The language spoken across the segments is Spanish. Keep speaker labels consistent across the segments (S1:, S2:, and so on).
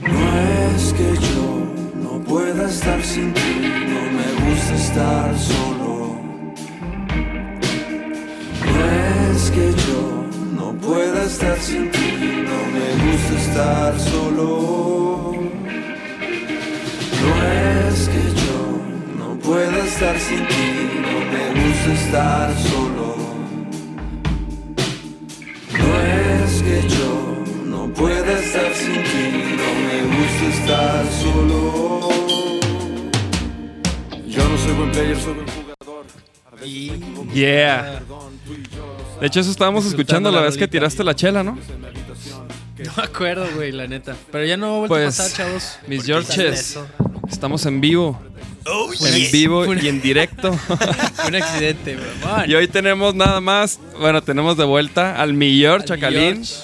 S1: No es que yo no pueda estar sin ti, no me gusta estar solo. No es que yo no pueda estar sin ti, no me gusta estar solo. No es que yo no pueda estar sin ti, no me gusta estar solo. No es que yo no pueda estar sin ti, no me gusta estar solo. Yo no soy buen player, soy buen jugador. A veces me equivoco,
S2: Yeah.
S1: perdón, tú y yo lo
S2: De hecho, eso estábamos escuchando la
S3: la
S2: vez que
S3: rolita.
S2: tiraste la chela, ¿no?
S1: sabemos en mi habitación.
S3: No me acuerdo, güey, la neta. Pero ya no ha vuelto
S2: Pues,
S3: a pasar, chavos.
S2: Mis
S3: ¿Por qué hiciste
S2: Georges,
S3: eso?
S2: estamos en vivo. En
S3: yes.
S2: vivo
S3: Fue-
S2: y en directo.
S3: Fue un accidente, mamón.
S2: Y hoy tenemos nada más, bueno, tenemos de vuelta al Millor
S3: Al
S2: Chacalín.
S3: George.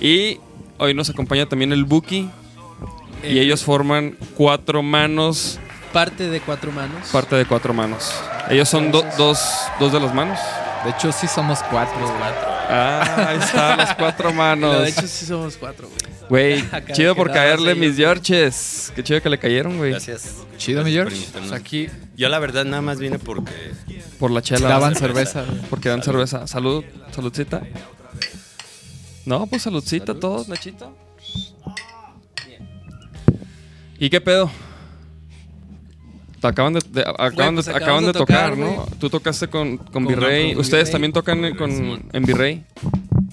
S2: Y hoy nos acompaña también el Buki. Y ellos forman cuatro manos,
S3: Eh, Parte de cuatro manos.
S2: parte de cuatro manos. Ellos son do- dos, dos de las manos.
S4: De hecho, sí somos cuatro. güey.
S2: Ah, ahí están las cuatro
S3: No,
S2: manos.
S3: de hecho, sí somos cuatro, güey.
S2: Güey,
S3: Acá
S2: chido por
S3: quedabas
S2: caerle,
S3: ahí.
S2: mis Georges. Qué chido que le cayeron, güey.
S5: Gracias.
S4: Chido, mi
S5: Gracias por
S4: George.
S5: invitarnos.
S4: Pues aquí
S5: Yo la verdad nada más vine porque
S2: Por la chela.
S4: daban cerveza. güey.
S2: Porque dan cerveza. Salud, saludcita. No, pues saludcita a todos, Nachito. ¿Y qué pedo? Te acaban de, de- acaban
S3: pues acabamos
S2: de, acaban
S3: de
S2: de tocar,
S3: tocar,
S2: ¿no?
S3: güey.
S2: Tú tocaste con, con,
S3: Con-
S2: Virrey.
S3: con
S2: Ustedes
S3: Virrey.
S2: también tocan en- con, en Virrey.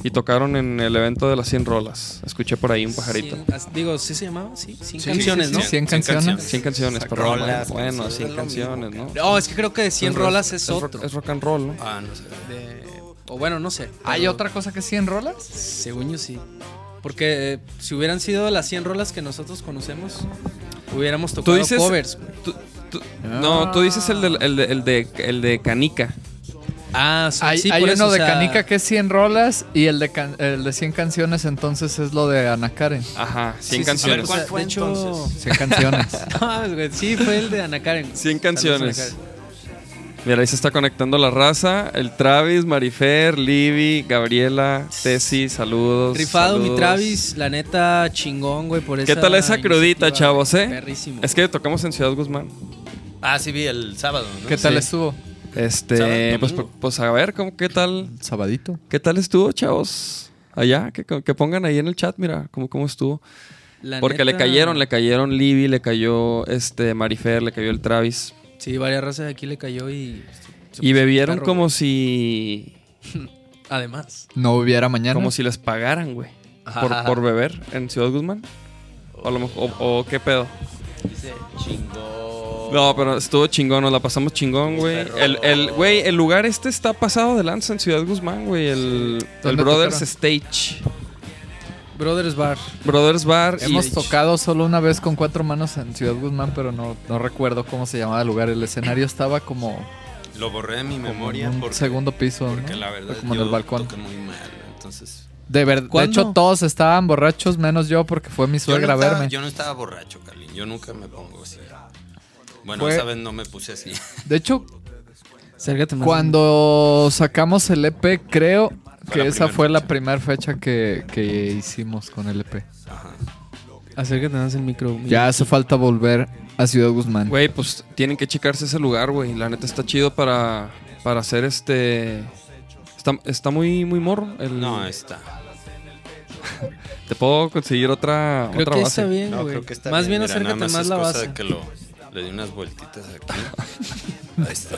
S2: Y tocaron en el evento de las 100 rolas. Escuché por ahí un pajarito.
S3: Cien- as- digo, ¿sí se llamaba? Sí, cien
S4: Sí,
S3: canciones,
S4: sí,
S3: ¿no?
S4: sí, Cien canciones.
S2: 100 canciones,
S5: Exacto.
S2: perdón.
S5: Rolas,
S2: bueno,
S5: canciones.
S2: 100
S5: Es lo mismo,
S2: canciones, ¿no?
S3: No, es que creo que de 100 rolas es
S2: rock-
S3: otro.
S2: Es rock and roll, ¿no?
S5: Ah, no sé.
S3: De- o bueno, no sé.
S4: ¿Hay
S3: pero
S4: otra cosa que sí en rolas?
S3: Según yo sí. Porque eh, si hubieran sido las 100 rolas que nosotros conocemos, hubiéramos tocado
S2: dices-
S3: covers. güey.
S2: Tú- tú- no, tú dices el de, el de, el de, el de Canica.
S3: Ah, so-
S4: Hay,
S3: sí,
S4: hay
S3: por
S4: uno
S3: eso, o
S4: de
S3: sea,
S4: Canica que es 100 rolas y el de, can- el de 100 canciones entonces es lo de Ana Karen.
S2: Ajá, 100
S3: sí, sí, sí,
S2: canciones.
S3: o sea,
S5: ¿Cuál fue
S3: de hecho-
S5: entonces?
S4: 100 canciones.
S3: No, mames, güey, sí, fue el de Ana Karen.
S2: 100
S3: Saludos, Ana
S2: canciones.
S3: Karen.
S2: Mira, ahí se está conectando la raza. El Travis, Marifer, Libby, Gabriela, Tessy, saludos.
S3: Rifado, mi
S2: saludos.
S3: Travis, la neta, chingón, güey, por
S2: ¿Qué tal esa crudita,
S3: iniciativa,
S2: chavos,
S3: güey,
S2: eh?
S3: Perrísimo.
S2: Es que tocamos en Ciudad Guzmán.
S5: Ah, sí vi el sábado, ¿no?
S4: ¿Qué tal
S2: Sí.
S4: estuvo?
S2: Este,
S5: Sábado,
S2: pues,
S5: domingo.
S2: pues a ver, ¿cómo, qué, tal,
S4: El sabadito.
S2: ¿qué tal estuvo, chavos? Allá, que, que pongan ahí en el chat, mira, cómo, cómo estuvo.
S3: La
S2: Porque le
S3: neta-
S2: cayeron, le cayeron Libby, le cayó este Marifer, le cayó el Travis.
S3: Sí, varias razas de aquí le cayó y. se
S2: Y
S3: puso
S2: bebieron
S3: perro,
S2: como
S3: güey.
S2: si
S3: Además.
S4: No hubiera mañana.
S2: como si les pagaran, güey, por,
S3: Ajá.
S2: por beber en Ciudad Guzmán. O, a lo mejor- o- o qué pedo.
S5: Dice chingón.
S2: No, pero estuvo chingón, nos la pasamos chingón, güey. El, el, güey, el lugar este está pasado de lanza en Ciudad Guzmán, güey. El, el
S4: ¿Dónde
S2: Brothers
S4: tocaron?
S2: Stage.
S3: Brothers Bar.
S2: Brothers Bar. y-
S4: Hemos tocado solo una vez con cuatro manos en Ciudad Guzmán, pero no, no recuerdo cómo se llamaba el lugar. El escenario estaba como,
S5: Lo borré de mi
S4: como
S5: memoria
S4: en un
S5: porque,
S4: segundo piso, ¿no?
S5: porque la verdad
S4: como en
S5: yo
S4: el balcón.
S5: toqué muy mal, entonces.
S4: De, ver- de
S3: ¿Cuándo?
S4: hecho, todos estaban borrachos, menos yo, porque fue mi
S5: Yo no,
S4: suegra a
S5: estaba,
S4: verme.
S5: yo no estaba borracho, Carlin. Yo nunca me pongo así. Bueno,
S4: Fue-
S5: esa vez no me puse así.
S4: De hecho,
S3: Acércate más.
S4: cuando sacamos el EP, creo
S5: Fue
S4: que
S5: la
S4: esa
S5: primer
S4: fue la
S5: fecha.
S4: primera fecha que, que hicimos con el EP.
S5: Ajá.
S3: Acércate más el micro.
S4: Ya hace falta volver a Ciudad Guzmán.
S2: Güey, pues tienen que checarse ese lugar, güey. La neta está chido para, para hacer este... Está, está muy, muy morro. el-
S5: No, eh. está.
S2: Te puedo conseguir otra,
S3: Creo
S2: otra
S3: que
S2: base.
S3: está bien,
S5: No,
S3: güey.
S5: creo que está
S3: más bien,
S5: Mira, nada
S3: acércate más,
S5: es
S3: la
S5: cosa
S3: base.
S5: de que lo le di unas vueltitas aquí. Ahí está.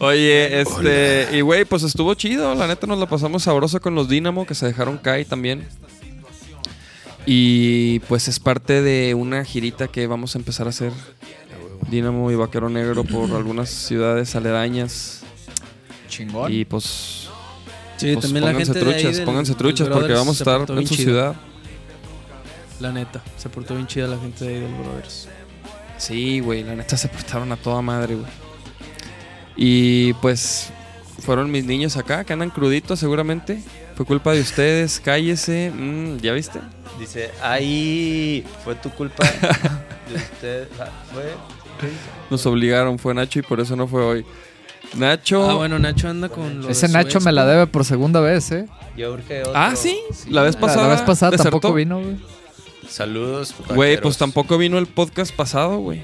S2: Oye, este, y güey, pues estuvo chido, la neta nos la pasamos sabroso con los Dinamo que se dejaron caer también. Y pues es parte de una girita que vamos a empezar a hacer. Dinamo y Vaquero Negro por algunas ciudades aledañas.
S4: Chingón.
S2: Y pues,
S3: Sí,
S2: pues,
S3: también la
S2: pónganse
S3: gente de ahí
S2: truchas,
S3: del-
S2: pónganse
S3: del
S2: truchas porque
S3: Brothers
S2: vamos a
S3: se
S2: estar
S3: portó
S2: en
S3: bien
S2: su
S3: chido,
S2: ciudad.
S3: La neta, se portó bien chida la gente de ahí del Brothers.
S2: Sí, güey, la neta se portaron a toda madre, güey. Y pues fueron mis niños acá, que andan cruditos seguramente. Fue culpa de ustedes, cállese. Mm, ¿Ya viste?
S6: Dice, ahí fue tu culpa de usted. Ah, ¿Fue? ¿Qué hizo?
S2: Nos obligaron, fue Nacho y por eso no fue hoy. Nacho.
S3: Ah, bueno, Nacho anda con los.
S4: Ese Nacho me la debe por segunda vez, ¿eh?
S6: Yo creo que otro.
S2: Ah, sí. La vez
S4: La-
S2: pasada.
S4: La, vez pasada
S2: desertó.
S4: tampoco vino, güey.
S5: Saludos.
S2: Güey, pues
S5: vaqueros.
S2: tampoco vino el podcast pasado, güey.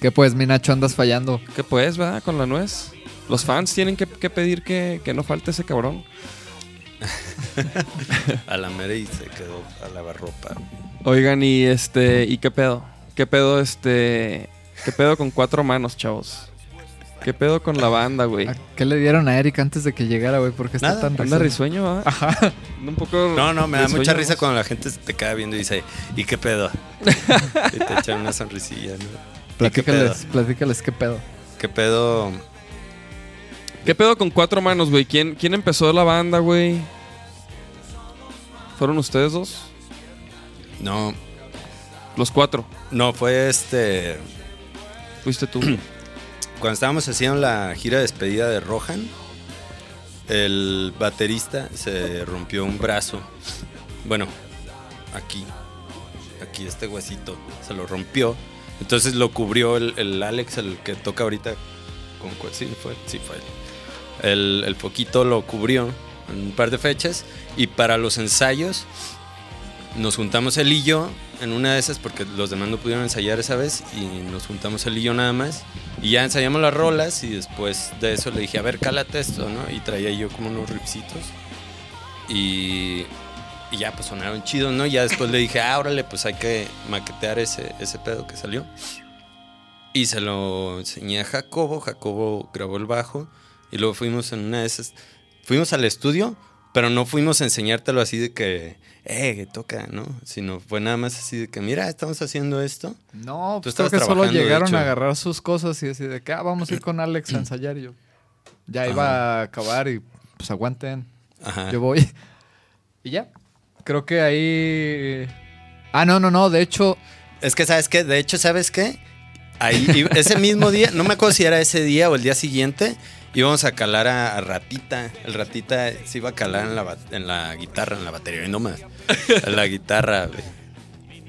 S4: Que pues, mi Nacho, andas fallando.
S2: ¿Qué pues, verdad? Con la nuez. Los fans tienen que, que pedir que, que no falte ese cabrón.
S5: A la mera y se quedó a lavar ropa.
S2: Oigan, y este, ¿y qué pedo? ¿Qué pedo este? ¿Qué pedo con cuatro manos, chavos? ¿Qué pedo con la banda, güey?
S4: ¿A ¿Qué le dieron a Eric antes de que llegara, güey? Porque está
S5: Nada,
S4: tan
S2: Anda
S4: risueño?
S2: risueño, ¿ah?
S4: Ajá.
S2: Un poco.
S5: No, no, me da
S2: risueño,
S5: mucha
S2: ¿no?
S5: risa cuando la gente se te queda viendo y dice, ¿y qué pedo? y te echan una sonrisilla, ¿no?
S4: Platícales, platícales qué pedo.
S5: ¿Qué pedo?
S2: ¿Qué pedo con cuatro manos, güey? ¿Quién, ¿Quién empezó la banda, güey? ¿Fueron ustedes dos?
S5: No,
S2: Los cuatro.
S5: no, fue este.
S2: Fuiste tú.
S5: Cuando estábamos haciendo la gira de despedida de Rohan, el baterista se rompió un brazo. Bueno, aquí. Aquí este huesito. Se lo rompió. Entonces lo cubrió el, el Alex, el que toca ahorita. Con, cu- sí, fue, sí, fue él. El, el foquito lo cubrió en un par de fechas. Y para los ensayos nos juntamos él y yo en una de esas porque los demás no pudieron ensayar esa vez y nos juntamos él y yo nada más y ya ensayamos las rolas y después de eso le dije a ver cálate esto no y traía yo como unos ripsitos y, y ya pues sonaron chidos no ya después le dije ah órale pues hay que maquetear ese ese pedo que salió y se lo enseñé a Jacobo Jacobo grabó el bajo y luego fuimos en una de esas fuimos al estudio pero no fuimos a enseñártelo así de que, eh, que toca, ¿no? Sino fue nada más así de que, mira, estamos haciendo esto.
S4: No,
S5: Tú
S4: pues creo que solo
S5: estabas trabajando, de
S4: llegaron
S5: hecho.
S4: a agarrar sus cosas y decir de que ah, vamos a ir con Alex a ensayar. Y yo ya iba a acabar y pues aguanten,
S5: Ajá.
S4: yo voy. Y ya. Creo que ahí. Ah, no, no, no. De hecho,
S5: Es que, ¿sabes qué? De hecho, ¿sabes qué? Ahí, y- ese mismo día, no me acuerdo si era ese día o el día siguiente, íbamos a calar a, a Ratita. El Ratita se iba a calar en la, bat- en la guitarra, en la batería, y no más. En la guitarra, güey.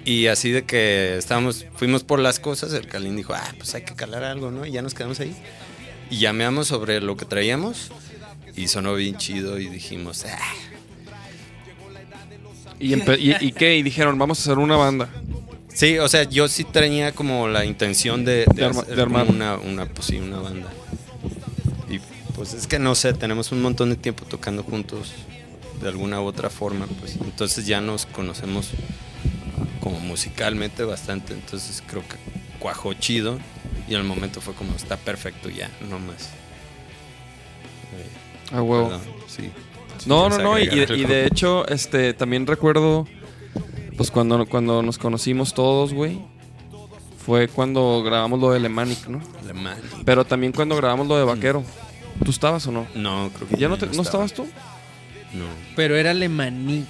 S5: Y así de que estábamos, fuimos por las cosas, el Calín dijo, ah, pues hay que calar algo, ¿no? Y ya nos quedamos ahí. Y llameamos sobre lo que traíamos y sonó bien chido y dijimos, ah,
S2: ¿Y, empe- y, y qué? Y dijeron, vamos a hacer una banda.
S5: Sí, o sea, yo sí tenía como la intención de, de
S2: De arma-
S5: hacer
S2: de armar.
S5: como una, una, pues sí, una banda. Y pues es que no sé, tenemos un montón de tiempo tocando juntos de alguna u otra forma, pues entonces ya nos conocemos como musicalmente bastante, entonces creo que cuajó chido y al momento fue como está perfecto ya, no más.
S2: A huevo.
S5: Perdón, sí. Si
S2: No, no,
S5: quieres
S2: no. Y,
S5: agregar
S2: y- y
S5: algo.
S2: de hecho, este, también recuerdo, pues cuando, cuando nos conocimos todos, güey, fue cuando grabamos lo de Lemanic, ¿no?
S5: Le man-
S2: Pero también cuando grabamos lo de Vaquero. ¿Tú estabas o no?
S5: No, creo que
S2: ¿Ya no,
S5: yo
S2: te- no
S5: Mm. estaba.
S2: estabas tú?
S5: No.
S3: Pero era alemanic.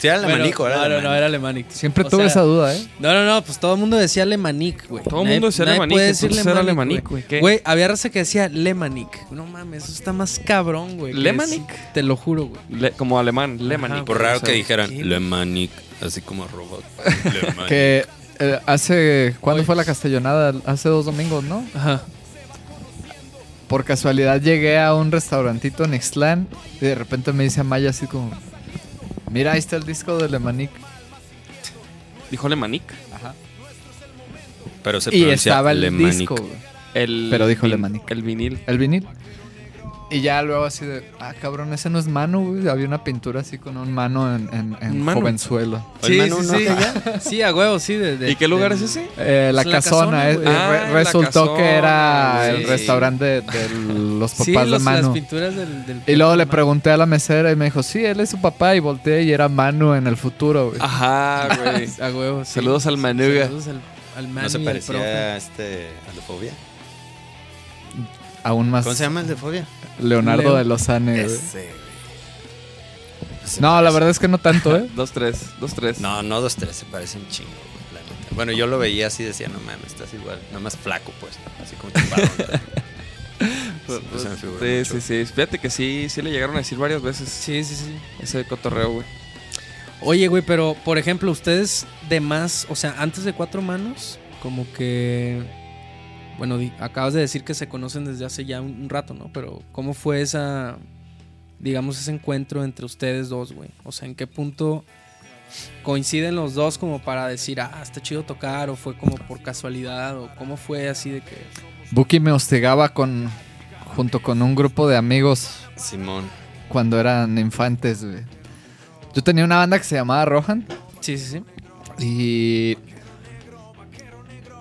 S5: Sí, era la
S3: Bueno,
S5: manico, era
S3: No,
S5: la
S3: no, no,
S5: manico.
S3: era alemanic.
S4: siempre
S3: O
S4: tuve
S3: sea,
S4: esa duda, ¿eh?
S3: No, no, no, pues todo el mundo decía alemanic, güey.
S2: Todo el
S3: Nadie-
S2: mundo decía
S3: nadie
S2: alemanic,
S3: puede decir
S2: entonces era
S3: alemanic,
S2: alemanic, güey. ¿Qué?
S3: Güey, había raza que decía lemanic. No mames, eso está más cabrón, güey. que
S2: ¿Lemanic?
S3: es- Te lo juro, güey.
S2: Le- como alemán, Lemanic.
S5: Por raro
S2: O sea,
S5: que dijeran
S3: ¿qué?
S5: Le Manic, así como robot. Le Manic.
S4: Que eh, hace. ¿Cuándo fue la castellonada? Hace dos domingos, ¿no?
S3: Ajá.
S4: Por casualidad llegué a un restaurantito en Ixtlán y de repente me dice Maya así como. Mira, ahí está el disco de Lemanic.
S2: Dijo Lemanic.
S5: Pero se
S4: Y
S5: pronuncia
S4: estaba el
S5: Le Manic.
S4: disco, güey.
S2: El
S4: Pero dijo
S2: vin-
S4: Lemanic.
S2: El vinil.
S4: el vinil. Y ya luego así de, ah, cabrón, ese no es mano, güey. Había una pintura así con un mano en, en, en
S2: ¿Un mano?
S4: jovenzuelo.
S5: Oye,
S3: Sí,
S5: Manu,
S3: sí,
S5: ¿no
S3: sí.
S5: te-
S3: Sí, a huevo, sí. de- de-
S2: ¿Y qué
S5: este
S2: lugar
S3: de-
S2: es ese?
S4: Eh, la,
S3: Es Pues la
S4: casona,
S3: casona,
S4: eh,
S3: güey.
S4: eh,
S2: Ah,
S4: re-
S2: la
S4: resultó
S2: casona,
S4: que era
S2: güey.
S4: el restaurante de, de los papás
S3: Sí,
S4: de
S3: los- las
S4: Manu.
S3: pinturas del, del-
S4: Y luego le
S3: Manu.
S4: pregunté a la mesera y me dijo, sí, él es su papá. Y volteé y era Manu en el futuro,
S2: Ah,
S4: güey.
S2: Ajá, güey.
S3: A huevo, sí.
S2: Saludos al Manuga.
S3: Saludos al, al Manu
S5: ¿No se
S3: y al
S5: parecía
S3: profe.
S5: a este a la fobia?
S4: Aún más
S5: ¿Cómo se llama el de fobia?
S4: Leonardo
S3: Leo.
S4: de Lozane, güey.
S5: Ese, güey. Se
S4: No, la
S5: parece-
S4: verdad es que no tanto, ¿eh?
S2: Dos, tres. Dos, tres.
S5: No, no, dos, tres, se parecen chingo, güey, la neta. Bueno, yo lo veía así y decía, no mames, estás igual, nada más flaco, pues, así como chupado. Siempre se me figura
S2: Sí,
S5: mucho.
S2: sí, sí. Fíjate que sí, sí le llegaron a decir varias veces
S3: Sí, sí, sí.
S2: ese cotorreo, güey.
S3: Oye, güey, pero por ejemplo, ustedes de más, o sea, antes de cuatro manos, como que. Bueno, di- acabas de decir que se conocen desde hace ya un, un rato, ¿no? Pero, ¿cómo fue esa. Digamos, ese encuentro entre ustedes dos, güey? O sea, ¿en qué punto coinciden los dos como para decir, ah, está chido tocar, o fue como por casualidad, o cómo fue así de que.
S4: Buki me hostigaba con, junto con un grupo de amigos
S5: Simón.
S4: cuando eran infantes, güey. Yo tenía una banda que se llamaba Rohan
S3: Sí, sí, sí.
S4: y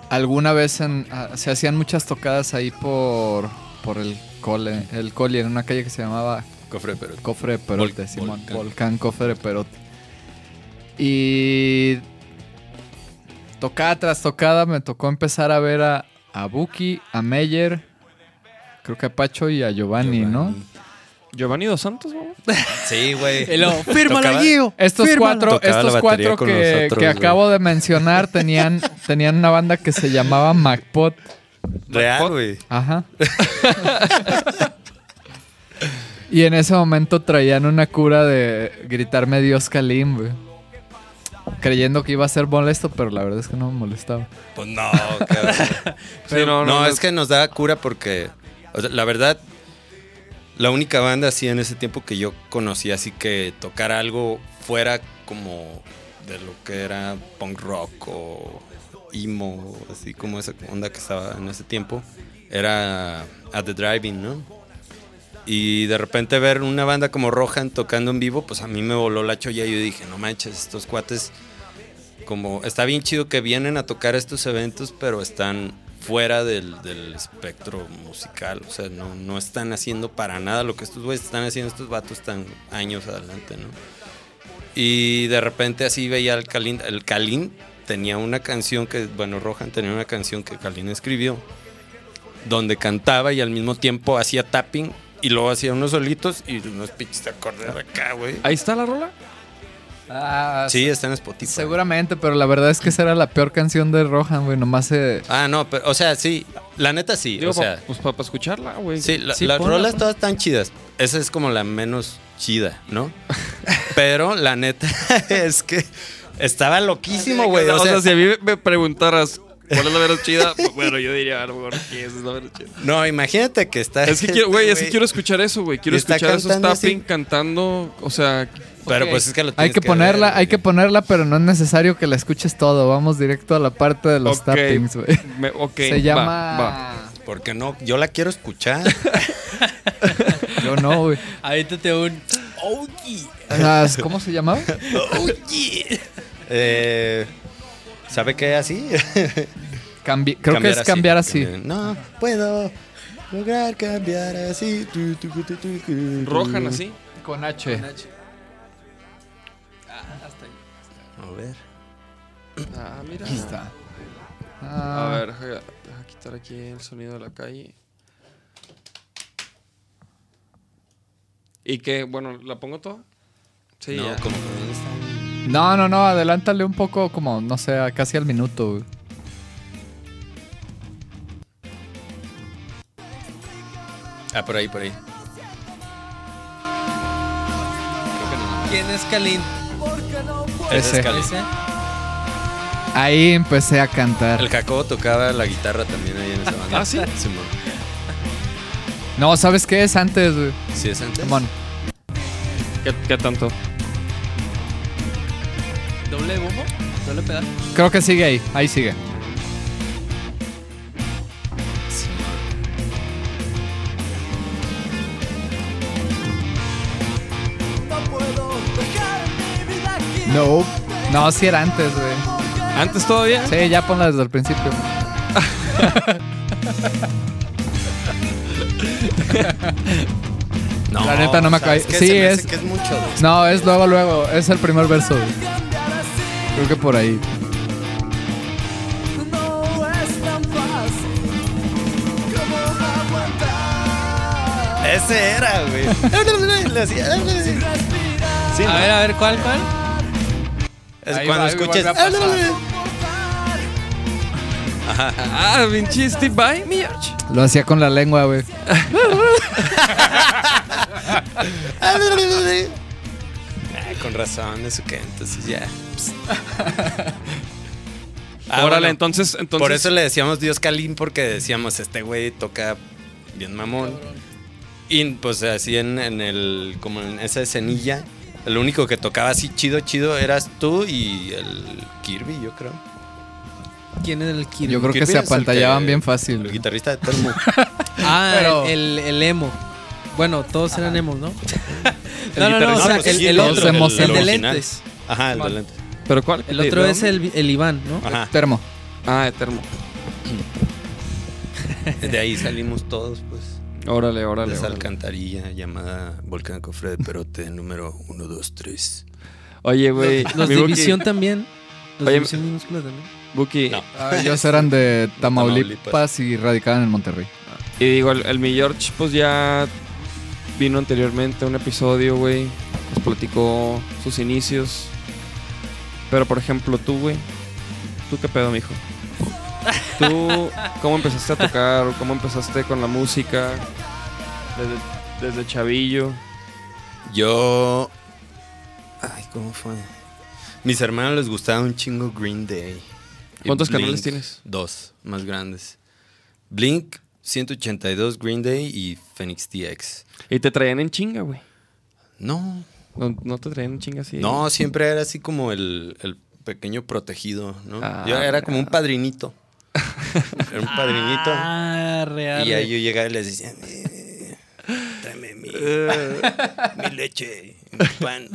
S4: alguna vez en- ah, se hacían muchas tocadas ahí por, por el cole, el coli, en una calle que se llamaba
S5: Cofre, pero.
S4: Cofre de Perote,
S5: Vol-
S4: Simón.
S5: Volcán.
S4: Volcán. Cofre de Perote. Y tocada tras tocada me tocó empezar a ver a, a Buki, a Meyer, creo que a Pacho y a Giovanni, ¿no?
S2: Giovanni Dos Santos, güey.
S5: Sí, güey.
S3: ¡Fírmalo,
S5: Tocaba-
S3: Gio!
S4: Estos cuatro,
S5: Tocaba la
S4: estos
S5: batería
S4: cuatro
S5: con
S4: que,
S5: nosotros,
S4: que
S5: güey.
S4: acabo de mencionar tenían, tenían una banda que se llamaba MacPot.
S5: Real, güey.
S4: Ajá. y en ese momento traían una cura de gritarme Dios Kalim, güey. Creyendo que iba a ser molesto, pero la verdad es que no me molestaba.
S5: Pues no, cabrón.
S2: Sí, no,
S5: No,
S2: no, no.
S5: es que nos da cura porque, o sea, la verdad, la única banda así en ese tiempo que yo conocí, así que tocar algo fuera como de lo que era punk rock o emo, así como esa onda que estaba en ese tiempo, era At The Driving, ¿no? Y de repente ver una banda como Rohan tocando en vivo, pues a mí me voló la cholla y yo dije, no manches, estos cuates como está bien chido que vienen a tocar estos eventos, pero están fuera del, del espectro musical. O sea, no, no están haciendo para nada lo que estos güeyes están haciendo. Estos vatos están años adelante, ¿no? Y de repente así veía al Kalin. El Kalin tenía una canción que, bueno, Rohan tenía una canción que Kalin escribió, donde cantaba y al mismo tiempo hacía tapping. Y luego hacía unos solitos y unos pinches acordes acá, güey.
S2: Ahí está la rola.
S5: Sí, está en Spotify.
S4: Ah, Seguramente, pero la verdad es que esa era la peor canción de Rohan, güey. Nomás se.
S5: Ah, no, pero, o sea, sí. La neta sí.
S2: Digo,
S5: o sea,
S2: pa- pues para escucharla, güey.
S5: Sí, la-
S2: Sí,
S5: las
S2: ponla,
S5: rolas
S2: ponla.
S5: todas están chidas. Esa es como la menos chida, ¿no? Pero la neta es que estaba loquísimo, güey. O sea,
S2: si a mí me- me preguntaras cuál es la menos chida, pues, bueno, yo diría, a lo mejor, ¿qué es la menos chida?
S5: no, imagínate que está.
S2: Es que
S5: este
S2: quiero, güey, es que quiero escuchar eso, güey. Quiero
S5: Y está
S2: escuchar esos
S5: cantando
S2: tapping
S5: así.
S2: cantando, o sea,
S5: Pero
S4: Ok.
S5: pues es que lo
S4: Hay
S5: tienes
S4: que ponerla,
S5: ver,
S4: hay que
S5: güey.
S4: ponerla, pero no es necesario que la escuches todo. Vamos directo a la parte de los
S2: ok,
S4: tappings, güey.
S2: me- ok,
S4: se
S2: va,
S4: llama.
S2: va.
S5: Porque no, yo la quiero escuchar.
S4: Yo no, güey.
S3: Avéntate un. ¡Oh, yeah.
S4: Las- ¿Cómo se llamaba?
S5: Oh, yeah. Eh, ¿Sabe qué? Así.
S4: Cambi- Creo que es cambiar así.
S5: No, puedo lograr cambiar así. Tu, tu, tu, tu, tu, tu.
S2: Rojan así.
S4: Con H.
S5: A ver.
S2: Ah, mira.
S4: Aquí está.
S2: A
S4: Ah,
S2: ver, deja, deja quitar aquí el sonido de la calle. Y que, bueno, ¿la pongo toda? Sí,
S5: no,
S2: ya.
S5: como que está
S4: No, no, no, adelántale un poco, como, no sé, a casi al minuto. güey.
S5: Ah, por ahí, por ahí.
S3: ¿Quién es Kalin?
S5: Ese es Cali.
S3: ¿Ese?
S4: Ahí empecé a
S5: El
S4: cantar.
S5: Jacobo tocaba la guitarra también ahí en esa banda.
S2: ¿Ah, sí?
S5: Simón.
S4: No, ¿sabes qué es antes, güey?
S5: ¿Sí es antes?
S4: Simón.
S2: ¿Qué, qué tanto?
S3: ¿Doble bombo? ¿Doble pedal?
S4: Creo que sigue ahí, ahí sigue. No, no, si era antes, güey.
S2: ¿Antes todavía?
S4: Sí, ya ponla desde el principio.
S5: No,
S4: La neta no me
S5: ¿sabes
S4: acabé.
S5: qué?
S4: Sí,
S5: Se me
S4: es-
S5: hace que es mucho.
S4: No, es luego, luego, es el primer verso. güey. Creo que por ahí.
S5: Ese era, güey. Le hacía- Sí,
S3: A
S5: ¿no?
S3: ver, a ver, ¿cuál, cuál?
S5: Es
S4: Ahí
S5: cuando
S4: va, Ah, ahí
S5: escuches.
S4: vuelve a pasar.
S2: Ah, pinche Steve Vai, mi George.
S4: Lo hacía con la lengua, güey.
S5: Ah, con razón, eso que entonces ya. pst. Ah,
S2: Órale,
S5: bueno,
S2: entonces, entonces.
S5: Por eso le decíamos Dios Calín, porque decíamos, este güey toca bien mamón. Y pues así en, en el, como en esa escenilla, el único que tocaba así chido, chido, eras tú y el Kirby, yo creo.
S3: ¿Quién era el Kirby?
S4: Yo creo que
S5: Kirby
S4: se
S5: es el
S4: apantallaban
S5: que-
S4: bien
S5: El
S4: fácil.
S5: guitarrista de Telmo.
S3: Ah,
S4: Pero-
S3: el, el, el emo. Bueno, todos eran emos, ¿no? no, no, no, o
S5: guitarrista.
S3: sea,
S5: No, pues
S3: el,
S5: sí,
S3: el
S5: todos
S3: otro,
S4: emos
S3: el, de
S5: eran.
S3: lentes.
S5: Ajá, el de lentes.
S2: ¿Pero cuál?
S3: El otro es el, el Iván, ¿no?
S5: Ajá,
S4: Termo.
S2: Ah, Etermo.
S5: de ahí salimos todos, pues.
S2: Órale,
S5: de
S2: órale.
S5: esa
S2: órale.
S5: alcantarilla llamada Volcán Cofre de Perote número 1, 2, 3.
S2: Oye, güey.
S3: Los
S2: mi Buki-
S3: División también. Los
S2: Oye,
S3: División Minúscula también.
S2: Buki.
S5: No.
S4: Ah, ellos eran de
S5: Tamaulipas.
S4: Tamaulipas y radicaban en Monterrey.
S2: Y digo, el, el mi George, pues ya vino anteriormente a un episodio, güey. Nos platicó sus inicios. Pero, por ejemplo, tú, güey. ¿Tú qué pedo, mijo? ¿Tú cómo empezaste a tocar? ¿Cómo empezaste con la música? Desde, desde chavillo.
S5: Yo. Ay, ¿cómo fue? Mis hermanos les gustaba un chingo Green Day. Y
S2: ¿Cuántos
S5: Blink,
S2: canales tienes?
S5: Dos, más grandes. Blink, 182, Green Day y Phoenix TX.
S2: Y te traían en chinga, güey.
S5: No,
S2: No, no te traían en chinga así.
S5: no, siempre era así como el, el pequeño protegido, ¿no?
S2: Ah,
S5: yo era como un padrinito. era un padrinito.
S3: Ah, real.
S5: Y ahí yo llegaba y les decía, "Eh, tráeme mi, mi leche, mi pan.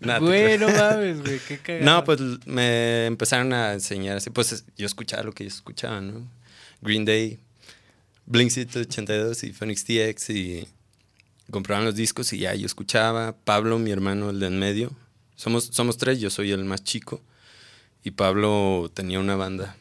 S5: Nada, te
S3: Güey,
S5: creo.
S3: no mames, güey. Qué cagado.
S5: No, pues l- me empezaron a enseñar así. Pues es- yo escuchaba lo que ellos escuchaban, ¿no? Green Day, Blink 182 y Phoenix TX y compraban los discos y ya yo escuchaba. Pablo, mi hermano, el de en medio. Somos, somos tres, yo soy el más chico. Y Pablo tenía una banda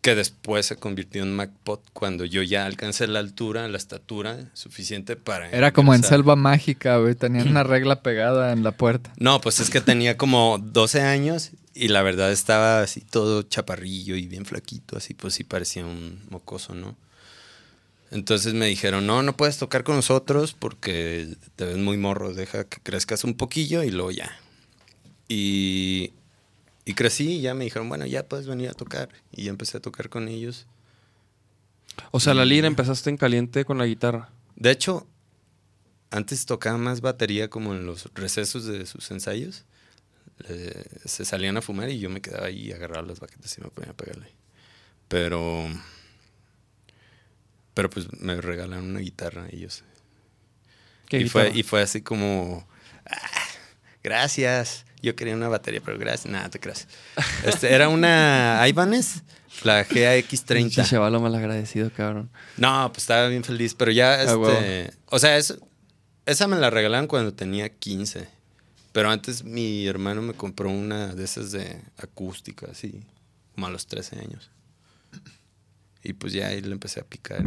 S5: que después se convirtió en MacPot cuando yo ya alcancé la altura, la estatura suficiente para...
S4: Era como en
S5: ingresar.
S4: selva mágica, güey. Tenían una regla pegada en la puerta.
S5: No, pues es que tenía como 12 años y la verdad estaba así todo chaparrillo y bien flaquito, así pues sí parecía un mocoso, ¿no? Entonces me dijeron, no, no puedes tocar con nosotros porque te ves muy morro, deja que crezcas un poquillo y luego ya. Y, y crecí y ya me dijeron, bueno, ya puedes venir a tocar. Y ya empecé a tocar con ellos.
S2: O sea, la lira empezaste en caliente con la guitarra.
S5: De hecho, antes tocaba más batería como en los recesos de sus ensayos. Le- se salían a fumar y yo me quedaba ahí y agarraba las baquetas y me ponía a pegarle. Pero. Pero pues me regalaron una guitarra ellos.
S2: ¿Qué
S5: y, Fue,
S2: guitarra?
S5: y fue así como. "Ah, gracias. Yo quería una batería, pero gracias. Nada, te creas. Este, era una Ibanez, la
S2: Pinche
S5: GAX30.
S2: chaval lo malagradecido, cabrón.
S5: No, pues estaba bien feliz, pero ya, este,
S2: huevo.
S5: o sea, es- esa me la regalaron cuando tenía 15, pero antes mi hermano me compró una de esas de acústica, así, como a los 13 años. Y pues ya ahí le empecé a picar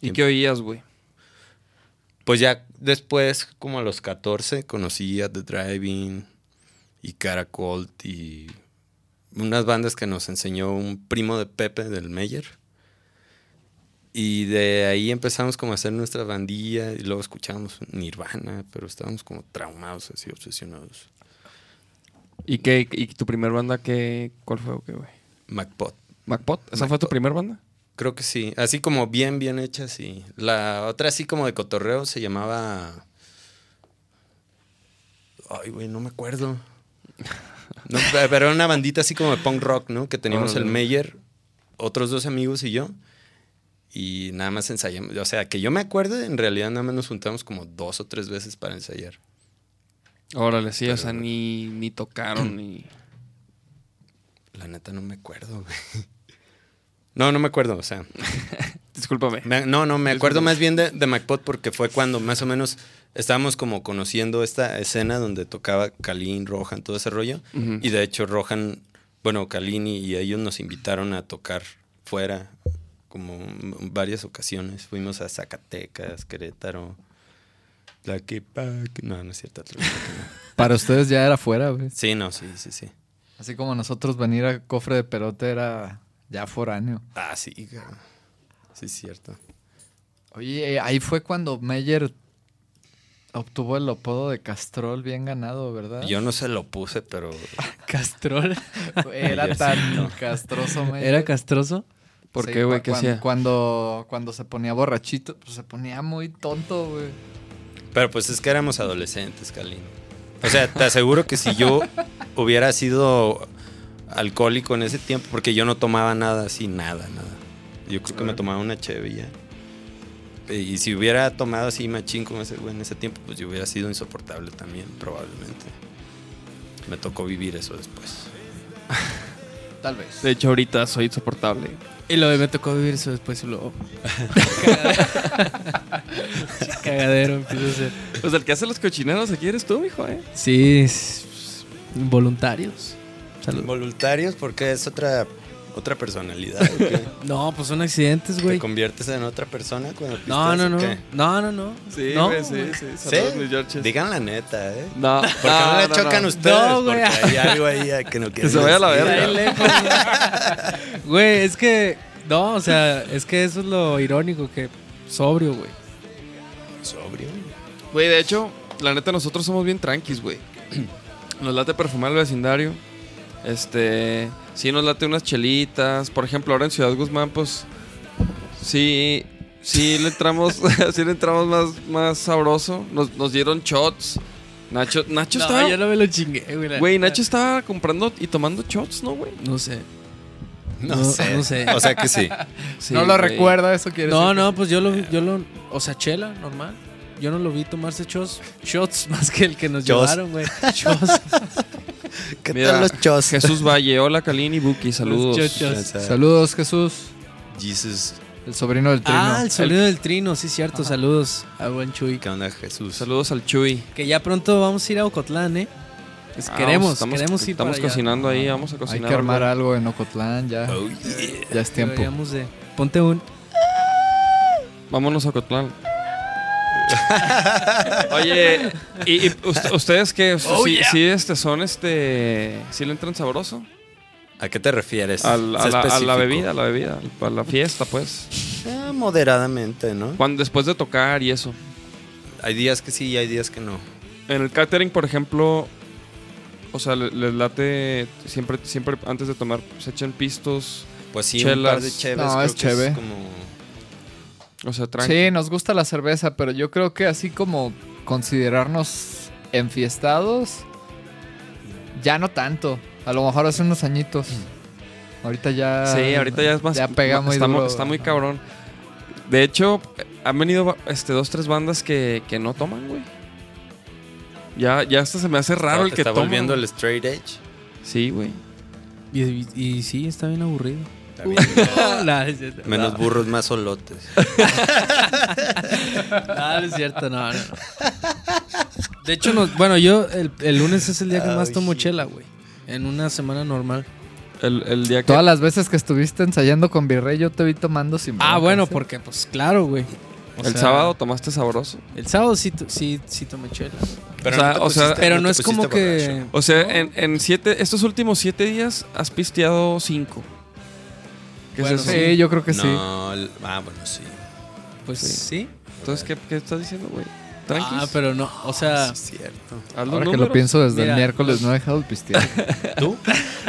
S5: y...
S2: ¿Y qué oías, güey?
S5: Pues ya después, como a los 14, conocí a The Driving y Caracol y unas bandas que nos enseñó un primo de Pepe del Meyer. Y de ahí empezamos como a hacer nuestra bandilla y luego escuchamos Nirvana, pero estábamos como traumados, así obsesionados.
S2: ¿Y, qué, y tu primer banda qué, cuál fue o qué, güey?
S5: MacPot.
S2: ¿Macpot? ¿Esa fue tu primer banda?
S5: Creo que sí. Así como bien, bien hecha, sí. La otra así como de cotorreo se llamaba... Ay, güey, no me acuerdo. No, pe- pero era una bandita así como de punk rock, ¿no? Que teníamos el
S2: Órale.
S5: Meyer, otros dos amigos y yo. Y nada más ensayamos. O sea, que yo me acuerdo, en realidad nada más nos juntamos como dos o tres veces para ensayar.
S2: Órale, sí, o sea, ni, ni tocaron ni.
S5: La neta no me acuerdo, güey. No, no me acuerdo, o sea.
S2: Discúlpame.
S5: Me- no, no, me acuerdo más bien de, de MacPot porque fue cuando más o menos estábamos como conociendo esta escena donde tocaba Kalin, Rohan, todo ese rollo.
S2: Ujú.
S5: Y de hecho, Rohan, bueno, Kalin y, y ellos nos invitaron a tocar fuera como en varias ocasiones. Fuimos a Zacatecas, Querétaro. La que pa- que- No, no es cierto. Tlaquepaque, no.
S4: Para ustedes ya era fuera, güey.
S5: Sí, no, sí, sí, sí.
S4: Así como nosotros venir a cofre de pelote era ya foráneo.
S5: Ah, sí, cabrón. Sí, es cierto.
S4: Oye, eh, ahí fue cuando Meyer obtuvo el apodo de Castrol bien ganado, ¿verdad?
S5: Yo no se lo puse, pero
S3: Castrol.
S4: Era tan castroso Meyer.
S3: ¿Era castroso?
S2: ¿Por
S4: Sí,
S2: qué, güey?
S4: cua-
S2: ¿Qué
S4: cuan-
S2: hacía?
S4: Cuando, cuando se ponía borrachito, pues se ponía muy tonto, güey.
S5: Pero pues es que éramos adolescentes, Kalin. O sea, te aseguro que si yo hubiera sido alcohólico en ese tiempo, porque yo no tomaba nada así, nada, nada. Yo creo que me tomaba una cheve y ya. Eh, Y si hubiera tomado así machín como ese güey en ese tiempo, pues yo hubiera sido insoportable también, probablemente. Me tocó vivir eso después.
S4: Tal vez.
S2: De hecho, ahorita soy insoportable.
S3: Y lo de me tocó vivir eso después y luego. Cagadero empieza a ser.
S2: Pues el que hace los cochineros aquí eres tú, mijo, ¿eh?
S3: Sí, s- involuntarios. Salud.
S5: Voluntarios, porque es otra, otra personalidad. ¿o qué?
S3: No, pues son accidentes,
S5: ¿Te
S3: güey.
S5: conviertes en otra persona cuando
S3: No,
S5: pisteas,
S3: no,
S5: o
S3: no.
S5: qué?
S3: No, no, no. no,
S2: güey,
S3: güey.
S2: sí. Saludos, mis
S5: ¿Sí?
S2: Georges.
S5: Digan la neta, ¿eh?
S2: No,
S5: Porque no, le chocan
S2: no.
S5: ustedes.
S3: No, güey.
S5: Porque hay algo ahí a que no quieren
S2: se vaya a la
S5: decir.
S2: verga.
S3: Está ahí lejos, güey. Güey, es que. No, o sea, es que eso es lo irónico, que sobrio, güey.
S5: Sobrio.
S2: Güey, de hecho, la neta, nosotros somos bien tranquis, güey. Nos late perfumar el vecindario. Este. Sí, nos late unas chelitas. Por ejemplo, ahora en Ciudad Guzmán, pues. Sí. Sí le entramos. sí le entramos más, más sabroso. Nos, nos dieron shots. Nacho, Nacho
S3: no,
S2: estaba.
S3: yo no me lo chingué, güey. la
S2: Güey,
S3: neta.
S2: Nacho estaba comprando y tomando shots, ¿no, güey?
S3: No sé.
S5: No,
S3: No,
S5: sé.
S3: no sé.
S5: O sea que sí.
S2: Sí,
S4: no lo
S2: güey.
S4: recuerda, eso quiere
S3: No,
S4: decir.
S3: no, pues yo lo, yo lo, o sea, chela, normal. Yo no lo vi tomarse shots, shots más que el que nos
S5: Chos.
S3: llevaron, güey. Shots.
S5: ¿Qué
S2: Mira,
S5: tal los chos?
S2: Jesús Valle, hola Kalini, Buki, saludos.
S3: Los chochos.
S4: Saludos, Jesús.
S5: Jesus.
S4: El sobrino del trino.
S3: Ah, el sonido del trino, sí, cierto. Saludos a buen Chuy.
S5: ¿Qué onda, Jesús?
S2: Saludos al Chuy.
S3: Que ya pronto vamos a ir a Ocotlán, ¿eh? Pues
S2: Ah,
S3: queremos,
S2: estamos-
S3: queremos ir
S2: Estamos
S3: para allá.
S2: cocinando ahí, vamos a
S4: Hay
S2: cocinar.
S4: que armar
S2: algo.
S4: algo en Ocotlán, ya,
S5: Oh, yeah.
S4: ya es tiempo.
S3: Deberíamos de... Ponte un...
S2: Vámonos a Cotlán. Oye, ¿y, y ust- ustedes qué? ¿Sí, sí, este, son este. ¿Sí le entran sabroso?
S5: ¿A qué te refieres?
S2: Al- a,
S5: Sé
S2: la, a la
S5: específico.
S2: bebida, a la bebida, a la fiesta, pues.
S5: Ah, moderadamente, ¿no?
S2: Cuando, después de tocar y eso.
S5: Hay días que sí y hay días que no.
S2: En el catering, por ejemplo, o sea, le- les late siempre, siempre antes de tomar, pues, se echan pistos,
S5: Pues sí, un
S2: Chelas.
S5: par de cheves.
S4: No,
S5: creo
S4: es
S5: que es
S4: cheve.
S5: como...
S2: o sea, tranqui.
S4: Sí, nos gusta la cerveza, pero yo creo que así como considerarnos enfiestados, ya no tanto. A lo mejor hace unos añitos. Ahorita ya.
S2: Mm. Sí, ahorita ya es más.
S4: Ah, Ya pega muy
S2: está, mu-
S4: duro,
S2: está muy
S4: ajá.
S2: cabrón. De hecho, eh, han venido ba- este, dos, tres bandas que, que no toman, güey. Ya, ya hasta se me hace raro el que
S5: Está
S2: toma.
S5: volviendo
S2: güey.
S5: el straight edge.
S2: Sí, güey.
S3: Y, y- y sí, está bien aburrido.
S5: Está bien.
S3: no, no es cierto.
S2: Ah.
S5: Menos burros, más solotes.
S3: No, no es cierto, no, no. De hecho, no- bueno, yo el, el lunes es el día que más tomo chela, güey. En una semana normal.
S2: El, el día que.
S4: Todas las veces que estuviste ensayando con Virrey, yo te vi tomando sin.
S3: Ah,
S4: broncas,
S3: bueno,
S4: ¿eh?
S3: porque pues claro, güey. O
S2: el
S3: sea,
S2: sábado tomaste sabroso.
S3: El sábado sí, to- sí, sí tomé chela.
S5: Pero
S2: O sea,
S5: no te
S2: o sea,
S5: pusiste-
S3: Pero no,
S5: te
S3: es como
S5: pusiste
S3: que...
S5: borracho.
S2: O sea, en, en siete, estos últimos siete días has pisteado cinco. ¿Qué
S3: Bueno,
S2: es eso?
S4: Sí, yo creo que sí.
S5: No, el- ah, bueno, sí.
S3: Pues
S2: Sí.
S3: sí.
S2: Entonces, ¿qué, qué estás diciendo, güey? Tranquis.
S3: Ah, pero no, o sea...
S5: Sí, es cierto.
S2: Haz los
S4: Ahora que lo
S2: números.
S4: pienso desde
S3: Mira,
S4: el miércoles, no he dejado de pistear.
S5: ¿Tú?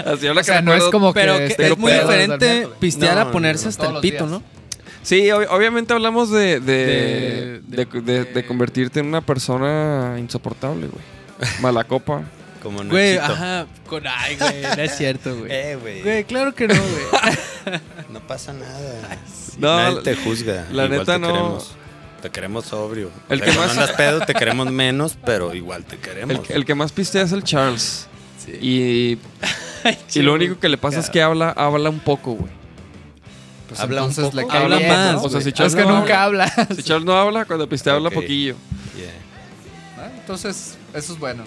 S2: Así, ahora que
S4: O sea, no es
S2: recuerdo-
S4: como que.
S3: Pero que
S4: estero
S3: es muy
S4: este pedo desde el
S3: diferente
S4: miércoles.
S3: pistear
S5: No,
S3: a ponerse
S5: no,
S3: hasta el
S4: todos los
S3: pito,
S4: días.
S3: ¿no?
S2: Sí, ob- obviamente hablamos de de,
S3: De-
S2: de, de- de convertirte en una persona insoportable, güey. Mala copa.
S5: Como no.
S3: Güey, ajá, con ay, güey, no es cierto, güey.
S5: Eh, güey.
S3: Güey, claro que no, güey.
S5: No pasa nada.
S2: No,
S5: Nadie
S2: la-
S5: te juzga.
S2: la
S5: Igual
S2: neta
S5: te
S2: no.
S5: Queremos. Te queremos sobrio.
S2: El
S5: El
S2: que
S5: que
S2: más-
S5: no andas pedo, te queremos menos, pero igual te
S2: El,
S5: queremos.
S2: el que más pistea es el Charles. Y, y
S3: Sí,
S2: lo
S3: güey.
S2: único que le pasa es que habla, habla un poco, güey.
S4: Pues
S5: Habla un
S4: entonces le
S5: poco. Pues,
S4: cae
S3: Habla
S4: bien,
S3: más,
S4: ¿no?
S2: o sea, si
S4: es
S2: Charles
S4: que
S2: no
S4: nunca habla.
S2: Si Charles no habla, cuando pistea habla
S5: Ok.
S2: poquillo.
S5: Yeah.
S4: Ah, Entonces, eso es bueno.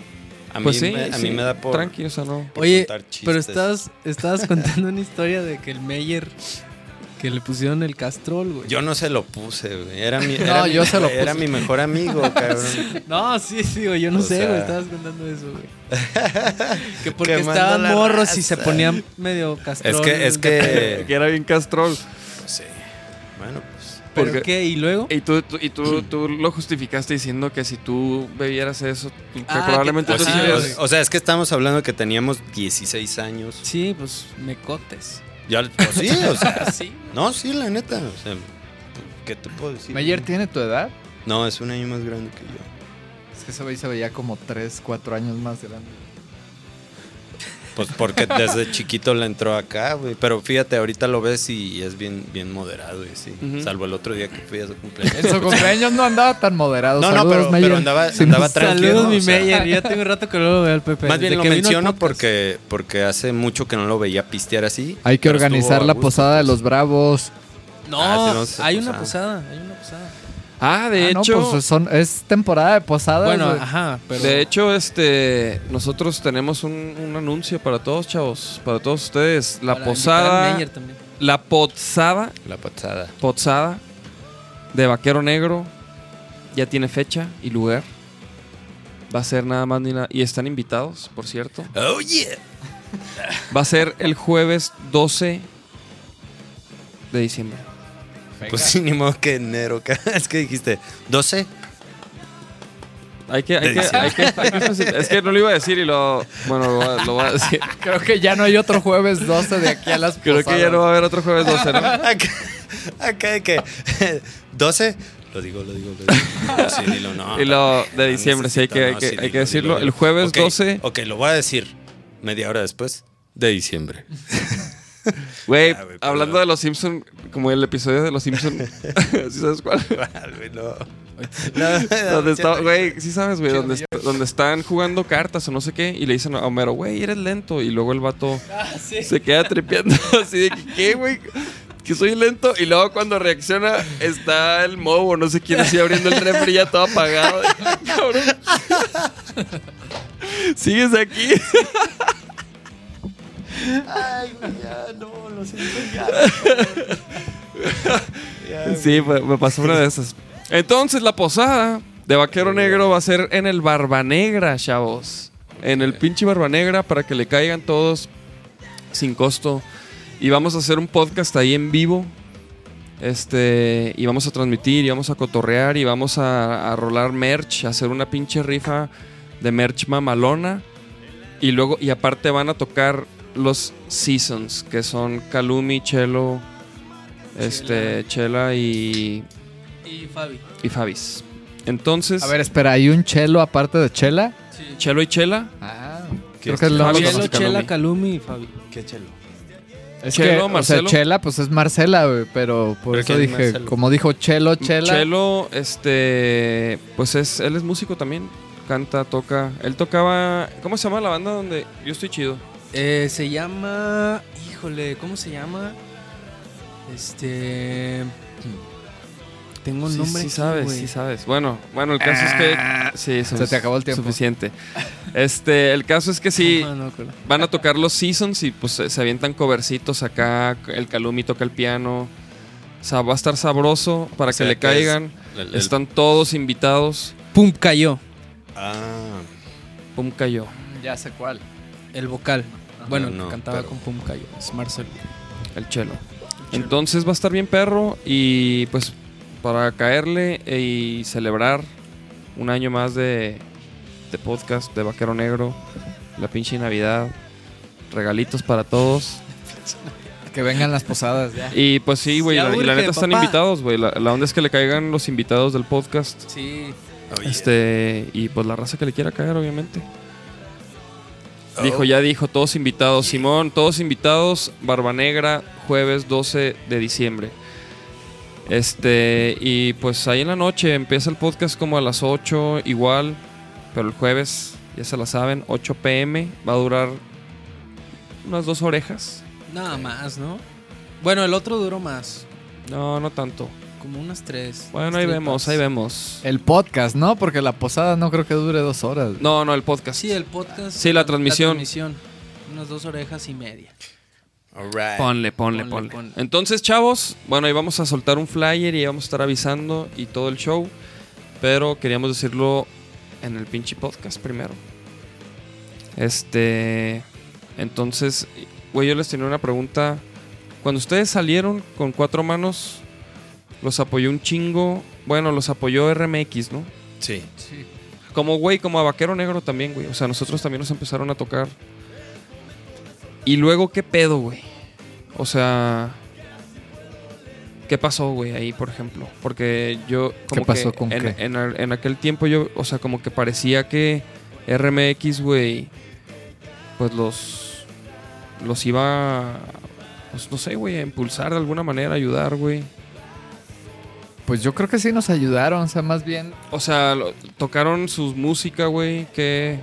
S5: A mí,
S2: Pues sí,
S5: me, a mí
S2: sí,
S5: me da por.
S2: Tranqui, o sea, no.
S5: por
S3: Oye,
S5: contar chistes.
S3: pero estabas, estabas contando una historia de que el Meyer Que le pusieron el castrol, güey.
S5: Yo no se lo puse, güey. Era mi,
S4: No,
S5: era mi-
S4: yo se lo
S5: Era
S4: puse.
S5: mi mejor amigo, cabrón.
S3: No, sí, sí, güey, yo no
S5: O
S3: sé,
S5: sea-
S3: güey, estabas contando eso, güey. que porque
S5: Quemando
S3: estaban
S5: la
S3: morros y
S5: raza.
S3: se ponían medio castrol.
S5: es que, es
S2: Que
S5: que.
S2: era bien castrol.
S5: Sí. Bueno, pues.
S3: ¿Pero
S2: porque-
S3: qué? ¿Y luego?
S2: Y tú, tú- y tú, tú lo justificaste diciendo que si tú bebieras eso, tú- que
S3: Ah,
S2: probablemente
S3: que-
S5: pues O
S2: tú
S3: Ajá,
S5: sea,
S2: serías-
S3: güey.
S5: o- o sea, es que estamos hablando que teníamos 16 años.
S3: Sí, pues mecotes.
S5: Ya, pues sí, o sea.
S3: Sí.
S5: No, sí, la neta. O sea, ¿qué te puedo decir?
S4: ¿Meyer tiene tu edad?
S5: No, es un año más grande que yo.
S4: Es que ese güey se veía como 3, 4 años más grande.
S5: Pues porque desde chiquito la entró acá, güey. Pero fíjate, ahorita lo ves y es bien, bien moderado, güey, sí.
S2: Ujú.
S5: Salvo el otro día que fui a su cumpleaños.
S4: En su cumpleaños no andaba tan moderado.
S5: No, no,
S4: Saludos,
S5: pero-
S4: Meyer.
S5: pero andaba- andaba tranquilo,
S3: Saludos,
S5: ¿no?
S3: mi
S5: O sea-
S3: Meyer. Ya tengo rato que no lo veo al Pepe.
S5: Más
S3: Desde
S5: bien lo
S3: que vino al
S5: menciono
S3: podcast.
S5: porque, porque hace mucho que no lo veía pistear así.
S4: Hay que
S5: pero estuvo
S4: organizar
S5: a
S4: la
S5: gusto,
S4: posada de
S5: pues.
S4: los bravos.
S3: No,
S5: Ah, tenemos esa
S3: hay una
S5: posada.
S3: posada, hay una posada.
S2: Ah, de
S4: Ah, no,
S2: hecho.
S4: pues son- es temporada de posadas.
S3: Bueno,
S4: güey.
S3: ajá, pero...
S2: De hecho, este, nosotros tenemos un, un anuncio para todos, chavos, para todos ustedes. La
S3: para invitar al
S2: posada,
S3: Meyer también.
S2: la posada,
S5: La posada.
S2: posada de Vaquero Negro ya tiene fecha y lugar. Va a ser nada más ni nada. Y están invitados, por cierto.
S5: Oh, yeah.
S2: Va a ser el jueves 12 de diciembre.
S5: Pues sí, ni modo que enero. ca- Es que dijiste 12.
S2: Hay que, hay
S5: De
S2: que,
S5: diciembre.
S2: hay que, hay que especific- es que no lo iba a decir y lo, bueno, lo, voy a- lo voy a decir.
S4: Creo que ya no hay otro jueves 12 de aquí a las
S2: Creo
S4: posadas.
S2: que ya no va a haber otro jueves 12, ¿no?
S5: Acá, acá de que 12. Lo digo, lo digo, lo digo. Sí, dilo, no.
S2: Y lo de
S5: no
S2: diciembre, sí, hay que, hay
S5: necesito,
S2: que,
S5: no, sí,
S2: hay que
S5: dilo,
S2: decirlo.
S5: dilo,
S2: El jueves
S5: Ok,
S2: 12.
S5: Ok, lo voy a decir media hora después de diciembre.
S2: Güey,
S5: Ah, güey,
S2: hablando
S5: perdón.
S2: de los Simpsons, como el episodio de los Simpsons, ¿sí sabes cuál?
S5: Ay, güey, no. No, no,
S2: Donde está,
S5: siento-
S2: güey, sí sabes, güey,
S4: Chido,
S2: donde, est- donde están jugando cartas o no sé qué, y le dicen a Homero, güey, eres lento, y luego el vato
S5: Ah,
S2: se queda trepeando así de que, ¿qué, güey? Que soy lento, y luego cuando reacciona está el mobo, no sé quién, así abriendo el refri ya todo apagado. Ay, Cabrón. ¿Sigues aquí?
S5: Ay, güey, ya, no, lo siento ya. Ya, güey.
S2: Sí, me, me pasó una de esas. Entonces, la posada de Vaquero Negro va a ser en el Barba Negra, chavos. En el pinche Barba Negra para que le caigan todos sin costo. Y vamos a hacer un podcast ahí en vivo. Este, y vamos a transmitir, y vamos a cotorrear, y vamos a, a rolar merch, a hacer una pinche rifa de merch mamalona. Y luego, y aparte van a tocar los Seasons, que son Calumi, Chelo, este, Chela y,
S3: Y Fabi.
S2: y Fabis. Entonces,
S4: A ver, espera, ¿hay un chelo aparte de chela?
S3: Sí.
S2: Chelo y Chela.
S4: Ah,
S5: ¿Qué
S4: creo que es lo
S2: Fabi,
S3: Chelo,
S2: Calumi.
S3: Chela, Calumi y Fabi.
S5: ¿Qué chelo?
S4: Es
S2: Chelo,
S4: que, o sea,
S2: Marcelo.
S4: chela, pues es Marcela, güey, pero por
S5: Pero
S4: eso
S5: ¿quién es
S4: dije,
S5: Marcelo?
S4: como dijo chelo, chela.
S2: Chelo, este, pues es, él es músico también. Canta, toca. Él tocaba, ¿cómo se llama la banda donde yo estoy chido?
S3: Eh, se llama. Híjole, ¿cómo se llama? Este. Tengo un
S2: sí,
S3: nombre.
S2: sí
S3: aquí,
S2: sabes,
S3: güey.
S2: sí sabes. Bueno, bueno, el caso es que sí,
S4: Ah, se te acabó el tiempo.
S2: Suficiente. Este, el caso es que sí
S3: Ajá, no me acuerdo.
S2: van a tocar los Seasons y pues se se avientan covercitos acá, el Calumi toca el piano. O sea, va a estar sabroso para
S5: O sea,
S2: que le
S5: que es
S2: caigan.
S5: El- el-
S2: Están todos invitados.
S3: Pum, cayó
S5: Ah,
S2: Pum cayó.
S4: Ya sé cuál.
S3: el vocal. Bueno, el que
S5: No,
S3: cantaba
S5: pero-
S3: con Pum cayó. Es Marcelo.
S2: El chelo. Entonces va a estar bien perro y pues para caerle e, y celebrar un año más de, de podcast de Vaquero Negro, la pinche Navidad, regalitos para todos.
S4: Que vengan las posadas. ya.
S2: Y pues sí, güey,
S3: Ya
S2: la, y la
S3: urge,
S2: neta están
S3: papá.
S2: invitados, güey. La, la onda es que le caigan los invitados del podcast.
S3: Sí.
S5: oye.
S2: Este, y pues la raza que le quiera caer, obviamente.
S5: Oh.
S2: Dijo, ya dijo, todos invitados. Simón, todos invitados. Barba Negra, jueves 12 de diciembre. Este, y pues ahí en la noche empieza el podcast como a las 8, igual. Pero el jueves, ya se la saben, 8 pm. Va a durar unas dos orejas.
S3: Nada más, ¿no? Bueno, el otro duró más.
S2: No, no tanto.
S3: Como unas tres. Este
S2: Bueno,
S3: unas
S2: ahí
S3: tres
S2: vemos,
S3: partes.
S2: ahí vemos.
S4: El podcast, ¿no? Porque la posada no creo que dure dos horas.
S2: No, no, el podcast.
S3: Sí, el podcast.
S2: Sí, la transmisión.
S3: transmisión. Unas dos orejas y media.
S5: Alright.
S2: Ponle,
S3: Ponle,
S2: ponle, ponle,
S3: ponle.
S2: Entonces, chavos, bueno, ahí vamos a soltar un flyer y ahí vamos a estar avisando y todo el show. Pero queríamos decirlo en el pinche podcast primero. Este. Entonces, güey, yo les tenía una pregunta. Cuando ustedes salieron con cuatro manos, los apoyó un chingo. Bueno, los apoyó RMX, ¿no?
S5: Sí.
S4: Sí.
S2: Como, güey, como a Vaquero Negro también, güey. O sea, nosotros también nos empezaron a tocar. Y luego, ¿qué pedo, güey? O sea, ¿qué pasó, güey, ahí, por ejemplo? Porque yo, como
S4: ¿Qué pasó
S2: que
S4: con
S2: en,
S4: qué?
S2: en al- en aquel tiempo yo, o sea, como que parecía que RMX, güey, pues los, los iba, a, pues, no sé, güey, a impulsar de alguna manera, ayudar, güey.
S4: Pues yo creo que sí nos ayudaron, o sea, más bien
S2: O sea, lo- tocaron sus música, güey, que...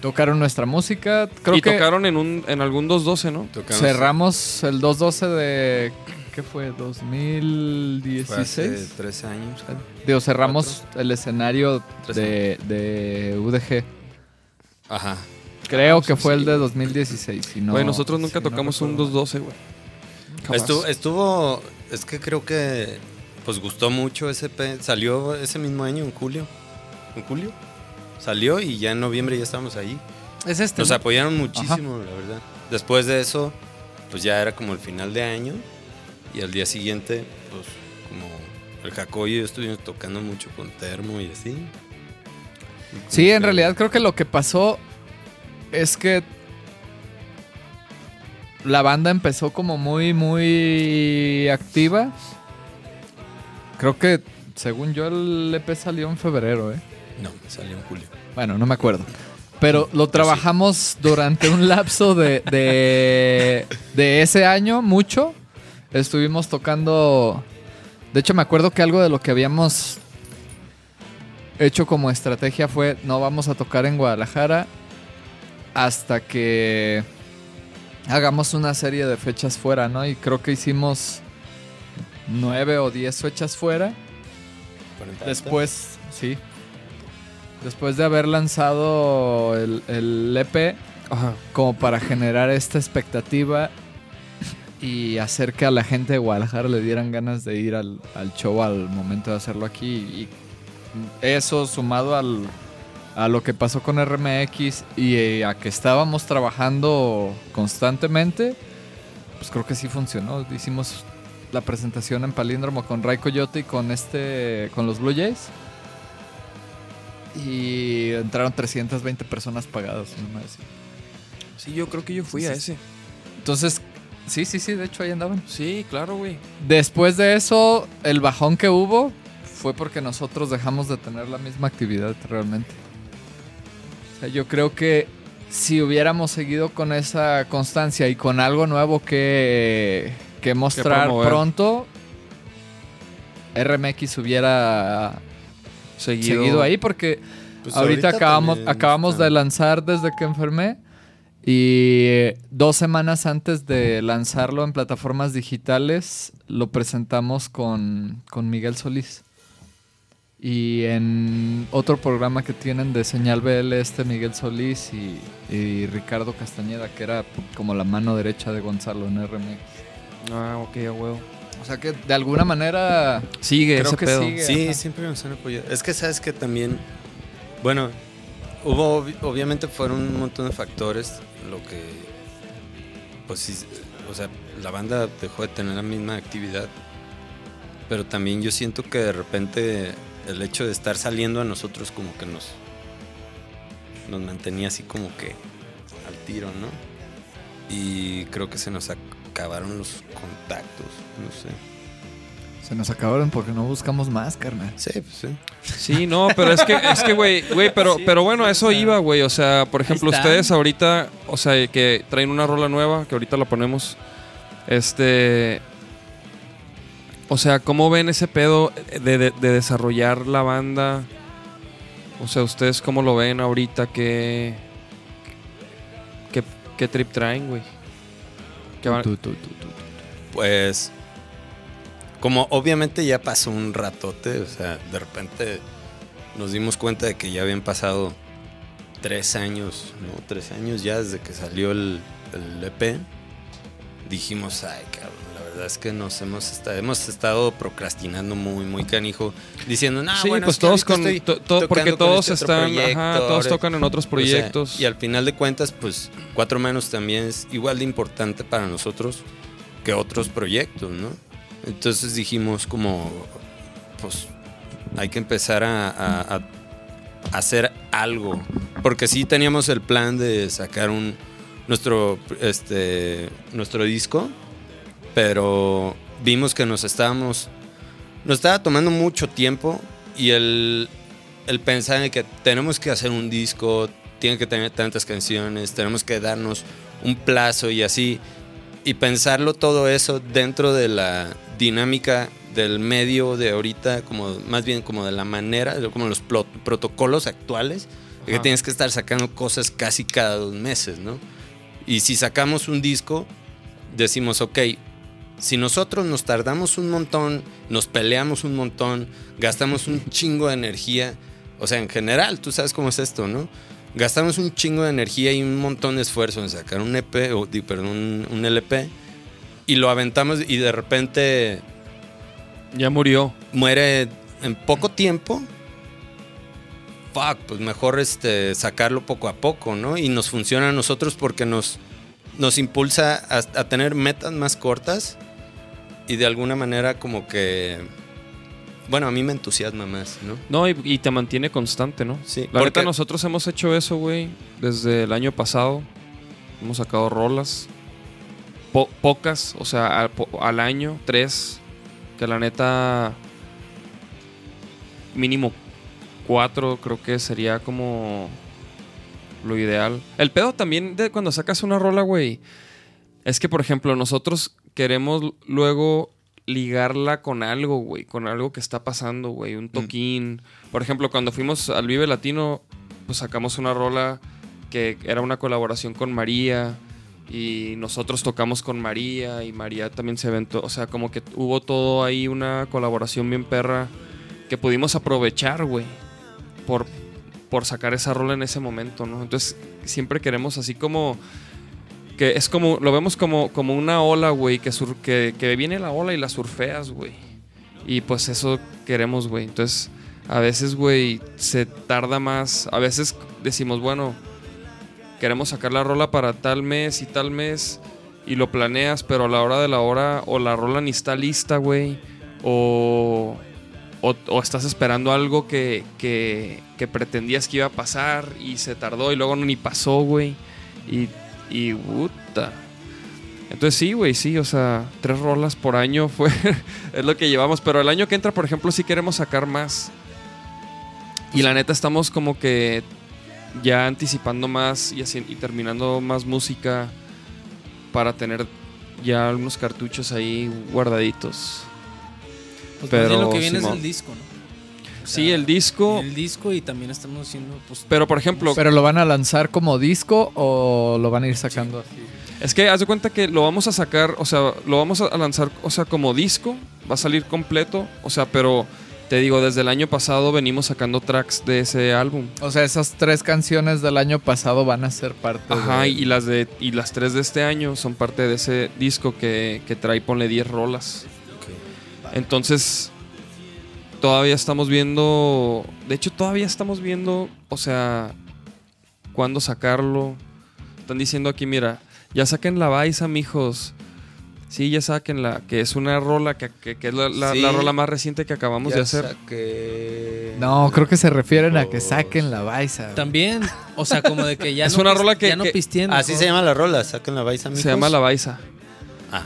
S4: tocaron nuestra música. Creo
S2: y
S4: que
S2: tocaron en un en algún 212, ¿no?
S5: Tocamos-
S4: cerramos el 212 de ¿qué fue?
S5: fue hace
S4: 2016.
S5: tres años.
S4: Digo, cerramos el escenario
S5: Tres
S4: de, de UDG.
S5: Ajá.
S4: Creo
S2: Ah,
S4: que
S2: sí,
S4: fue el
S2: sí.
S4: de 2016. y no-
S2: Güey, nosotros nunca
S4: sí, no
S2: tocamos un
S4: recuerdo.
S2: 212, güey. eh, Jamás.
S5: Estuvo, estuvo, es que creo que pues gustó mucho ese pe- salió ese mismo año en julio. ¿En julio? Salió y ya en noviembre ya estábamos ahí.
S3: Es este.
S5: Nos
S3: ¿no?
S5: apoyaron muchísimo, la verdad. Después de eso, pues ya era como el final de año y al día siguiente, pues como el Jacoy y yo estuvimos tocando mucho con Termo y así. Y como
S4: Sí, en
S5: que-
S4: realidad creo que lo que pasó es que la banda empezó como muy, muy activa. Creo que, según yo, el EP salió en febrero, ¿eh?
S5: No, salió en julio.
S4: Bueno, no me acuerdo. Pero lo trabajamos durante un lapso de, de, de ese año mucho. Estuvimos tocando... De hecho, me acuerdo que algo de lo que habíamos hecho como estrategia fue no vamos a tocar en Guadalajara hasta que hagamos una serie de fechas fuera, ¿no? Y creo que hicimos nueve o diez fechas fuera.
S5: Cuarenta.
S4: Después, sí. Después de haber lanzado el, el E EP,
S2: Ajá.
S4: como para generar esta expectativa y hacer que a la gente de Guadalajara le dieran ganas de ir al, al show al momento de hacerlo aquí. Y eso sumado al, a lo que pasó con RMX y eh, a que estábamos trabajando constantemente, pues creo que sí funcionó. Hicimos la presentación en Palíndromo con Ray Coyote y con, este, con los Blue Jays. Y entraron 320 personas pagadas, no más.
S2: Sí, yo creo que yo fui a ese.
S4: Entonces, sí, sí, sí, de hecho ahí andaban.
S2: Sí, claro, güey.
S4: Después de eso, el bajón que hubo fue porque nosotros dejamos de tener la misma actividad realmente. O sea, yo creo que si hubiéramos seguido con esa constancia y con algo nuevo que, que mostrar
S2: promover.
S4: pronto, RMX hubiera
S2: Seguido.
S4: seguido, ahí porque
S5: Pues
S4: ahorita, acabamos,
S5: también
S4: acabamos
S5: está-
S4: de lanzar desde que enfermé y eh, dos semanas antes de lanzarlo en plataformas digitales lo presentamos con, con Miguel Solís. Y en otro programa que tienen de Señal BL este Miguel Solís y, y Ricardo Castañeda, que era como la mano derecha de Gonzalo en RMX.
S2: Ah, ok, a huevo.
S4: O sea que de alguna manera...
S2: Sigue
S4: Creo
S2: ese
S4: que
S2: pedo.
S4: sigue.
S5: Sí,
S4: Ajá.
S5: siempre nos han apoyado. Es que sabes que también, bueno, hubo ob- obviamente fueron un montón de factores lo que, pues sí, o sea, la banda dejó de tener la misma actividad, pero también yo siento que de repente el hecho de estar saliendo a nosotros como que nos, nos mantenía así como que al tiro, ¿no? Y creo que se nos acabaron los contactos, no sé.
S4: Se nos acabaron porque no buscamos más, carnal.
S5: Sí, pues sí.
S2: Sí, no, pero es que, es que, güey, güey, pero, pero bueno, eso iba, güey. O sea, por ejemplo,
S3: están.
S2: ustedes ahorita, o sea, que traen una rola nueva, que ahorita la ponemos. Este. O sea, ¿cómo ven ese pedo de, de- de desarrollar la banda? O sea, ¿ustedes cómo lo ven ahorita? ¿Qué, qué, qué trip traen, güey? ¿Qué van-
S4: Tú, tú, tú, tú, tú.
S5: Pues, como obviamente ya pasó un ratote, o sea, de repente nos dimos cuenta de que ya habían pasado tres años, ¿no? Tres años ya desde que salió el, el EP. E dijimos, ay, cabrón, la verdad es que nos hemos estado, hemos estado procrastinando muy, muy canijo, diciendo, no,
S2: sí,
S5: Ah, bueno,
S2: pues
S5: es que
S2: todos
S5: ahorita
S2: con.
S5: estoy
S2: to- to-
S5: tocando
S2: porque
S5: con
S2: todos
S5: este otro
S2: están.
S5: proyecto,
S2: ajá, todos
S5: ahora-
S2: tocan en otros
S5: O sea,
S2: proyectos.
S5: y al final de cuentas, pues, Cuatro Manos también es igual de importante para nosotros que otros proyectos, ¿no? Entonces dijimos como, pues, hay que empezar a, a- a hacer algo. Porque sí teníamos el plan de sacar un nuestro, este, nuestro disco, pero vimos que nos estábamos... Nos estaba tomando mucho tiempo y el, el pensar en que tenemos que hacer un disco, tiene que tener tantas canciones, tenemos que darnos un plazo y así. Y pensarlo todo eso dentro de la dinámica del medio de ahorita, como más bien como de la manera, como los plo- protocolos actuales, de que
S2: Ajá.
S5: tienes que estar sacando cosas casi cada dos meses, ¿no? Y si sacamos un disco, decimos, ok, si nosotros nos tardamos un montón, nos peleamos un montón, gastamos un chingo de energía, o sea, en general, tú sabes cómo es esto, ¿no? Gastamos un chingo de energía y un montón de esfuerzo en sacar un EP, o, di- perdón, un, un LP, y lo aventamos y de repente
S2: ya murió.
S5: muere en poco tiempo. Fuck, pues mejor este, sacarlo poco a poco, ¿no? Y nos funciona a nosotros porque nos, nos impulsa a, a tener metas más cortas y de alguna manera como que... Bueno, a mí me entusiasma más, ¿no?
S2: No, y, y te mantiene constante, ¿no?
S5: Sí,
S2: La verdad,
S5: porque-
S2: nosotros hemos hecho eso, güey, desde el año pasado. Hemos sacado rolas. po- pocas, o sea, al, po- al año, tres. Que la neta. Mínimo cuatro, creo que sería como. Lo ideal. El pedo también de cuando sacas una rola, güey. Es que, por ejemplo, nosotros queremos luego ligarla con algo, güey. Con algo que está pasando, güey. Un toquín. Por ejemplo, cuando fuimos al Vive Latino, pues sacamos una rola que era una colaboración con María. Y nosotros tocamos con María. Y María también se aventó. O sea, como que hubo todo ahí una colaboración bien perra que pudimos aprovechar, güey. Por, por sacar esa rola en ese momento, ¿no? Entonces, siempre queremos así como que es como, lo vemos como, como una ola, güey, que, sur- que, que viene la ola y la surfeas, güey. Y pues eso queremos, güey. Entonces, a veces, güey, se tarda más. A veces decimos, bueno, queremos sacar la rola para tal mes y tal mes. Y lo planeas, pero a la hora de la hora, o la rola ni está lista, güey. O, o, o estás esperando algo que, que, que pretendías que iba a pasar y se tardó y luego ni pasó, güey. Y y puta. Entonces sí, güey, sí, o sea, tres rolas por año fue es lo que llevamos, pero el año que entra, por ejemplo, sí queremos sacar más. Y la neta estamos como que ya anticipando más y, haci- y terminando más música para tener ya algunos cartuchos ahí guardaditos.
S3: Pues
S2: Pero,
S3: más bien lo que viene
S2: Simón.
S3: es el disco, ¿no? O
S2: Sí,
S3: sea,
S2: el disco,
S3: El disco y también estamos haciendo, pues.
S2: pero por ejemplo,
S4: ¿Pero lo van a lanzar como disco o lo van a ir sacando así?
S2: Es que haz de cuenta que lo vamos a sacar, o sea, lo vamos a lanzar, o sea, como disco, va a salir completo, o sea, pero te digo, desde el año pasado venimos sacando tracks de ese álbum.
S4: O sea, esas tres canciones del año pasado van a ser parte
S2: Ajá,
S4: de...
S2: y las de y las tres de este año son parte de ese disco que, que trae ponle 10 rolas. Entonces, todavía estamos viendo, de hecho todavía estamos viendo, o sea, cuándo sacarlo. Están diciendo aquí, mira, ya saquen la Baiza, mijos. Sí, ya sáquenla, que es una rola que, que- que es la, la-
S5: Sí.
S2: la rola más reciente que acabamos de hacer.
S4: No, creo que se refieren a que saquen la baisa.
S3: También, o sea, como de que ya
S2: Es
S3: no.
S2: una
S3: pis-
S2: rola que-
S3: Ya no
S2: que-
S3: pisteen,
S5: Así
S3: mejor.
S5: se llama la rola, saquen la baisa, amigos.
S2: Se llama La Baiza.
S5: Ah,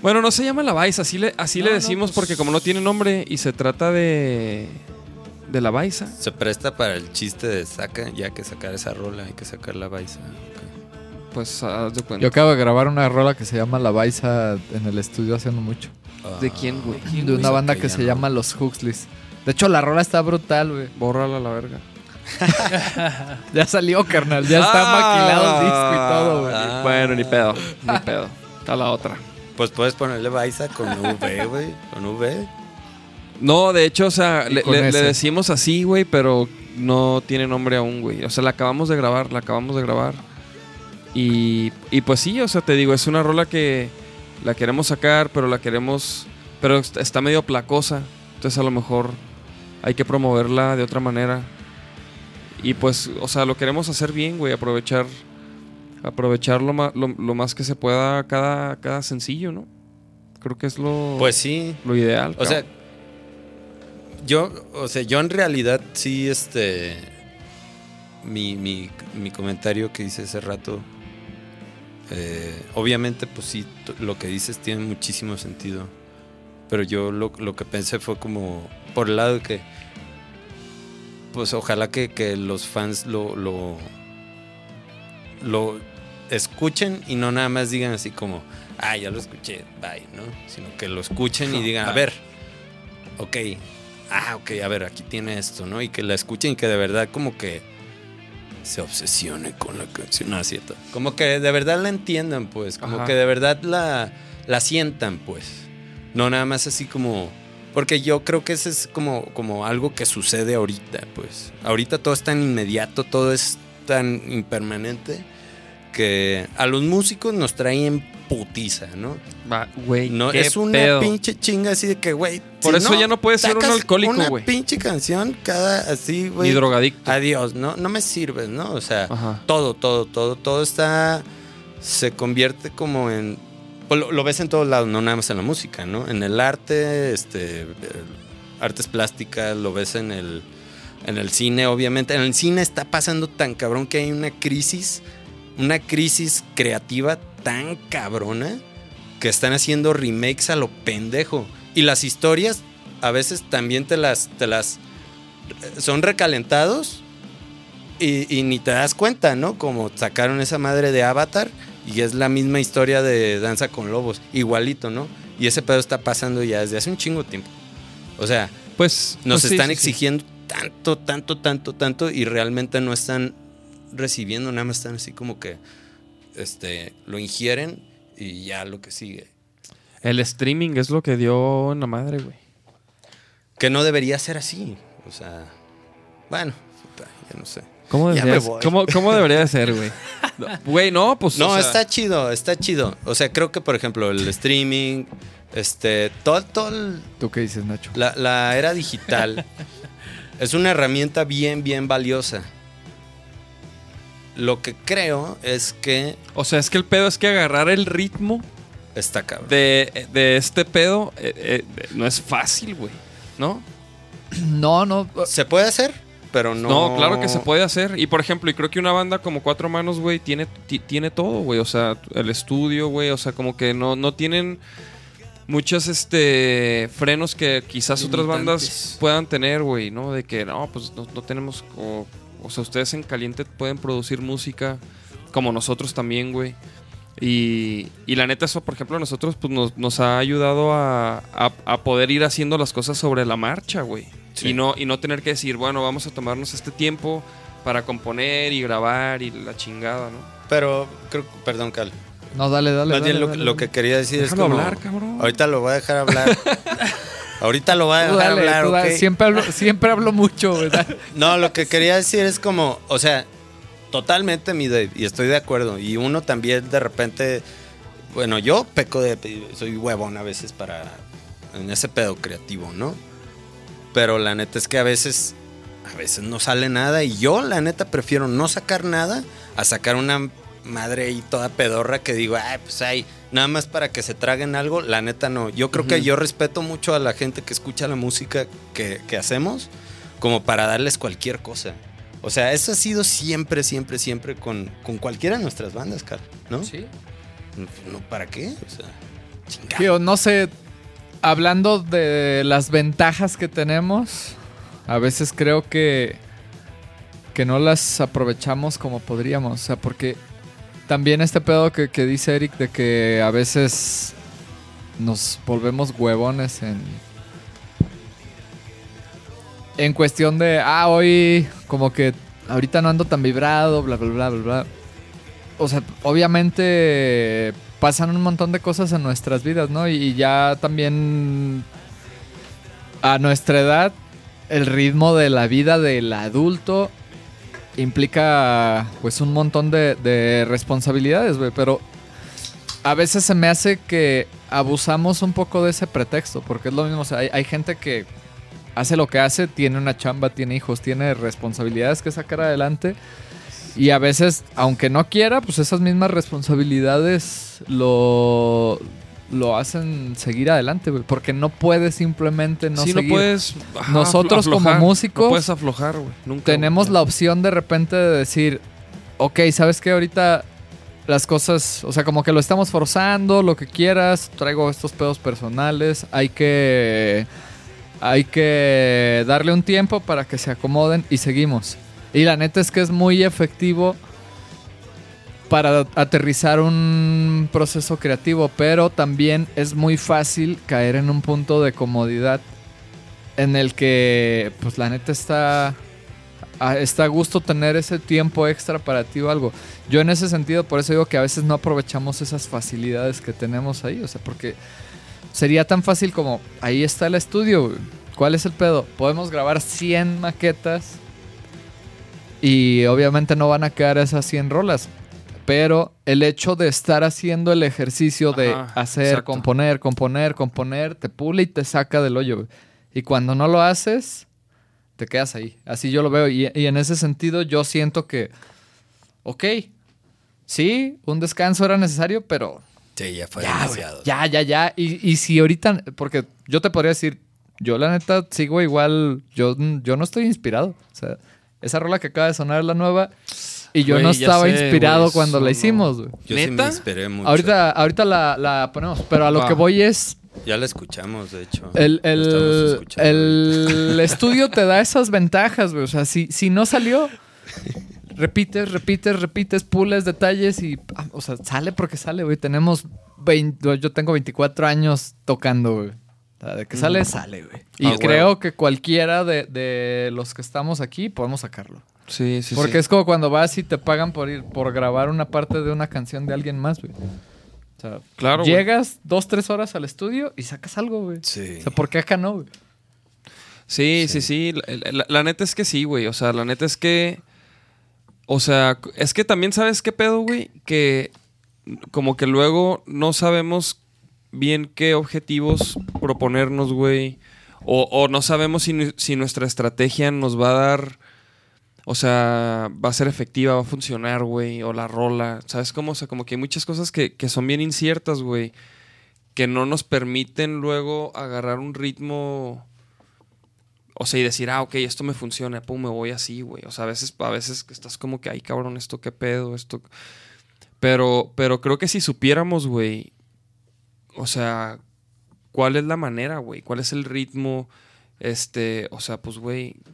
S2: Bueno, no se llama La Baiza, así le, así le
S3: No, no,
S2: decimos
S3: pues-
S2: porque como no tiene nombre y se trata de... De la Baiza.
S5: se presta para el chiste de saca, ya que sacar esa rola, hay que sacar la baisa. Ok.
S2: Pues haz de
S4: Yo
S2: cuenta.
S4: acabo de grabar una rola que se llama La Baisa en el estudio hace no mucho.
S2: ¿De
S5: Ah,
S2: quién, güey?
S4: De una
S5: güey?
S4: banda
S5: Ok,
S4: que
S5: ya
S4: se
S5: no.
S4: llama Los Huxleys. De hecho, la rola está brutal, güey.
S2: Bórrala a la verga.
S4: Ya salió, carnal. Ya está maquilado el disco y todo, güey.
S5: Ah.
S2: Bueno, ni pedo, ni pedo. Está la otra.
S5: Pues puedes ponerle Baiza con V, güey. Con V.
S2: No, de hecho, o sea,
S4: Y
S2: le,
S4: con
S2: le- le
S4: ese.
S2: decimos así, güey, pero no tiene nombre aún, güey. O sea, la acabamos de grabar, la acabamos de grabar. Y, y pues sí, o sea, te digo, es una rola que, La queremos sacar, pero la queremos. Pero est- está medio placosa. Entonces a lo mejor hay que promoverla de otra manera. Y pues, o sea, lo queremos hacer bien, güey. Aprovechar. Aprovechar lo, ma- lo, lo más que se pueda cada, cada sencillo, ¿no? Creo que es
S4: Oh.
S2: lo,
S5: Pues sí.
S2: lo ideal.
S5: O sea,
S2: cabrón.
S5: yo, o sea, yo en realidad sí, este. Mi, mi- mi comentario que hice hace rato. eh, obviamente, pues sí, t- lo que dices tiene muchísimo sentido. Pero yo lo, lo que pensé fue como. Por el lado de que. Pues ojalá que, que los fans lo, lo. lo escuchen y no nada más digan así como. Ah, ya lo escuché, bye, ¿no? Sino que lo escuchen y digan, a ver, ok, ah, ok, a ver, aquí tiene esto, ¿no? Y que la escuchen y que de verdad como que se obsesione con la canción, ¿no es cierto? Como que de verdad la entiendan, pues, como
S2: Ajá.
S5: que de verdad la, la sientan, pues. No nada más así como... Porque yo creo que eso es como, como algo que sucede ahorita, pues. Ahorita todo es tan inmediato, todo es tan impermanente que a los músicos nos traen putiza, ¿no?
S2: Va, güey.
S5: No,
S2: qué
S5: es una
S2: pedo.
S5: pinche chinga así de que, güey.
S2: Por eso ya no puedes ser un
S5: sacas
S2: alcohólico,
S5: Una
S2: güey.
S5: pinche canción cada así,
S2: Ni
S5: güey.
S2: drogadicto.
S5: Adiós, ¿no? No me sirves, ¿no? O sea,
S2: Ajá.
S5: todo, todo, todo, todo está. Se convierte como en. pues Lo, lo ves en todos lados, no nada más en la música, ¿no? En el arte, este. el- artes plásticas, lo ves en el. En el cine, obviamente. En el cine está pasando tan cabrón que hay una crisis. Una crisis creativa tan cabrona que están haciendo remakes a lo pendejo. Y las historias a veces también te las. Te las eh, son recalentados y, y ni te das cuenta, ¿no? Como sacaron esa madre de Avatar y es la misma historia de Danza con Lobos, igualito, ¿no? Y ese pedo está pasando ya desde hace un chingo de tiempo. O sea,
S2: Pues.
S5: nos
S2: pues sí,
S5: están
S2: sí, sí.
S5: exigiendo tanto, tanto, tanto, tanto y realmente no están recibiendo, nada más están así como que este, lo ingieren y ya lo que sigue.
S2: El streaming es lo que dio en la madre, güey.
S5: Que no debería ser así. O sea, bueno, puta, ya no sé.
S2: ¿Cómo
S5: Ya
S2: debería,
S5: me voy.
S2: ¿cómo, cómo debería de ser, güey? No, Güey, no, pues.
S5: No,
S2: o sea,
S5: está chido, está chido. O sea, creo que, por ejemplo, el streaming, este, todo, todo el-
S4: ¿Tú qué dices, Nacho?
S5: la, la era digital es una herramienta bien, bien valiosa. Lo que creo es que
S2: O sea, es que el pedo es que agarrar el ritmo
S5: está cabrón.
S2: de, de este pedo eh, eh, eh, no es fácil, güey. ¿No?
S4: No, no.
S5: ¿Se puede hacer? Pero no.
S2: No, claro que se puede hacer. Y por ejemplo, y creo que una banda como Cuatro Manos, güey, tiene, ti- tiene todo, güey. O sea, el estudio, güey. O sea, como que no, no tienen muchos este frenos que quizás otras bandas
S3: Limitantes.
S2: puedan tener, güey, ¿no? De que no, pues no, no tenemos. O, o sea, ustedes en caliente pueden producir música como nosotros también, güey. Y, y la neta, eso, por ejemplo, a nosotros pues, nos, nos ha ayudado a, a- a poder ir haciendo las cosas sobre la marcha, güey.
S5: Sí.
S2: Y, no, y no tener que decir, bueno, vamos a tomarnos este tiempo para componer y grabar y la chingada, ¿no?
S5: Pero creo, perdón, Cal.
S4: No, dale, dale.
S5: Más
S4: dale,
S5: bien lo,
S4: dale,
S5: lo
S4: dale.
S5: que quería decir
S2: Déjalo
S5: es como,
S2: hablar, cabrón.
S5: Ahorita lo voy a dejar hablar. ahorita lo voy a
S4: Tú
S5: dejar
S4: dale,
S5: hablar,
S4: tú dale.
S5: ¿ok?
S4: Siempre, hablo, siempre hablo mucho, ¿verdad?
S5: No, lo que quería decir es como, o sea, totalmente mi Dave, y estoy de acuerdo. Y uno también de repente, bueno, yo peco de, soy huevón a veces para, en ese pedo creativo, ¿no? Pero la neta es que a veces, a veces no sale nada y yo la neta prefiero no sacar nada a sacar una madre ahí toda pedorra que digo, ay, pues ay, nada más para que se traguen algo, la neta no. Yo creo que
S2: Ujú.
S5: yo respeto mucho a la gente que escucha la música que, que hacemos como para darles cualquier cosa. O sea, eso ha sido siempre, siempre, siempre con, con cualquiera de nuestras bandas, Carl, ¿no?
S3: Sí.
S5: No, ¿Para qué? O sea, chingado.
S4: Digo, no sé, hablando de las ventajas que tenemos, a veces creo que, que no las aprovechamos como podríamos. O sea, porque también este pedo que, que dice Eric de que a veces nos volvemos huevones en... En cuestión de, ah, hoy como que ahorita no ando tan vibrado, bla, bla, bla, bla, bla. O sea, obviamente pasan un montón de cosas en nuestras vidas, ¿no? Y, y ya también a nuestra edad, el ritmo de la vida del adulto implica pues un montón de, de responsabilidades, güey. Pero a veces se me hace que abusamos un poco de ese pretexto, porque es lo mismo. O sea, hay, hay gente que hace lo que hace, tiene una chamba, tiene hijos, tiene responsabilidades que sacar adelante. Y a veces, aunque no quiera, pues esas mismas responsabilidades lo, lo hacen seguir adelante, güey. Porque no puedes simplemente no
S2: sí,
S4: seguir.
S2: no puedes. ajá,
S4: Nosotros como
S2: aflojar,
S4: músicos
S2: No puedes aflojar, güey. Nunca.
S4: tenemos
S2: güey.
S4: la opción de repente de decir, ok, ¿sabes qué? Ahorita las cosas, o sea, como que lo estamos forzando, lo que quieras, traigo estos pedos personales, hay que, hay que darle un tiempo para que se acomoden y seguimos. Y la neta es que es muy efectivo para aterrizar un proceso creativo, pero también es muy fácil caer en un punto de comodidad en el que, pues la neta está, a- Ah, está a gusto tener ese tiempo extra para ti o algo. Yo en ese sentido, por eso digo que a veces no aprovechamos esas facilidades que tenemos ahí, o sea, porque sería tan fácil como, ahí está el estudio, güey. ¿cuál es el pedo? Podemos grabar 100 maquetas y obviamente no van a quedar esas 100 rolas. Pero el hecho de estar haciendo el ejercicio de
S2: Ajá,
S4: hacer,
S2: exacto.
S4: componer, componer, componer, te pule y te saca del hoyo. güey. Y cuando no lo haces, te quedas ahí. Así yo lo veo. Y, y en ese sentido yo siento que, ok, sí, un descanso era necesario, pero
S5: Sí, ya fue
S4: ya, güey,
S5: demasiado.
S4: ya, ya, ya. Y, y si ahorita, porque yo te podría decir, yo la neta sigo igual, yo, yo no estoy inspirado. O sea, esa rola que acaba de sonar es la nueva y yo
S2: Güey,
S4: no
S2: ya
S4: estaba
S2: sé,
S4: inspirado
S2: güey,
S4: cuando
S2: eso no.
S4: la hicimos. güey.
S5: Yo sí me
S2: ¿Neta?
S5: inspiré mucho.
S4: Ahorita, ahorita la, la ponemos, pero a lo
S2: Va.
S4: que voy es,
S5: Ya la escuchamos, de hecho.
S4: el,
S5: La
S4: el-
S5: estamos escuchando
S4: el estudio te da esas ventajas, güey. O sea, si, si no salió, repites, repites, repites, pules detalles y, ah, o sea, sale porque sale, güey. Tenemos 20, yo tengo 24 años tocando, güey. O sea, de que sale, sale, güey. Y
S2: Mm. Ah,
S4: creo que cualquiera de, de los que estamos aquí podemos sacarlo.
S2: Sí, sí,
S4: Porque
S2: sí.
S4: es como cuando vas y te pagan por ir, por grabar una parte de una canción de alguien más, güey. O sea,
S2: Claro, güey.
S4: llegas dos, tres horas al estudio y sacas algo, güey.
S5: Sí.
S4: O sea, ¿por qué acá no, güey?
S2: Sí, sí, sí. La, la- la neta es que sí, güey. O sea, la neta es que. O sea, es que también sabes qué pedo, güey. Que como que luego no sabemos bien qué objetivos proponernos, güey. O, o no sabemos si, nu- si nuestra estrategia nos va a dar. O sea, va a ser efectiva, va a funcionar, güey. O la rola. ¿Sabes cómo? O sea, como que hay muchas cosas que, que son bien inciertas, güey. Que no nos permiten luego agarrar un ritmo. O sea, y decir, ah, ok, esto me funciona, pum, me voy así, güey. O sea, a veces, a veces que estás como que, ay, cabrón, esto qué pedo, esto. Pero, pero creo que si supiéramos, güey, o sea, cuál es la manera, güey, cuál es el ritmo, este, o sea, pues, güey.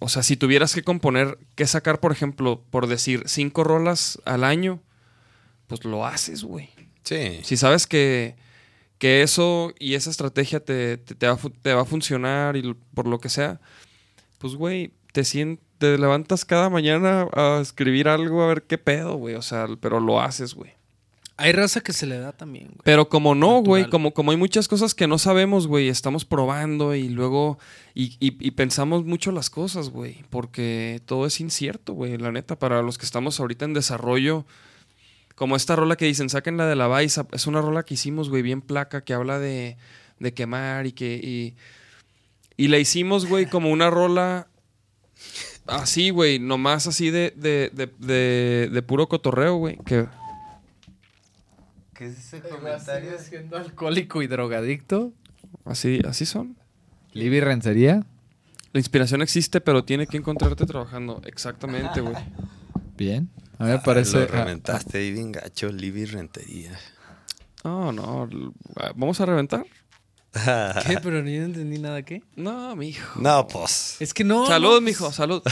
S2: O sea, si tuvieras que componer, que sacar, por ejemplo, por decir cinco rolas al año, pues lo haces, güey.
S5: Sí.
S2: Si sabes que, que eso y esa estrategia te, te- te va, a fu- te va a funcionar y l- por lo que sea, pues, güey, te, sien- te levantas cada mañana a escribir algo, a ver qué pedo, güey. O sea, pero lo haces, güey.
S3: Hay raza que se le da también, güey.
S2: Pero como no,
S3: Natural.
S2: güey, como, como hay muchas cosas que no sabemos, güey, estamos probando y luego, y, y- y pensamos mucho las cosas, güey, porque todo es incierto, güey, la neta, para los que estamos ahorita en desarrollo, como esta rola que dicen, saquen la de la Baiza, es una rola que hicimos, güey, bien placa, que habla de, de quemar y que, y, y la hicimos, güey, como una rola así, güey, nomás así de, de, de, de, de puro cotorreo, güey, que...
S6: ¿Qué es ese comentario?
S4: siendo alcohólico y drogadicto.
S2: Así, así son.
S4: Libby Rencería.
S2: La inspiración existe, pero tiene que encontrarte trabajando. Exactamente, güey.
S4: Bien. A
S2: Ah,
S4: mí me parece. ah,
S5: Lo reventaste ahí bien gacho, Libby Rentería.
S2: No, no. l- ¿Vamos a reventar?
S3: ¿Qué? Pero ni yo entendí nada, ¿qué?
S2: No, mijo.
S5: No, pues.
S3: Es que no.
S2: Salud,
S3: no,
S2: mijo, salud.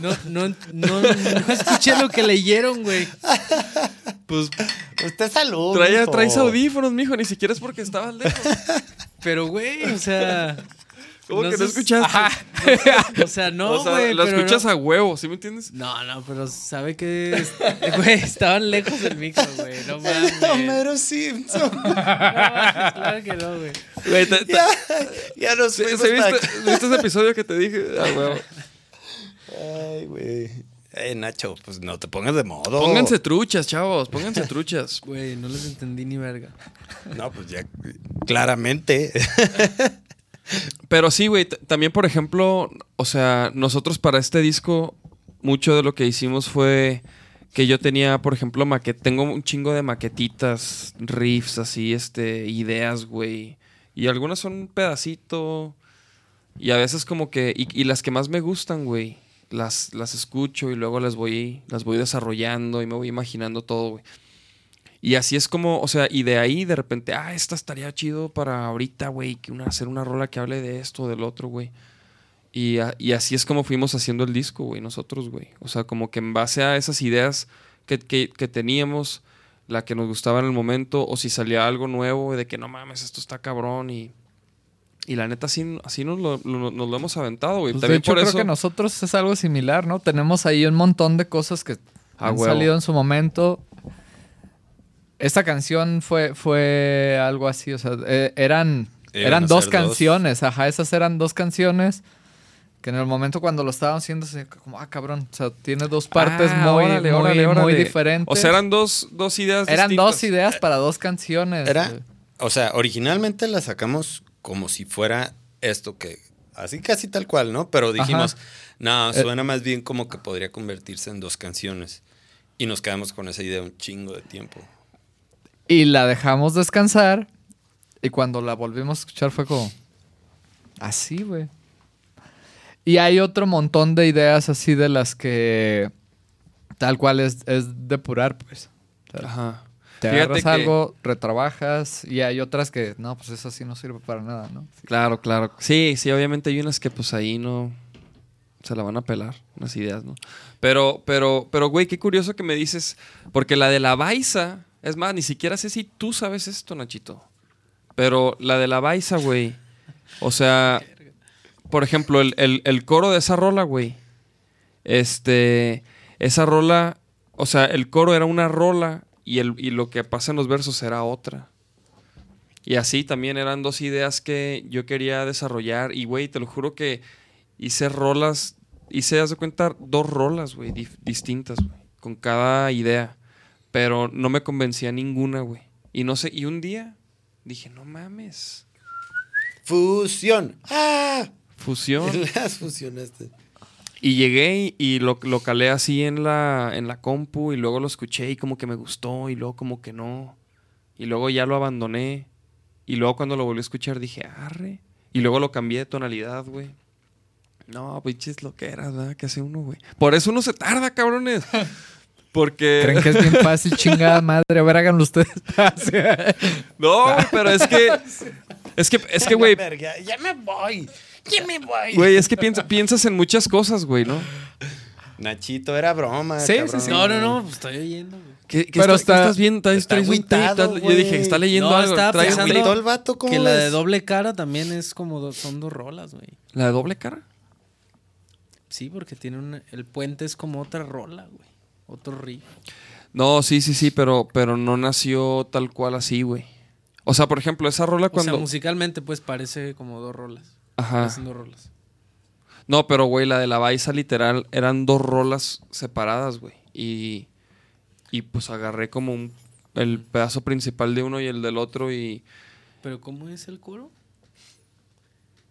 S3: No, no, no, no escuché lo que leyeron, güey.
S2: Pues
S6: Usted salud.
S2: trae,
S6: mijo.
S2: traes audífonos, mijo. Ni siquiera es porque estabas lejos.
S3: Pero, güey, o sea.
S2: ¿Cómo que no
S3: sé-
S2: escuchaste?
S3: O sea, no,
S2: o sea,
S3: güey.
S2: lo
S3: pero
S2: escuchas
S3: no.
S2: a huevo, ¿sí me entiendes?
S3: No, no, pero sabe que. es- Güey, estaban lejos del micro, güey. No mames. No,
S6: Homero Simpson.
S3: claro que no, güey.
S2: Güey, te- te-
S6: ya, ya nos
S2: ¿sí-
S6: fuimos
S2: sí
S6: para
S2: viste,
S6: acá.
S2: ¿Viste ese episodio que te dije? Ah, huevo.
S6: Ay, güey.
S5: Eh, Nacho, pues no te pongas de modo.
S2: Pónganse truchas, chavos, pónganse truchas.
S3: Güey, no les entendí ni verga.
S5: No, pues ya, claramente.
S2: Pero sí, güey, t- también por ejemplo, o sea, nosotros para este disco, mucho de lo que hicimos fue que yo tenía, por ejemplo, maquet tengo un chingo de maquetitas, riffs, así, este, ideas, güey. Y algunas son un pedacito. Y a veces como que, y, y las que más me gustan, güey, las, las escucho y luego las voy, las voy desarrollando y me voy imaginando todo, güey. Y así es como, o sea, y de ahí de repente, ah, esta estaría chido para ahorita, güey, que una, hacer una rola que hable de esto, del otro, güey. Y, a- y así es como fuimos haciendo el disco, güey, nosotros, güey. O sea, como que en base a esas ideas que, que- que teníamos, la que nos gustaba en el momento, o si salía algo nuevo, de que no mames, esto está cabrón. Y, y la neta, así, así nos, lo, lo- nos lo hemos aventado, güey.
S4: Pues, de
S2: También
S4: hecho,
S2: por
S4: creo
S2: eso.
S4: que nosotros es algo similar, ¿no? Tenemos ahí un montón de cosas que
S2: A
S4: han
S2: huevo.
S4: salido en su momento. Esta canción fue, fue algo así, o sea, eh, eran,
S5: Iban
S4: eran
S5: a
S4: dos
S5: ser dos.
S4: canciones, ajá, esas eran dos canciones que en el momento cuando lo estábamos haciendo, se- como, ah, cabrón, o sea, tiene dos partes
S2: Ah,
S4: muy,
S2: órale,
S4: muy,
S2: órale,
S4: muy
S2: órale.
S4: diferentes.
S2: O sea, eran dos, dos ideas.
S4: Eran dos
S2: distintas.
S4: ideas para dos canciones.
S5: Era,
S4: güey.
S5: o sea, originalmente la sacamos como si fuera esto que, así casi tal cual, ¿no? Pero dijimos,
S4: Eh,
S5: no, suena más bien como que podría convertirse en dos canciones. Y nos quedamos con esa idea un chingo de tiempo.
S4: Y la dejamos descansar. Y cuando la volvimos a escuchar fue como... Así, güey. Y hay otro montón de ideas así de las que... Tal cual es, es depurar, pues.
S2: Ajá.
S4: Te
S2: Fíjate
S4: agarras
S2: que-
S4: algo, retrabajas. Y hay otras que... No, pues eso sí no sirve para nada, ¿no?
S2: Claro, claro. Sí, sí, obviamente hay unas que pues ahí no se la van a pelar, unas ideas, ¿no? Pero, pero, pero, güey, qué curioso que me dices, porque la de la Baiza, es más, ni siquiera sé si tú sabes esto, Nachito. Pero la de la Baiza, güey. O sea, por ejemplo, el, el- el coro de esa rola, güey. Este, esa rola, o sea, el coro era una rola y, el, y lo que pasa en los versos era otra. Y así también eran dos ideas que yo quería desarrollar. Y, güey, te lo juro que hice rolas, hice, haz de cuenta, dos rolas, güey, dif- distintas, güey, con cada idea. Pero no me convencía ninguna, güey. Y no sé, y un día dije, no mames,
S5: Fusión. ¡Ah!
S2: fusión.
S5: Las fusionaste.
S2: Y llegué y, y lo, lo calé así en la, en la compu y luego lo escuché y como que me gustó y luego como que no. Y luego ya lo abandoné. Y luego cuando lo volví a escuchar dije, arre. Y luego lo cambié de tonalidad, güey. No, pinches lo que era, ¿verdad? ¿Qué hace uno, güey? Por eso uno se tarda, cabrones. Porque...
S4: ¿Creen que es bien fácil? chingada madre. A ver, háganlo ustedes.
S2: No, güey, pero es que... Es que, es que, güey,
S5: Verga, ya me voy. Ya me voy.
S2: güey, es que piensa- piensas en muchas cosas, güey, ¿no?
S5: Nachito, era broma.
S4: Sí, sí,
S5: cabrón.
S4: sí.
S3: No, no, no, pues estoy oyendo, güey.
S2: ¿Qué, qué
S4: Pero
S2: está-
S4: está-
S2: qué estás viendo? ¿Traes,
S5: está
S2: traes un tape?
S5: agüitado,
S2: ¿Estás- Yo dije,
S5: güey.
S2: está leyendo
S3: No,
S2: algo.
S3: estaba
S2: ¿Trae un
S3: pensando-
S2: tape?
S5: Agüitó el vato, ¿cómo
S3: Que la de
S5: ves?
S3: doble cara también es como do- son dos rolas, güey.
S2: ¿La de doble cara?
S3: Sí, porque tiene un, el puente es como otra rola, güey. Otro riff.
S2: No, sí, sí, sí, pero, pero no nació tal cual así, güey. O sea, por ejemplo, esa rola
S3: O sea,
S2: cuando.
S3: musicalmente pues parece como dos rolas.
S2: Ajá.
S3: Parecen dos rolas.
S2: No, pero güey, la de la Baiza literal eran dos rolas separadas, güey. Y. Y pues agarré como un- el pedazo principal de uno y el del otro y.
S3: Pero ¿cómo es el coro?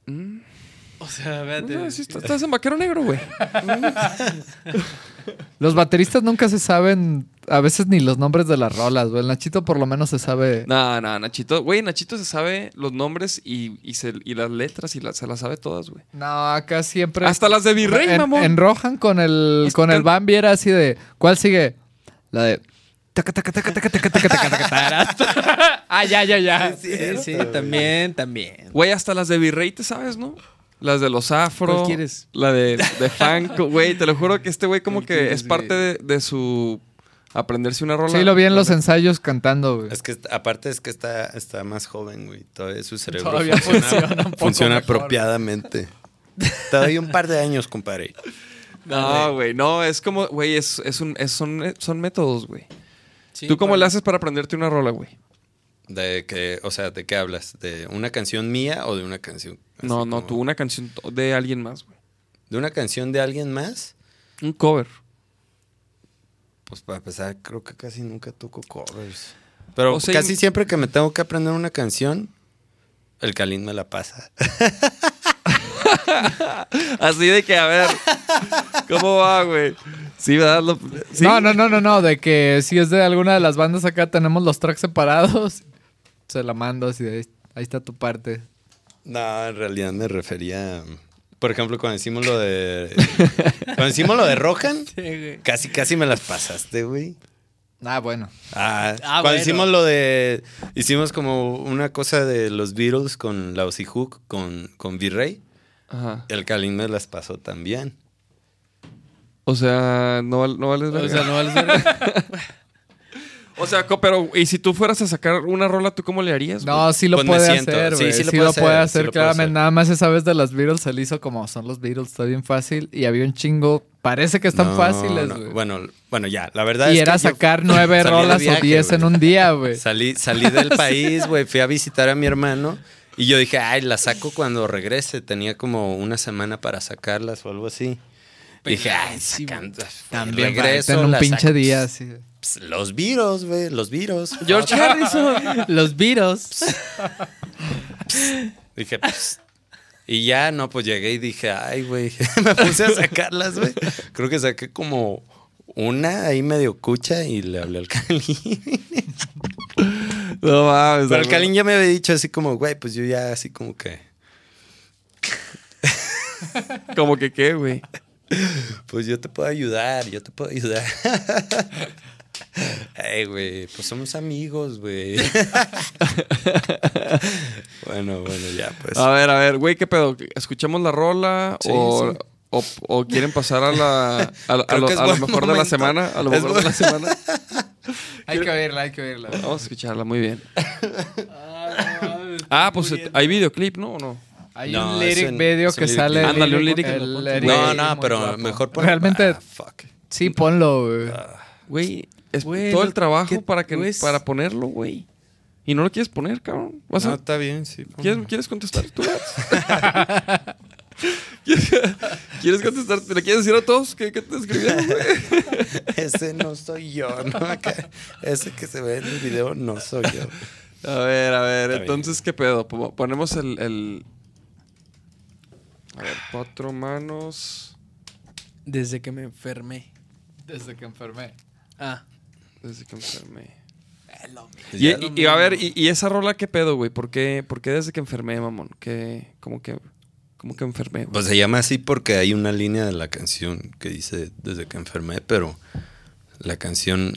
S2: Mm.
S3: O sea, véate.
S2: No, sí, está- estás en vaquero negro, güey.
S4: Los bateristas nunca se saben... A veces ni los nombres de las rolas, güey. El Nachito por lo menos se sabe...
S2: No, no, Nachito. Güey, Nachito se sabe los nombres y, y, se- y las letras y la- se las sabe todas, güey.
S4: No, acá siempre.
S2: Hasta las de Virrey,
S4: en,
S2: mamón.
S4: En Rohan con el,
S2: Es
S4: con
S2: que-
S4: el Bambi era así de. ¿Cuál sigue? La de. taca, taca, taca, taca, taca, taca, taca, taca, taca. ah, ya, ya, ya.
S3: Sí, sí, también, también.
S2: Güey, hasta las de Virrey te sabes, ¿no? Las de los afro.
S3: ¿Cuál quieres?
S2: La de, de Fanco. Güey, te lo juro que este güey como
S3: ¿Cuál
S2: que
S3: quieres,
S2: es parte de, de su... Aprenderse una rola.
S4: Sí, lo vi en los
S2: La-
S4: ensayos cantando, güey.
S5: Es que est- aparte es que está, está más joven, güey. Todavía su cerebro
S4: Todavía
S5: funciona,
S4: funciona un poco
S5: funciona
S4: mejor.
S5: apropiadamente. Todavía un par de años, compadre.
S2: No, güey. No, es como... Güey, es, es un, es- son, son métodos, güey.
S3: Sí,
S2: ¿Tú cómo
S3: pero-
S2: le haces para aprenderte una rola, güey?
S5: De que, o sea, ¿de qué hablas? ¿De una canción mía o de una canción? así
S2: No, no.
S5: como-
S2: Tú una canción to- de alguien más, güey.
S5: ¿De una canción de alguien más?
S2: Un cover.
S5: Pues para empezar, creo que casi nunca toco covers. Pero
S2: O sea, im-
S5: casi siempre que me tengo que aprender una canción, el Kalin me la pasa.
S2: Así de que, a ver, ¿cómo va, güey? Sí, ¿verdad? Lo- sí.
S4: No, no, no, no, no. De que si es de alguna de las bandas acá tenemos los tracks separados. Se la mando así de ahí, ahí está tu parte.
S5: No, en realidad me refería. Por ejemplo, cuando hicimos lo de. cuando hicimos lo de Rohan, casi, casi me las pasaste, güey.
S4: Ah, bueno.
S5: Ah,
S3: Ah,
S5: cuando
S3: bueno.
S5: hicimos lo de. Hicimos como una cosa de los Beatles con la Ozzy Hook, con, con V-Ray.
S2: Ajá.
S5: El Kalin me las pasó también.
S2: O sea, no, val- no vales verga.
S3: O sea, no vales verga.
S2: O sea, co- pero, ¿y si tú fueras a sacar una rola, tú cómo le harías? güey?
S4: No, sí lo
S5: Pues me
S4: puede
S5: siento.
S4: hacer,
S5: Sí,
S4: güey.
S5: sí
S4: Sí,
S5: lo puede
S4: lo
S5: hacer,
S4: puede
S5: sí
S4: hacer,
S5: lo puede
S4: claramente.
S5: hacer.
S4: Nada más esa vez de los Beatles se le hizo como son los Beatles, está bien fácil. Y había un chingo. Parece que están
S5: No,
S4: fáciles,
S5: no.
S4: güey.
S5: Bueno, bueno, ya, la verdad es
S4: y
S5: que
S4: era
S5: yo
S4: sacar nueve
S5: salí de
S4: rolas
S5: viaje,
S4: o diez
S5: güey.
S4: en un día, güey.
S5: Salí, salí del país, güey, fui a visitar a mi hermano y yo dije, ay, la saco cuando regrese. Tenía como una semana para sacarlas o algo así. Y dije, ay,
S3: sí, güey.
S5: sacando,
S4: También
S5: regreso,
S4: en un
S5: las
S4: pinche
S5: saco".
S4: día, sí.
S5: Pss, Los virus, güey, los virus.
S2: George Harrison.
S3: Los Beatles.
S5: Dije, pues. Y ya, no, pues llegué y dije, ay, güey. Me puse a sacarlas, güey. Creo que saqué como una ahí medio cucha y le hablé al Calín.
S2: no mames.
S5: Pero
S2: güey.
S5: el Calín ya me había dicho así como, güey, pues yo ya así como que.
S2: Como que qué, güey.
S5: Pues yo te puedo ayudar, yo te puedo ayudar. Ay, güey, pues somos amigos, güey. bueno, bueno, ya, pues.
S2: A ver, a ver, güey, ¿qué pedo? ¿Escuchamos la rola
S5: Sí,
S2: o,
S5: sí.
S2: o- o quieren pasar a la a, a
S5: Creo
S2: lo,
S5: que es
S2: a lo
S5: buen
S2: mejor de la
S5: momento.
S2: semana? A lo
S5: Es
S2: mejor de la
S5: buen-
S2: semana.
S4: Hay que oírla, hay que oírla.
S2: Vamos a escucharla, muy bien. Ah, pues hay videoclip, ¿no? ¿O no?
S4: Hay
S5: No,
S4: un lyric
S5: es un-
S4: video
S5: es un
S4: que
S5: lyric
S4: sale.
S5: video.
S2: Ándale, un lyric.
S4: el
S2: No,
S5: no,
S4: lyric
S5: no,
S4: muy
S5: pero
S4: guapo.
S5: mejor pon-
S4: Realmente-
S5: Ah, fuck.
S4: Sí, ponlo, güey.
S2: Güey, es
S3: Güey,
S2: todo
S3: lo-
S2: el trabajo
S3: ¿qué-
S2: para que
S3: güey, es-
S2: para ponerlo, güey. Y no lo quieres poner, cabrón. ¿Vas
S5: No,
S2: a-
S5: está bien, sí. ponlo.
S2: ¿quieres, ¿Quieres contestar tú? ¿Quieres, ¿Quieres contestar? ¿Te le quieres decir a todos que, que te escribieron, güey?
S5: Ese no soy yo, ¿no? Acá, ese que se ve en el video no soy yo.
S2: A ver, a ver,
S5: Está bien.
S2: entonces, ¿qué pedo? Po- Ponemos el, el- A ver, cuatro manos.
S3: Desde que me enfermé.
S4: Desde que enfermé.
S3: Ah.
S2: Desde que enfermé.
S5: Pues
S2: Y,
S5: ya,
S2: y- y a ver, y, y esa rola qué pedo, güey? ¿Por qué, por qué desde que enfermé, mamón? ¿Qué, como que, como que enfermé, güey?
S5: pues se llama así porque hay una línea de la canción que dice desde que enfermé, pero la canción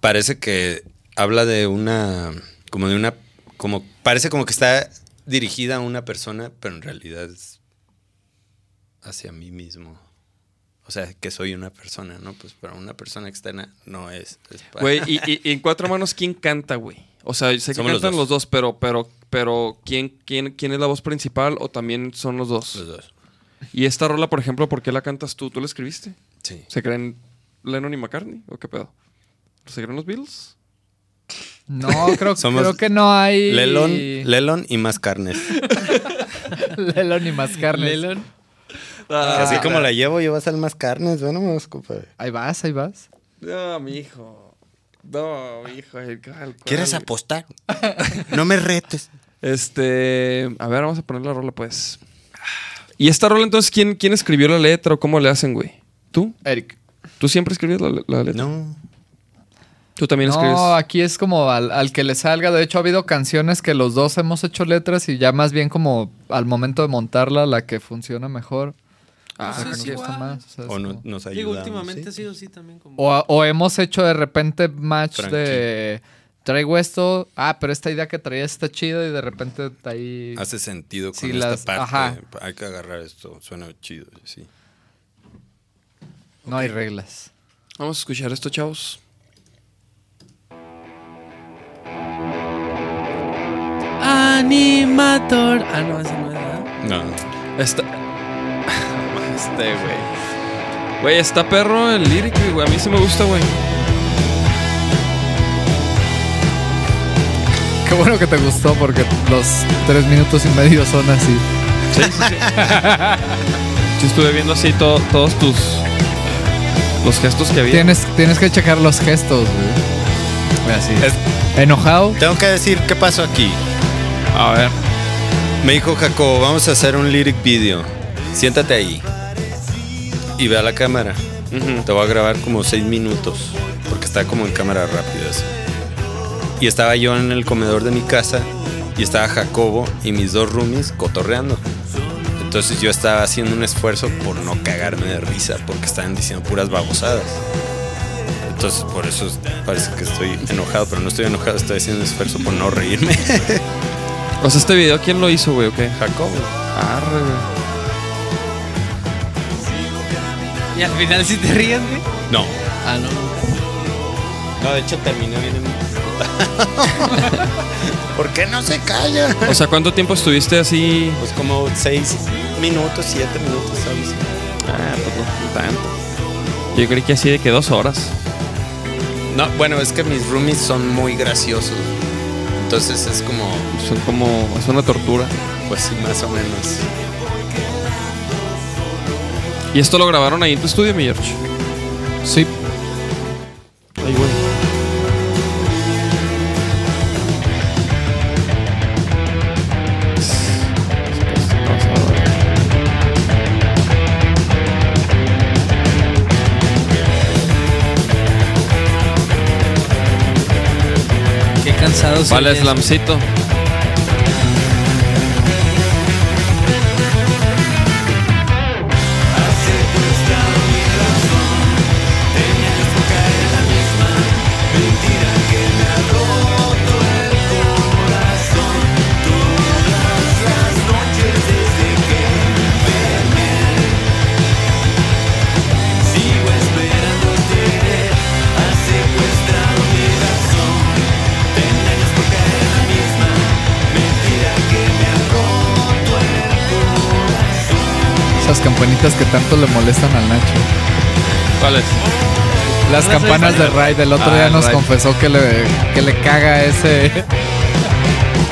S5: parece que habla de una como de una como parece como que está dirigida a una persona, pero en realidad es hacia mí mismo. O sea, que soy una persona, ¿no? Pues para una persona externa no es. es para-
S2: Güey, y, y- y en cuatro manos, ¿quién canta, güey? O sea, sé que
S5: Somos los
S2: cantan
S5: dos.
S2: los dos, pero, pero, pero ¿quién, quién, ¿quién es la voz principal o también son los dos?
S5: Los dos.
S2: Y esta rola, por ejemplo, ¿por qué la cantas tú? ¿Tú la escribiste?
S5: Sí.
S2: ¿Se creen Lennon y McCartney? ¿O qué pedo? ¿Se creen los Beatles?
S4: No, creo,
S5: Somos
S4: creo que no hay.
S5: Lelon, Lelon y más carnes.
S4: Lelon y más carnes.
S5: Así como la llevo, llevas al más carnes. Bueno, vamos, compadre.
S4: Ahí vas, ahí vas.
S2: No, mi hijo. No, mi hijo. el cal-
S5: ¿Quieres
S2: cual.
S5: apostar? no me retes.
S2: Este. A ver, vamos a poner la rola, pues. ¿Y esta rola entonces quién, quién escribió la letra o cómo le hacen, güey? ¿Tú?
S4: Eric.
S2: ¿Tú siempre escribes la, la letra?
S5: No.
S2: ¿Tú también escribes?
S4: No, aquí es como al, al que le salga. De hecho, ha habido canciones que los dos hemos hecho letras y ya más bien como al momento de montarla, la que funciona mejor.
S2: Ah,
S4: la que nos
S3: sí,
S4: gusta
S3: igual.
S4: más. O, sea, es
S5: O no-
S4: como-
S5: nos ayuda.
S3: Digo, últimamente ha sido así también como...
S4: o, o hemos hecho de repente match
S5: Tranqui.
S4: de traigo esto, ah, pero esta idea que traía está chida y de repente ahí.
S5: Hace sentido con
S4: Sí,
S5: esta
S4: las-
S5: parte.
S4: ajá.
S5: Hay que agarrar esto. Suena chido, sí.
S4: No hay reglas.
S2: Vamos a escuchar esto, chavos.
S3: Animator. Ah, no, esa no es, ¿verdad?
S5: No.
S2: Está. este, güey. Güey, está perro el lírico, güey. A mí sí me gusta, güey.
S4: Qué bueno que te gustó porque los tres minutos y medio son así.
S2: Sí, estuve viendo así to- todos tus los gestos que había.
S4: Tienes, tienes que checar los gestos, güey. Así.
S5: Es-
S4: Enojado.
S5: Tengo que decir qué pasó aquí.
S2: A ver.
S5: Me dijo Jacobo, vamos a hacer un lyric video. Siéntate ahí. Y ve a la cámara.
S2: Ujú.
S5: Te voy a grabar como seis minutos. Porque está como en cámara rápida. así. Y estaba yo en el comedor de mi casa. Y estaba Jacobo y mis dos roomies cotorreando. Entonces yo estaba haciendo un esfuerzo por no cagarme de risa. Porque estaban diciendo puras babosadas. Entonces por eso parece que estoy enojado. Pero no estoy enojado. Estoy haciendo un esfuerzo por no reírme.
S2: O sea, este video, ¿quién lo hizo, güey? ¿O qué?
S5: Jacobo.
S2: Arre, güey.
S3: Y al final sí te ríes, güey.
S5: No.
S3: Ah, no.
S5: No, de hecho terminó bien ¿Por qué no se calla?
S2: O sea, ¿cuánto tiempo estuviste así?
S5: Pues como seis minutos, siete minutos, ¿sabes?
S2: Ah, pues no, no tanto. Yo creí que así de que dos horas.
S5: No, bueno, es que mis roomies son muy graciosos. Entonces es como,
S2: Son como. Es una tortura.
S5: pues sí, más o menos.
S2: ¿Y esto lo grabaron ahí en tu estudio, mi George?
S4: Sí.
S2: Ahí, güey.
S3: Qué cansado soy
S2: Vale,
S3: de eso.
S2: slamcito.
S4: Esas campanitas que tanto le molestan al Nacho.
S2: ¿Cuál es?
S4: Las campanas de Raid. El otro
S2: Ah,
S4: día
S2: el
S4: nos
S2: Raid.
S4: confesó que le, que le caga ese.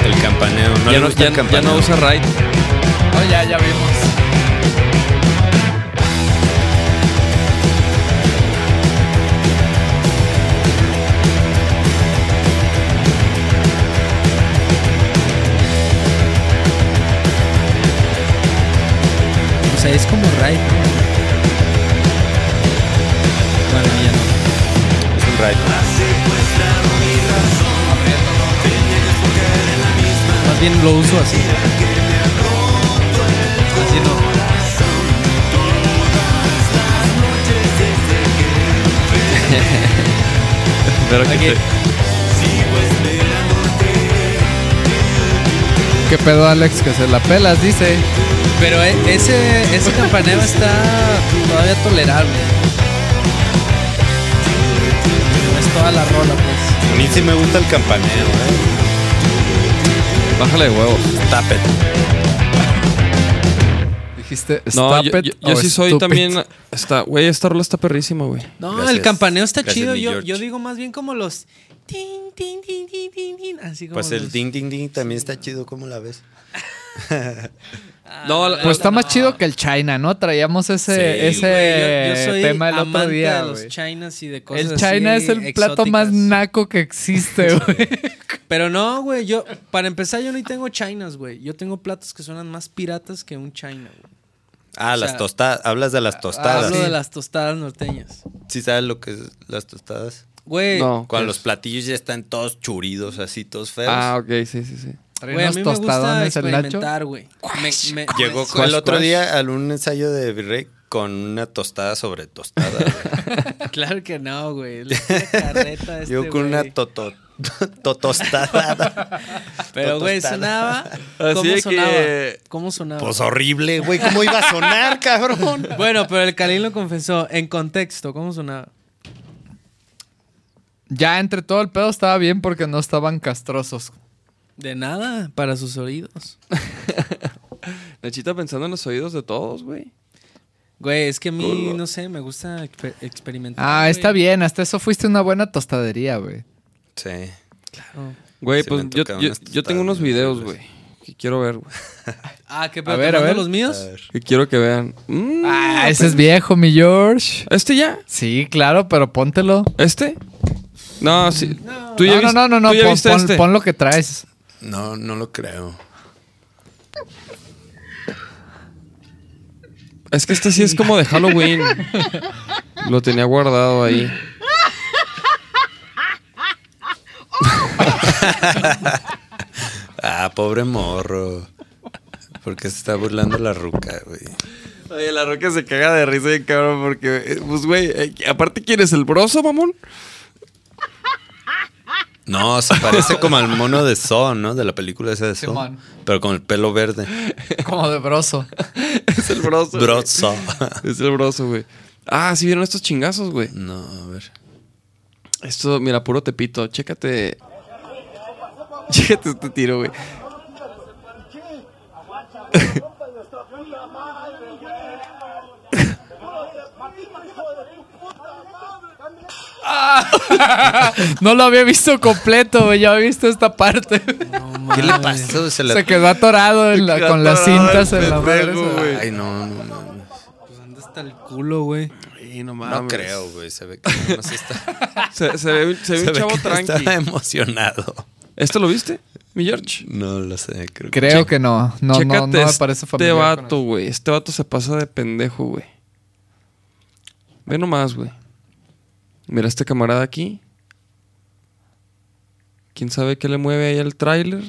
S5: El campaneo. No
S2: ya,
S5: le
S2: no,
S5: gusta
S2: ya,
S5: el
S2: ya
S5: campaneo.
S2: no usa Raid.
S4: No, ya, ya vimos.
S3: O sea, es como Raid. Bueno, ya no.
S5: Es un rayo.
S3: Más bien lo uso así. Así no.
S2: Pero que
S3: Ok.
S2: te-
S4: ¿Qué pedo, Alex? Que se la pelas, dice.
S3: Pero e- ese, ese campaneo está todavía tolerable. No es toda la rola, pues.
S5: A mí sí me gusta el campaneo, ¿eh?
S2: Bájale de huevos.
S5: Tapet.
S4: Dijiste,
S2: No,
S4: stop
S2: yo,
S4: it
S2: yo- yo
S4: o
S2: sí soy
S4: stupid".
S2: también. Está, güey, esta rola está perrísima, güey.
S3: No,
S5: Gracias.
S3: el campaneo está
S5: Gracias,
S3: chido.
S5: mi
S3: Yo,
S5: George.
S3: yo digo más bien como los. Tin, tin, tin, tin, tin, tin, así como
S5: Pues el
S3: los-
S5: ding, ding, ding también está chido. ¿Cómo la ves?
S2: Ah, No, la-
S4: Pues está más chido que el China, ¿no? Traíamos ese,
S5: Sí,
S4: ese
S3: Ah. Güey, yo, yo soy
S4: tema el otro
S3: amante
S4: día.
S3: de los
S4: güey.
S3: chinas y de cosas
S4: El China
S3: así
S4: es el plato más
S3: exóticas.
S4: naco que existe, güey.
S3: Pero no, güey, yo para empezar yo no tengo chinas, güey. Yo tengo platos que suenan más piratas que un china, güey. O
S5: Ah,
S3: sea, ah,
S5: las tostadas. Hablas de las tostadas.
S3: Hablo de las tostadas norteñas.
S5: ¿Sí sabes lo que es las tostadas?
S3: Güey,
S2: No.
S5: Cuando los platillos ya están todos churidos, así, todos feos.
S2: Ah, ok, sí, sí, sí.
S4: Trae
S3: güey, a
S4: unos
S3: mí me gusta
S4: tostadones el Nacho.
S3: experimentar, güey. Me- me-
S5: Llegó
S3: me-
S5: el otro
S4: squash.
S5: día al un ensayo de Virrey con una tostada sobre tostada. güey.
S3: Claro que no, güey. La pura carreta de este
S5: Yo con una
S3: güey.
S5: toto, totostada.
S3: Pero, güey,
S5: tostada.
S3: sonaba.
S2: Así
S3: ¿Cómo
S2: de
S3: sonaba?
S2: que-
S3: ¿Cómo sonaba?
S5: Pues horrible, güey. ¿Cómo iba a sonar, cabrón?
S3: Bueno, pero el Kalin lo confesó. En contexto, ¿cómo sonaba?
S4: Ya entre todo el pedo estaba bien porque no estaban castrosos.
S3: De nada, para sus oídos.
S2: Nachita pensando en los oídos de todos, güey.
S3: Güey, es que a mí, no sé, me gusta exper- experimentar.
S4: Ah,
S3: güey.
S4: está bien. Hasta eso fuiste una buena tostadería, güey.
S5: Sí.
S3: Claro.
S2: Güey,
S5: Se me
S2: pues
S5: han
S2: yo,
S5: tocado
S2: yo,
S5: unas
S2: pues, yo tengo
S5: tostadas
S2: unos
S5: bien
S2: videos,
S5: horribles.
S2: güey. que quiero ver, güey.
S3: Ah, qué pedo.
S4: A ver,
S3: ¿te
S4: a
S3: mando
S4: ver.
S3: los míos?
S5: A ver.
S2: Que quiero que vean. Mm,
S4: Ah, ese es viejo, mi George.
S2: ¿Este ya?
S4: Sí, claro, pero póntelo.
S2: ¿Este? No, sí. ¿Tú ya
S4: No, no,
S2: viste-
S4: no, no, no,
S2: ¿tú ya
S4: pon,
S2: viste
S4: pon-
S2: este?
S4: pon lo que traes.
S5: No, no lo creo.
S2: Es que este sí es como de Halloween. Lo tenía guardado ahí.
S5: Ah, pobre morro. Porque se está burlando la ruca, güey.
S2: Oye, la roca se caga de risa de cabrón porque, eh, pues, güey, eh, aparte, ¿quién es el broso, mamón?
S5: No, se parece como al mono de Saw, ¿no? De la película esa de Saw.
S4: Simón.
S5: Pero con el pelo verde.
S4: Como de broso.
S2: Es el broso. güey.
S5: Bro Saw.
S2: Es el broso, güey. Ah, sí vieron estos chingazos, güey.
S5: No, a ver.
S2: Esto, mira, puro tepito. Chécate. Chécate este tiro, güey.
S4: No lo había visto completo, güey. Ya había visto esta parte.
S5: ¿Qué le pasó? Se le...
S4: Se quedó atorado en la- con las cintas en la mano.
S5: Ay, no, no, no. No,
S3: Pues anda hasta el culo, güey.
S2: Ay, no
S5: No
S2: mames.
S5: creo, güey. Se ve que no está...
S2: Se, se ve, se ve
S5: se
S2: un
S5: ve
S2: chavo
S5: que
S2: tranqui.
S5: Estaba emocionado.
S2: ¿Esto lo viste, mi George?
S5: No lo sé, creo que...
S4: Creo que no. No, no, no me parece
S2: este
S4: familiar. con
S2: vato, güey. Este vato se pasa de pendejo, güey. Ve nomás, güey. Mira este camarada aquí. ¿Quién sabe qué le mueve ahí al tráiler?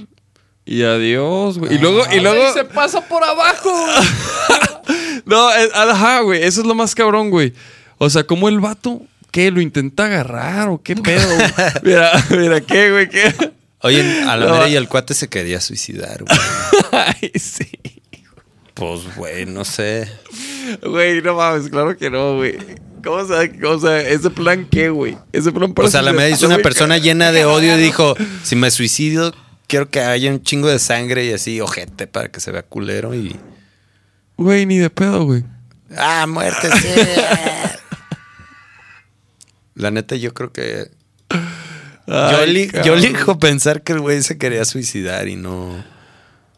S2: Y adiós,
S4: Ah,
S2: güey. Y luego, y luego...
S4: él. se pasa por abajo.
S2: No, eh, ajá, güey. Eso es lo más cabrón, güey. O sea, como el vato, ¿qué? ¿Lo intenta agarrar o qué pedo? güey? mira, mira, ¿qué, güey? ¿Qué?
S5: Oye, a la
S2: No.
S5: mera y el cuate se quería suicidar, güey.
S2: Ay, sí.
S5: Pues, güey, no sé.
S2: Güey, no mames, claro que no, güey. ¿Cómo se, cómo se- ese plan qué, güey? Ese plan para
S5: O sea, la
S2: suicidar-
S5: mera hizo una
S2: güey,
S5: persona llena de odio y dijo, si me suicido, quiero que haya un chingo de sangre y así, ojete, para que se vea culero y...
S2: Güey, ni de pedo, güey.
S5: Ah, muerte, sí. La neta, yo creo que... yo,
S2: Ay,
S5: eli- yo
S2: cabrón.
S5: elijo pensar que el güey se quería suicidar y no...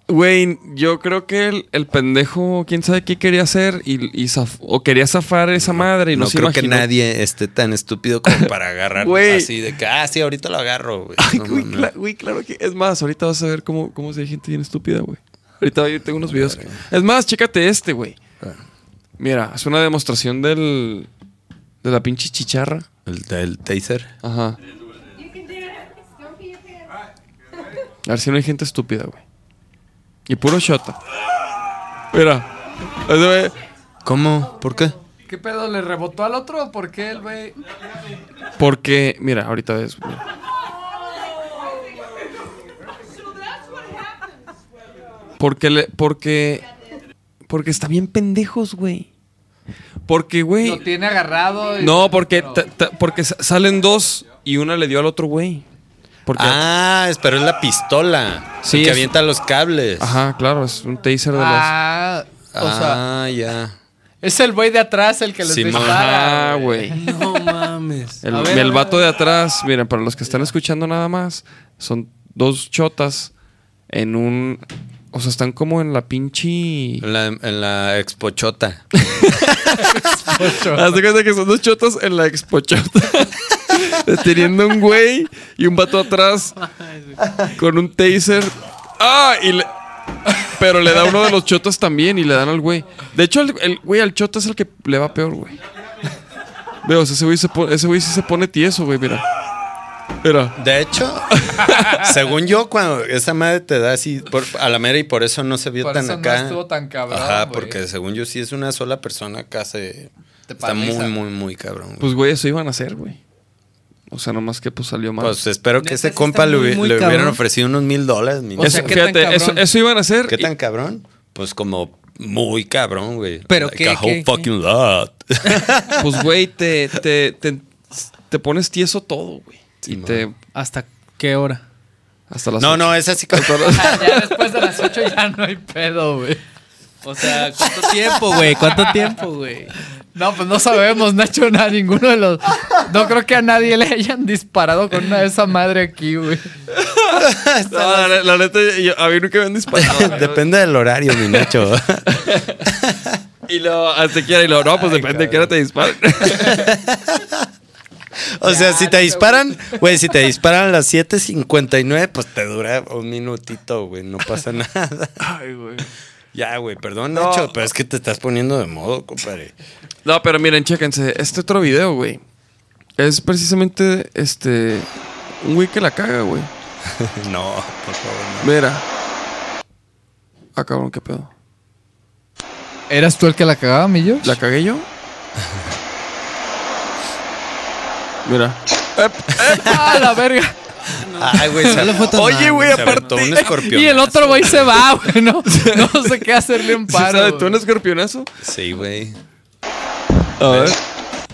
S2: Güey, yo creo que el, el pendejo, quién sabe qué quería hacer y, y zaf- o quería zafar esa madre y no,
S5: no
S2: se
S5: creo
S2: imaginó.
S5: que nadie esté tan estúpido como para agarrar
S2: Güey.
S5: así de que, ah, sí, ahorita lo agarro, güey.
S2: Ay,
S5: No
S2: güey,
S5: mames.
S2: cla- güey, claro que. Es más, ahorita vas a ver cómo, cómo se hay gente bien estúpida, güey. Ahorita yo tengo unos videos. que- Es más, chécate este, güey.
S5: Ah.
S2: Mira, es una demostración del. de la pinche chicharra.
S5: El, el taser.
S2: Ajá. A ver si no hay gente estúpida, güey. Y puro shota. Mira. Ese güey-
S5: ¿Cómo? ¿Por qué?
S4: ¿Qué pedo? ¿Le rebotó al otro? ¿Por qué el güey?
S2: Porque, mira, ahorita ves. mira. Porque, le, porque, porque está bien pendejos, güey. Porque, güey.
S4: Lo tiene agarrado. y-
S2: No, porque, ta- ta- porque sa- salen dos y una le dio al otro, güey. Porque,
S5: Ah, es- pero es la pistola.
S2: Sí,
S5: el que
S2: es-
S5: avienta los cables.
S2: ajá, claro, es un taser de los.
S4: Ah, o sea,
S5: ah, ya.
S4: es el güey de atrás el que les
S5: Simón.
S4: dispara.
S2: Ajá, güey.
S3: No mames.
S2: El,
S4: A ver,
S2: el
S4: a ver,
S2: vato de atrás, mira, para los que están escuchando nada más, son dos chotas en un. O sea, están como en la pinche.
S5: En la, en la expochota.
S2: Haz de cuenta que son dos chotas en la expochota. Teniendo un güey y un vato atrás con un taser. ¡Ah! Y le- Pero le da uno de los chotas también y le dan al güey. De hecho, el, el güey al chota es el que le va peor, güey. Veo, o sea, ese güey, se pone, ese güey sí se pone tieso, güey, mira. Mira.
S5: De hecho, según yo, cuando esa madre te da así por- a la mera y por eso no se vio
S4: Por
S5: tan
S4: eso no
S5: acá.
S4: estuvo tan cabrón,
S5: Ajá,
S4: güey.
S5: porque según yo, si es una sola persona acá se.
S4: Te
S5: Está muy,
S4: paraliza.
S5: muy, muy cabrón. güey.
S2: Pues, güey, eso iban a hacer, güey. O sea, nomás que pues salió mal.
S5: Pues, espero
S3: Neta,
S5: que ese
S3: sí está
S5: compa le,
S3: muy,
S5: hubi-
S3: muy
S5: le hubieran
S3: cabrón.
S5: ofrecido unos mil dólares. mi
S4: O
S5: madre.
S2: eso,
S4: sea, ¿qué tan
S2: fíjate, eso,
S4: cabrón?
S2: eso iban a hacer.
S5: ¿Qué
S2: y-
S5: tan cabrón? Pues como muy cabrón, güey.
S3: ¿Pero
S5: Like
S3: qué,
S5: a whole
S3: qué, qué?
S5: fucking lot.
S2: Pues, güey, te, te, te, te pones tieso todo, güey.
S5: Sí,
S2: y
S5: man.
S2: te.
S3: ¿Hasta qué hora?
S2: Hasta las.
S5: No,
S2: ocho.
S5: no, es así como.
S3: Ah,
S4: Ya después de las 8 ya no hay pedo, güey.
S3: O sea, ¿cuánto tiempo, güey? ¿Cuánto tiempo, güey?
S4: No, pues no sabemos, Nacho, nada, ninguno de los. No creo que a nadie le hayan disparado con una de esa madre aquí, güey.
S2: No, la, la neta, yo- a mí nunca me han
S3: pues,
S2: disparado. güey.
S5: Depende del horario, mi Nacho.
S2: Y luego, hasta quiera, y luego, no, pues depende de qué hora te disparen.
S5: O sea, si te disparan, güey, si te disparan a las 7.59, pues te dura un minutito, güey, no pasa nada.
S2: Ay, güey.
S5: Ya, güey, perdón,
S2: No.
S5: Nacho, pero es que te estás poniendo de modo, compadre.
S2: No, pero miren, chéquense. Este otro video, güey. Es precisamente este. Un güey que la caga, güey.
S5: No, por favor, no.
S2: Mira. Ah, cabrón, qué pedo.
S4: ¿Eras tú el que la cagaba, Millo?
S2: ¿La cagué yo? Mira.
S4: ¡Ah, la verga!
S5: Ay, güey, se-
S2: Oye, güey,
S5: se
S2: aparte.
S5: aventó un escorpión.
S4: Y el otro güey se va, güey, ¿no? No sé qué hacerle un
S2: ¿Sí
S4: paro.
S2: sabe tú
S4: güey.
S2: un escorpionazo?
S5: Sí, güey.
S2: A ver.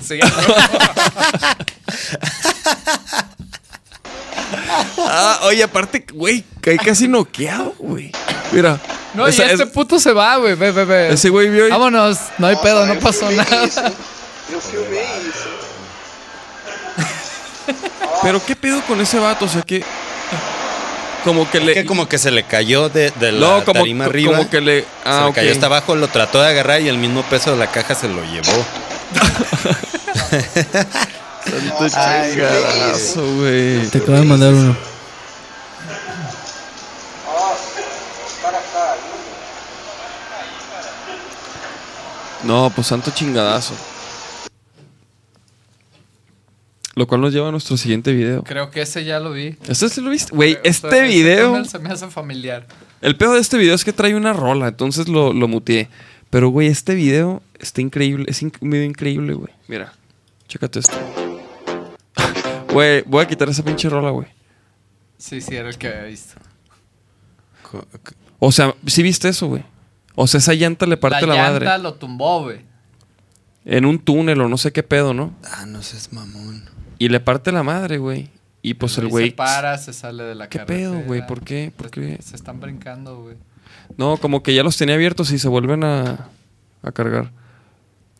S4: Sí.
S2: Ah, oye, aparte, güey, caí casi noqueado, güey. Mira.
S4: No,
S2: Esa-
S4: y este
S2: es-
S4: puto se va, güey. Ve, ve, ve.
S2: ese güey vio y...
S4: Vámonos, no hay pedo, no pasó nada.
S7: Eu filmei isso.
S2: Pero qué pedo con ese vato, o sea que. Como que le.
S5: Que como que se le cayó de, de la
S2: no, como,
S5: tarima arriba.
S2: como que le. Ah,
S5: se le
S2: ok.
S5: cayó hasta abajo, lo trató de agarrar y el mismo peso de la caja se lo llevó.
S2: Santo chingadazo, güey.
S3: Te acabo de mandar uno.
S2: No, pues santo chingadazo. Lo cual nos lleva a nuestro siguiente video.
S4: Creo que ese ya lo vi.
S2: ¿Este sí lo viste? Güey,
S4: O sea,
S2: este
S4: ese
S2: video.
S4: túnel Se me hace familiar.
S2: El pedo de este video es que trae una rola, entonces lo, lo muteé. Pero, güey, este video está increíble. Es inc- un video increíble, güey. Mira, chécate esto. Güey, voy a quitar esa pinche rola, güey.
S4: Sí, sí, era el que había visto.
S5: Co- co-
S2: O sea, ¿sí viste eso, güey? O sea, esa llanta le parte la,
S4: llanta
S2: madre.
S4: lo tumbó, güey.
S2: En un túnel o no sé qué pedo, ¿no?
S5: Ah, no seas mamón.
S2: Y le parte la madre, güey. Y pues el güey.
S4: Se para, se sale de la
S2: ¿Qué
S4: carretera.
S2: pedo, güey? ¿Por qué? ¿Por qué?
S4: Se están brincando, güey.
S2: No, como que ya los tenía abiertos y se vuelven a, a cargar.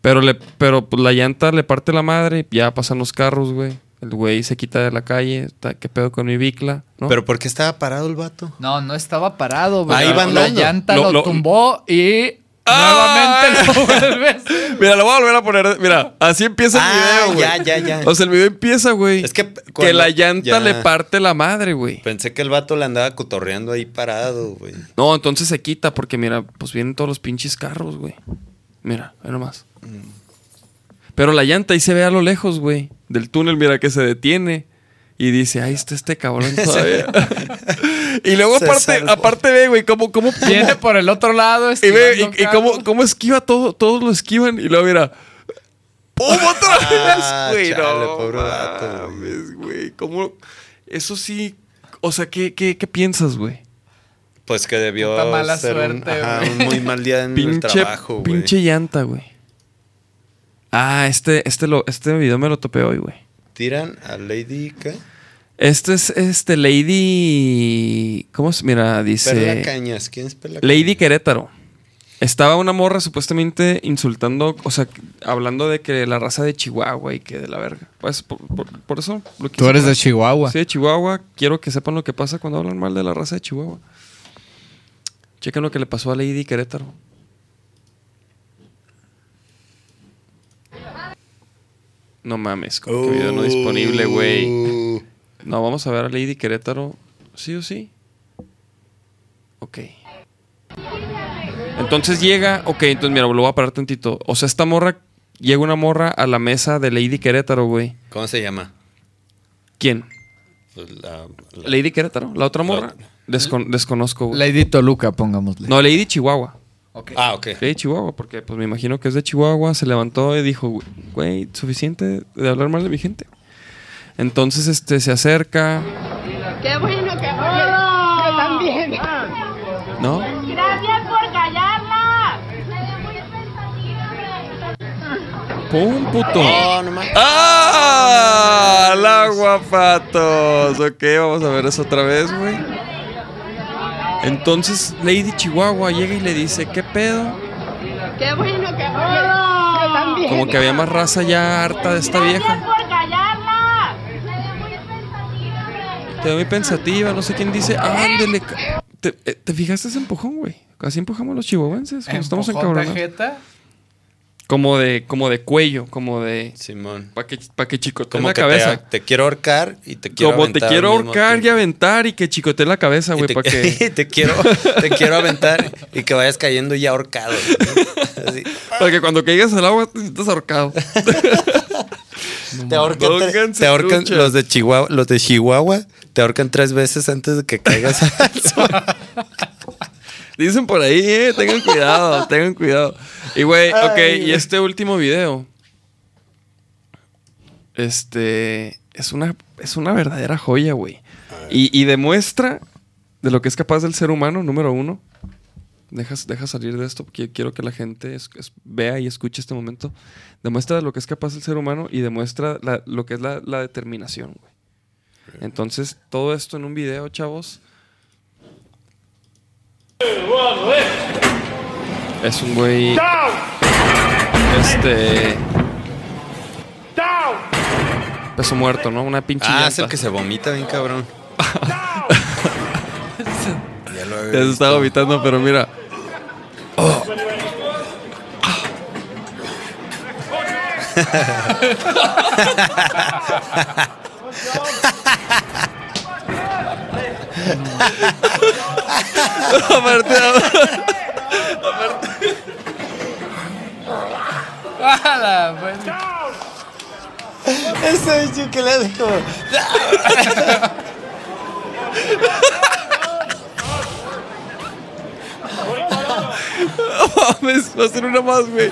S2: Pero le, pero pues, la llanta le parte la madre, ya pasan los carros, güey. El güey se quita de la calle, está, qué pedo con mi bicla, ¿no?
S5: ¿Pero por qué estaba parado el vato?
S4: No, no estaba parado, güey.
S5: Ahí
S4: La- La
S5: va andando.
S4: llanta
S2: Lo-
S4: lo,
S2: lo-
S4: tumbó y
S2: ¡Ah!
S4: nuevamente lo vuelves.
S2: mira, lo voy a volver a poner, mira, así empieza el
S5: Ah,
S2: video, güey.
S5: ya, ya, ya.
S2: O sea, el video empieza, güey.
S5: Es que
S2: que
S5: cuando-
S2: la llanta
S5: ya.
S2: le parte la madre, güey.
S5: Pensé que el vato le andaba cotorreando ahí parado, güey.
S2: No, entonces se quita porque mira, pues vienen todos los pinches carros, güey. Mira, ve nomás.
S5: Mm.
S2: Pero la llanta ahí se ve a lo lejos, güey. Del túnel, mira que se detiene. Y dice, ahí está este cabrón todavía. y luego
S5: Se
S2: aparte,
S5: salvó.
S2: aparte ve, güey, cómo, cómo,
S4: Viene por el otro lado.
S2: y ve,
S4: esquivando
S2: y, y
S4: carros.
S2: cómo, cómo esquiva todo, todos lo esquivan. Y luego mira. ¡Pum! Otra
S5: Ah,
S2: vez, güey.
S5: chale,
S2: no,
S5: pobre vato, güey.
S2: mames, güey. ¿Cómo? Eso sí. O sea, ¿qué, qué, qué piensas, güey?
S5: Pues que debió
S4: Puta mala
S5: ser un,
S4: suerte,
S5: ajá,
S4: güey.
S5: un muy mal día en Mm, el
S2: pinche,
S5: trabajo, güey.
S2: pinche llanta, güey. Ah, este, este, lo, este video me lo topé hoy, güey.
S5: Tiran a Lady ¿qué?
S2: Este es este Lady. ¿Cómo es? Mira,
S5: Perla
S2: dice.
S5: Cañas. ¿Quién es Perla
S2: Lady Querétaro. Estaba una morra supuestamente insultando, o sea, hablando de que la raza de Chihuahua y que de la verga. Pues por, por- por eso lo quise
S4: Tú eres de
S2: poner.
S4: Chihuahua.
S2: Sí, de Chihuahua. Quiero que sepan lo que pasa cuando hablan mal de la raza de Chihuahua. Chequen lo que le pasó a Lady Querétaro. No mames, como que video no disponible, güey.
S5: Uh,
S2: No, vamos a ver a Lady Querétaro, sí o sí. Ok. Entonces llega, ok, entonces mira, lo voy a parar tantito. O sea, esta morra, llega una morra a la mesa de Lady Querétaro, güey.
S5: ¿Cómo se llama?
S2: ¿Quién?
S5: Pues la- la-
S2: Lady Querétaro, la otra morra. Descon- desconozco, güey.
S4: Lady Toluca, pongámosle.
S2: No, Lady Chihuahua.
S5: Ah, ok.
S2: Lady Chihuahua, porque pues me imagino que es de Chihuahua. Se levantó y dijo, güey, suficiente de hablar mal de mi gente. Entonces, este, se acerca,
S8: Qué bueno que Hola. Yo también.
S2: ¿no?
S8: Gracias por callarla.
S2: ¡Pum, puto!
S5: No, no mames.
S2: ¡Ah! ¡La guapatos! Ok, vamos a ver eso otra vez, güey. Entonces, Lady Chihuahua llega y le dice, ¿qué pedo?
S8: Qué bueno que Hola. Yo también.
S2: Como que había más raza ya harta de esta
S8: Gracias
S2: vieja.
S8: por callarla.
S2: Te veo muy pensativa, no sé quién dice. Ándele. ca-". ¿Te, eh, ¿te fijaste ese empujón, güey? Así empujamos los chihuahuenses cuando estamos
S4: Empujón,
S2: encabronados.
S4: tarjeta.
S2: Como de, como de cuello, como de.
S5: Simón.
S2: Pa' que, pa' que chicote
S5: Como
S2: Pues, la
S5: que
S2: cabeza.
S5: Te, te quiero ahorcar y te quiero
S2: Como te
S5: aventar.
S2: quiero
S5: al mismo
S2: ahorcar y
S5: tiempo.
S2: aventar y que chicote la cabeza,
S5: Y
S2: güey,
S5: te,
S2: para que,
S5: te quiero, te quiero aventar y que vayas cayendo ya ahorcado. Así.
S2: para que cuando caigas al agua te estás ahorcado.
S5: Te ahorcan, tre-
S2: Pónganse
S5: te ahorcan-
S2: truchas.
S5: los de Chihuahua, los de Chihuahua te ahorcan tres veces antes de que caigas al suelo.
S2: Dicen por ahí, eh, tengan cuidado, tengan cuidado. Y güey, ok, y este último video. Este es una, es una verdadera joya, güey. Y, y demuestra de lo que es capaz el ser humano, número uno. Dejas, deja salir de esto, porque quiero que la gente es- es- vea y escuche este momento. Demuestra de lo que es capaz el ser humano y demuestra la- lo que es la, la determinación, güey. Entonces, todo esto en un video, chavos. Es un güey. Este. Peso muerto, ¿no? Una pinche.
S5: Ah,
S2: llanta.
S5: es el que se vomita bien cabrón. ya lo
S2: Ya
S5: había
S2: se
S5: visto.
S2: está vomitando, pero mira. Oh. Ah. Aparte,
S4: ¡Hala! bueno.
S5: Ese bicho que le hace como.
S2: mames, pues, va a ser una más, güey.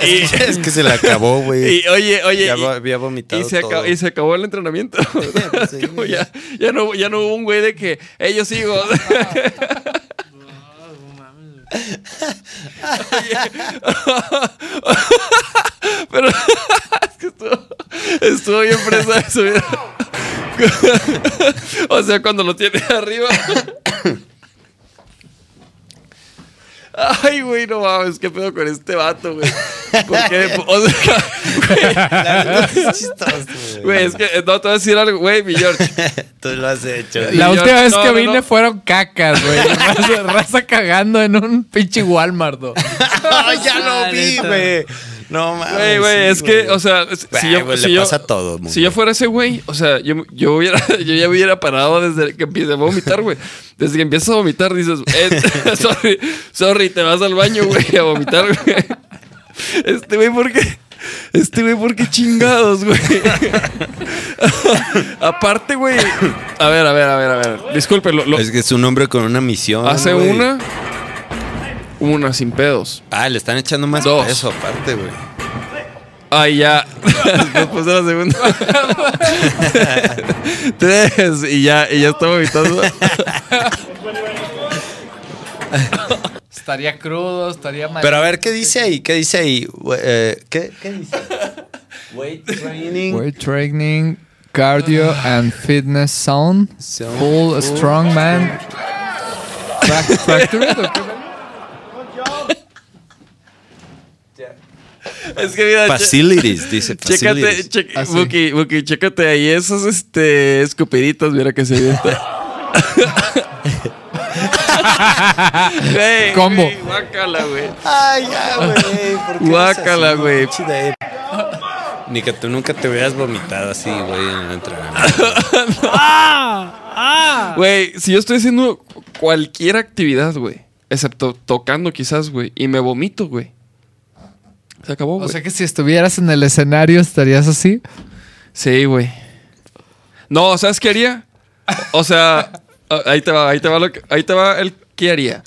S5: Es que- es que se le acabó, güey.
S2: Y oye, oye.
S5: Ya
S2: y-
S5: va- había vomitado.
S2: Y se,
S5: todo.
S2: acabó, y se acabó el entrenamiento.
S5: Sí.
S2: Como ya, ya no, ya no hubo un güey de que, "Ey, yo sigo. Pero es que estuvo, estuvo bien presa de su vida. o sea, cuando lo tiene arriba. Ay, güey, no mames, qué pedo con este vato, güey. Porque, o sea,
S5: Chistoso,
S2: Güey, es que no te voy a decir algo, güey, mi George.
S5: Tú lo has hecho.
S2: Y
S4: La
S2: yo-
S4: última vez
S2: no,
S4: que
S2: no,
S4: vine
S2: no.
S4: fueron cacas, güey. Raza, raza cagando en un pinche Walmart. güey.
S5: No, ya lo vi,
S3: neta.
S5: güey. No mames.
S2: Güey, güey,
S5: sí,
S2: es que,
S5: güey.
S2: o sea, si
S5: Güey,
S2: yo,
S5: güey,
S2: si
S5: le
S2: yo-
S5: pasa a todo mundo.
S2: si yo fuera ese güey, o sea, yo, yo hubiera, yo ya hubiera parado desde que empecé a vomitar, güey. Desde que empiezas a vomitar dices, eh, sorry, sorry, te vas al baño, güey, a vomitar, güey. Este güey, ¿por qué? Este güey, ¿por qué chingados, güey? Aparte, güey. A ver, a ver, a ver, a ver. Discúlpenlo. lo-
S5: Es que es un hombre con una misión.
S2: hace
S5: güey.
S2: una, una sin pedos.
S5: Ah, le están echando más
S2: Dos.
S5: peso aparte, güey.
S2: Ay, ya. Después de la segunda. Tres. Y ya, y ya está vomitando.
S4: Estaría crudo, estaría mal.
S5: Pero a ver, ¿qué dice ahí? ¿Qué dice ahí? Güey, eh, ¿Qué, qué dice? Weight training.
S4: Weight training, cardio and fitness zone.
S5: Zone.
S4: Full strong man. Frac- Fractured. ¿o qué?
S2: es que mira, che-
S5: Facilities, dice.
S2: chécate,
S5: Facilities.
S2: che-
S4: Ah, sí.
S2: Buki, Buki, chécate ahí esas este, escupiditas, mira que se avienta. Güey,
S4: Combo.
S2: güey, guácala, güey.
S5: Ay, ya, güey. ¿por qué eres
S2: Guácala,
S5: así, eh?
S2: güey.
S5: pinche de- Ni que tú nunca te hubieras vomitado así, güey, en el entrenamiento.
S2: Güey, si yo estoy haciendo cualquier actividad, güey, excepto tocando quizás, güey, y me vomito, güey. Se acabó, güey.
S4: O sea que si estuvieras en el escenario estarías así.
S2: Sí, güey. No, ¿sabes qué haría? O sea, a- ahí te va, ahí te va lo que, ahí te va el qué haría.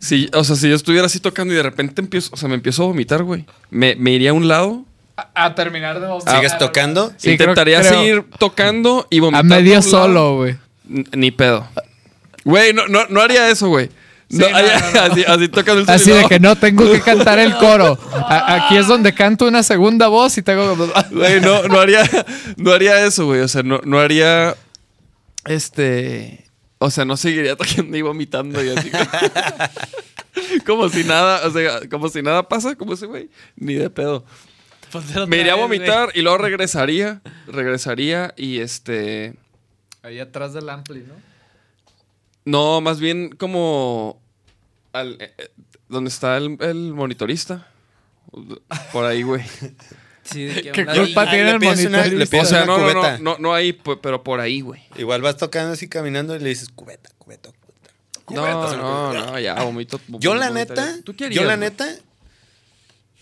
S2: Si, o sea, si yo estuviera así tocando y de repente empiezo, o sea, me empiezo a vomitar, güey. Me, me iría a un lado.
S4: A, terminar de
S5: ¿Sigues tocando?
S4: Sí, creo-
S2: intentaría
S4: creo-
S2: seguir tocando y
S4: A
S2: vomitando.
S4: medio
S2: un lado.
S4: solo, güey.
S2: N- Ni pedo. Güey, no, no, no haría eso, güey. No,
S4: no,
S2: haría-
S4: no, no.
S2: Así, así tocando el
S4: Así de
S2: sonido.
S4: que no tengo que cantar el coro. A- aquí es donde canto una segunda voz y tengo.
S2: Güey, no, no haría, no haría eso, güey. O sea, no, no haría. Este. O sea, no seguiría tocando y vomitando y así. como si nada, o sea, como si nada pasa, como ese güey. Ni de pedo.
S3: Pues, otra
S2: Me iría a
S3: vez,
S2: vomitar y luego regresaría. Regresaría y este.
S4: Ahí atrás del Ampli, ¿no?
S2: No, más bien como. al- eh, eh, donde está el, el monitorista. Por ahí, güey.
S3: güey. Sí, de que
S4: ¿Qué
S3: una-
S4: culpa
S5: Ahí
S4: tiene
S5: le
S4: el
S5: pides una-
S4: monitor?
S5: le
S2: O
S5: pides
S2: sea,
S5: una
S2: no, no, no,
S5: cubeta.
S2: no, no ahí, pu- pero por ahí, güey.
S5: Igual vas tocando así caminando y le dices cubeta, cubeta, cubeta.
S2: No, no, no, ya, vomito.
S5: Yo la
S2: vomitaría.
S5: neta,
S2: ¿Tú qué
S5: yo
S2: harías,
S5: la
S2: güey?
S5: neta,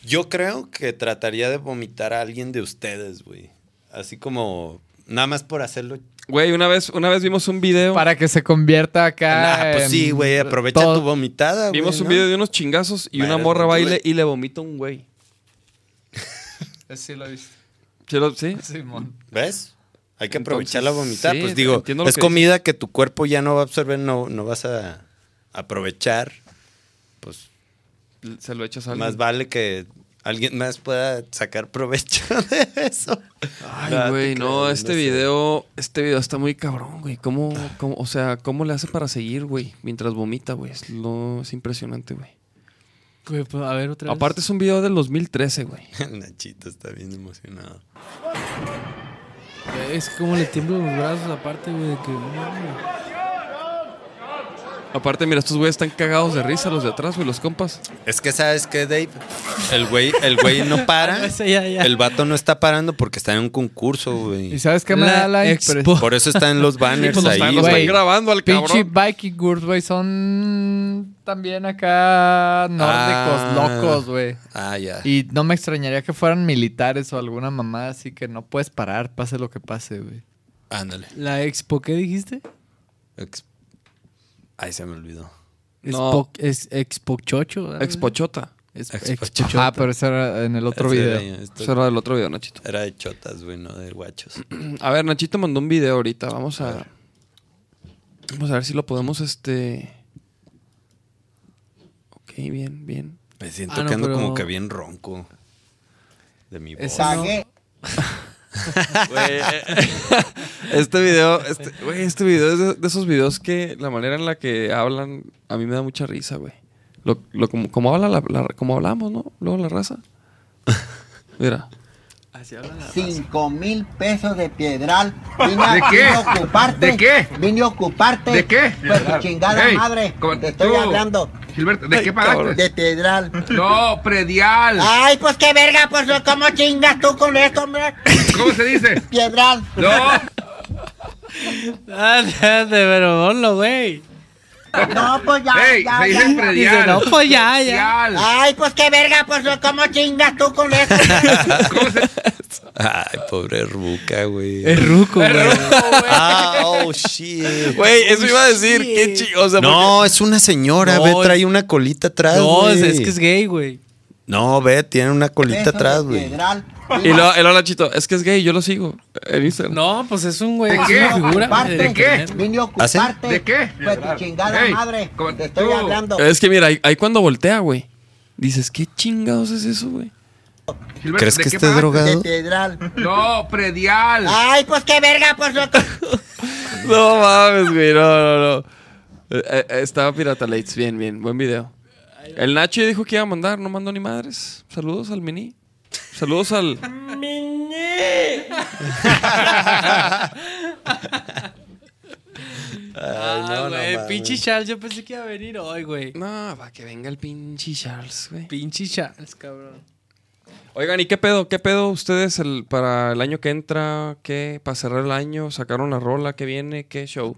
S5: yo creo que trataría de vomitar a alguien de ustedes, güey. Así como, nada más por hacerlo.
S2: Güey, una vez, una vez vimos un video.
S4: Para que se convierta acá.
S5: Ah, pues
S4: en
S5: sí,
S2: em,
S5: güey, aprovecha
S4: todo.
S5: tu vomitada, güey,
S2: Vimos un
S5: ¿no?
S2: video de unos chingazos y
S5: Madre,
S2: una morra
S5: güey,
S2: baile
S5: güey.
S2: y le vomita un güey.
S4: Eh, Sí, lo viste.
S2: ¿Sí? lo- sí?
S4: Simón.
S5: ¿Ves? Hay que
S2: Entonces,
S5: aprovechar la vomitada.
S2: sí,
S5: pues digo,
S2: entiendo lo
S5: es
S2: que
S5: comida que tu cuerpo ya no va a absorber, no, no vas a aprovechar. Pues
S2: Se lo echas a alguien.
S5: más vale que alguien más pueda sacar provecho de eso.
S2: Ay,
S5: Nada,
S2: güey,
S5: te
S2: no, Ah.
S5: creo,
S2: este
S5: sé.
S2: video, este video está muy cabrón, güey. ¿Cómo, cómo- o sea, cómo le hace para seguir, güey? Mientras vomita, güey. Es, lo- es impresionante, güey.
S3: Güey, pues, a ver otra
S5: Ah,
S3: vez.
S2: Aparte es un video del 2013, güey.
S5: Nachito está bien emocionado.
S3: Es que como le tiemblan los brazos aparte, güey, de que... no,
S2: Aparte, mira, estos güeyes están cagados de risa los de atrás, güey, los compas.
S5: Es que sabes que Dave, el güey, el güey no
S2: Ah,
S5: para.
S3: ese ya, ya.
S5: El vato no está parando porque está en un concurso,
S4: ¿Y
S5: güey.
S4: sabes qué me
S3: La
S4: da la
S3: expo-
S4: impresión?
S5: Por eso está en los banners
S2: Pues los
S5: ahí.
S2: están, los están
S4: güey.
S2: grabando al
S4: Pinche
S2: cabrón.
S4: Vikingurs, güey, son también acá nórdicos,
S5: Ah.
S4: locos, güey.
S5: Ah, ya.
S4: Y no me extrañaría que fueran militares o alguna mamá, así que no puedes parar, pase lo que pase, güey.
S5: Ándale.
S3: La expo, ¿qué dijiste?
S5: Ex- Ay, se me olvidó.
S2: No.
S3: Expo, es, expo chocho. ¿verdad?
S2: Expochota.
S3: Es-
S5: Expo
S3: expo chocho.
S4: Ah, pero eso era en el otro
S5: Ese
S4: video.
S5: Era, esto
S2: Eso era del otro video, Nachito.
S5: era de chotas, güey, no de guachos.
S2: A ver, Nachito mandó un video ahorita. Vamos a. Vamos a ver si lo podemos, este. Ok, bien, bien.
S5: Me siento
S3: Ah, no,
S5: que ando
S3: pero-
S5: como que bien ronco. De mi voz.
S4: Ese no.
S2: Este video, este, güey, este video es de, de esos videos que la manera en la que hablan a mí me da mucha risa, güey. Lo, lo- como, como habla la- la- como hablamos, ¿no? Luego la raza. Mira.
S9: Cinco mil pesos de piedral. Vine a, vine a ocuparte. ¿De qué? Vine a ocuparte. ¿De qué? Pues tu chingada madre. Te estoy hablando.
S2: ¿De qué pagaste?
S9: De piedral. No, predial. Ay, pues qué verga, pues ¿cómo chingas tú con esto, hombre? ¿Cómo se dice? Piedral.
S3: Ah, de pero ponlo, güey.
S9: No, pues ya. ya, ya.
S3: Dice, no, pues ya, ya.
S4: Ah,
S9: Ay, pues qué verga, pues ¿cómo chingas tú con esto?
S5: Ay, pobre Ruca, güey.
S3: Es ruco, güey.
S5: Ah, oh, shit.
S2: Güey, eso iba a decir. Qué chido. O sea,
S5: No, es una señora,
S3: No,
S5: ve,
S3: es-
S5: trae una colita atrás.
S3: No, es,
S5: güey.
S3: es que es gay, güey.
S5: No, ve, tiene una colita
S9: Pesos de
S5: atrás, güey.
S9: Piedral.
S2: porque- Y luego, y luego Nachito, es que es gay, yo lo sigo en Instagram.
S3: No, pues es un güey. Es
S9: Vine
S3: una
S9: a
S3: figura. güey,
S9: ocuparte,
S3: de tener.
S9: Vine a
S5: ¿Ah, sí?
S9: ocuparte. ¿De qué? Pues tu chingada madre. Te estoy hablando.
S5: Eh,
S2: Es que mira, ahí, ahí cuando voltea, güey. Dices, ¿qué chingados es eso, güey?
S5: ¿Crees que este esté drogado?
S9: Catedral. No, predial. Ay, pues qué verga, pues loco.
S2: No mames, güey, no, no, no. Eh, eh, estaba Pirata Lates, bien, bien, buen video. El Nacho dijo que iba a mandar, no mandó ni madres. Saludos al Mini. Saludos al. ¡Mini!
S3: Ah, güey,
S5: mames.
S3: pinche Charles, yo pensé que iba a venir hoy, güey.
S2: No, para que venga el pinche Charles, güey.
S3: Pinche Charles, cabrón.
S2: Oigan, ¿y qué pedo? ¿Qué pedo ustedes el- para el año que entra? ¿Qué? ¿Para cerrar el año? ¿Sacaron la rola? ¿Qué viene? ¿Qué show?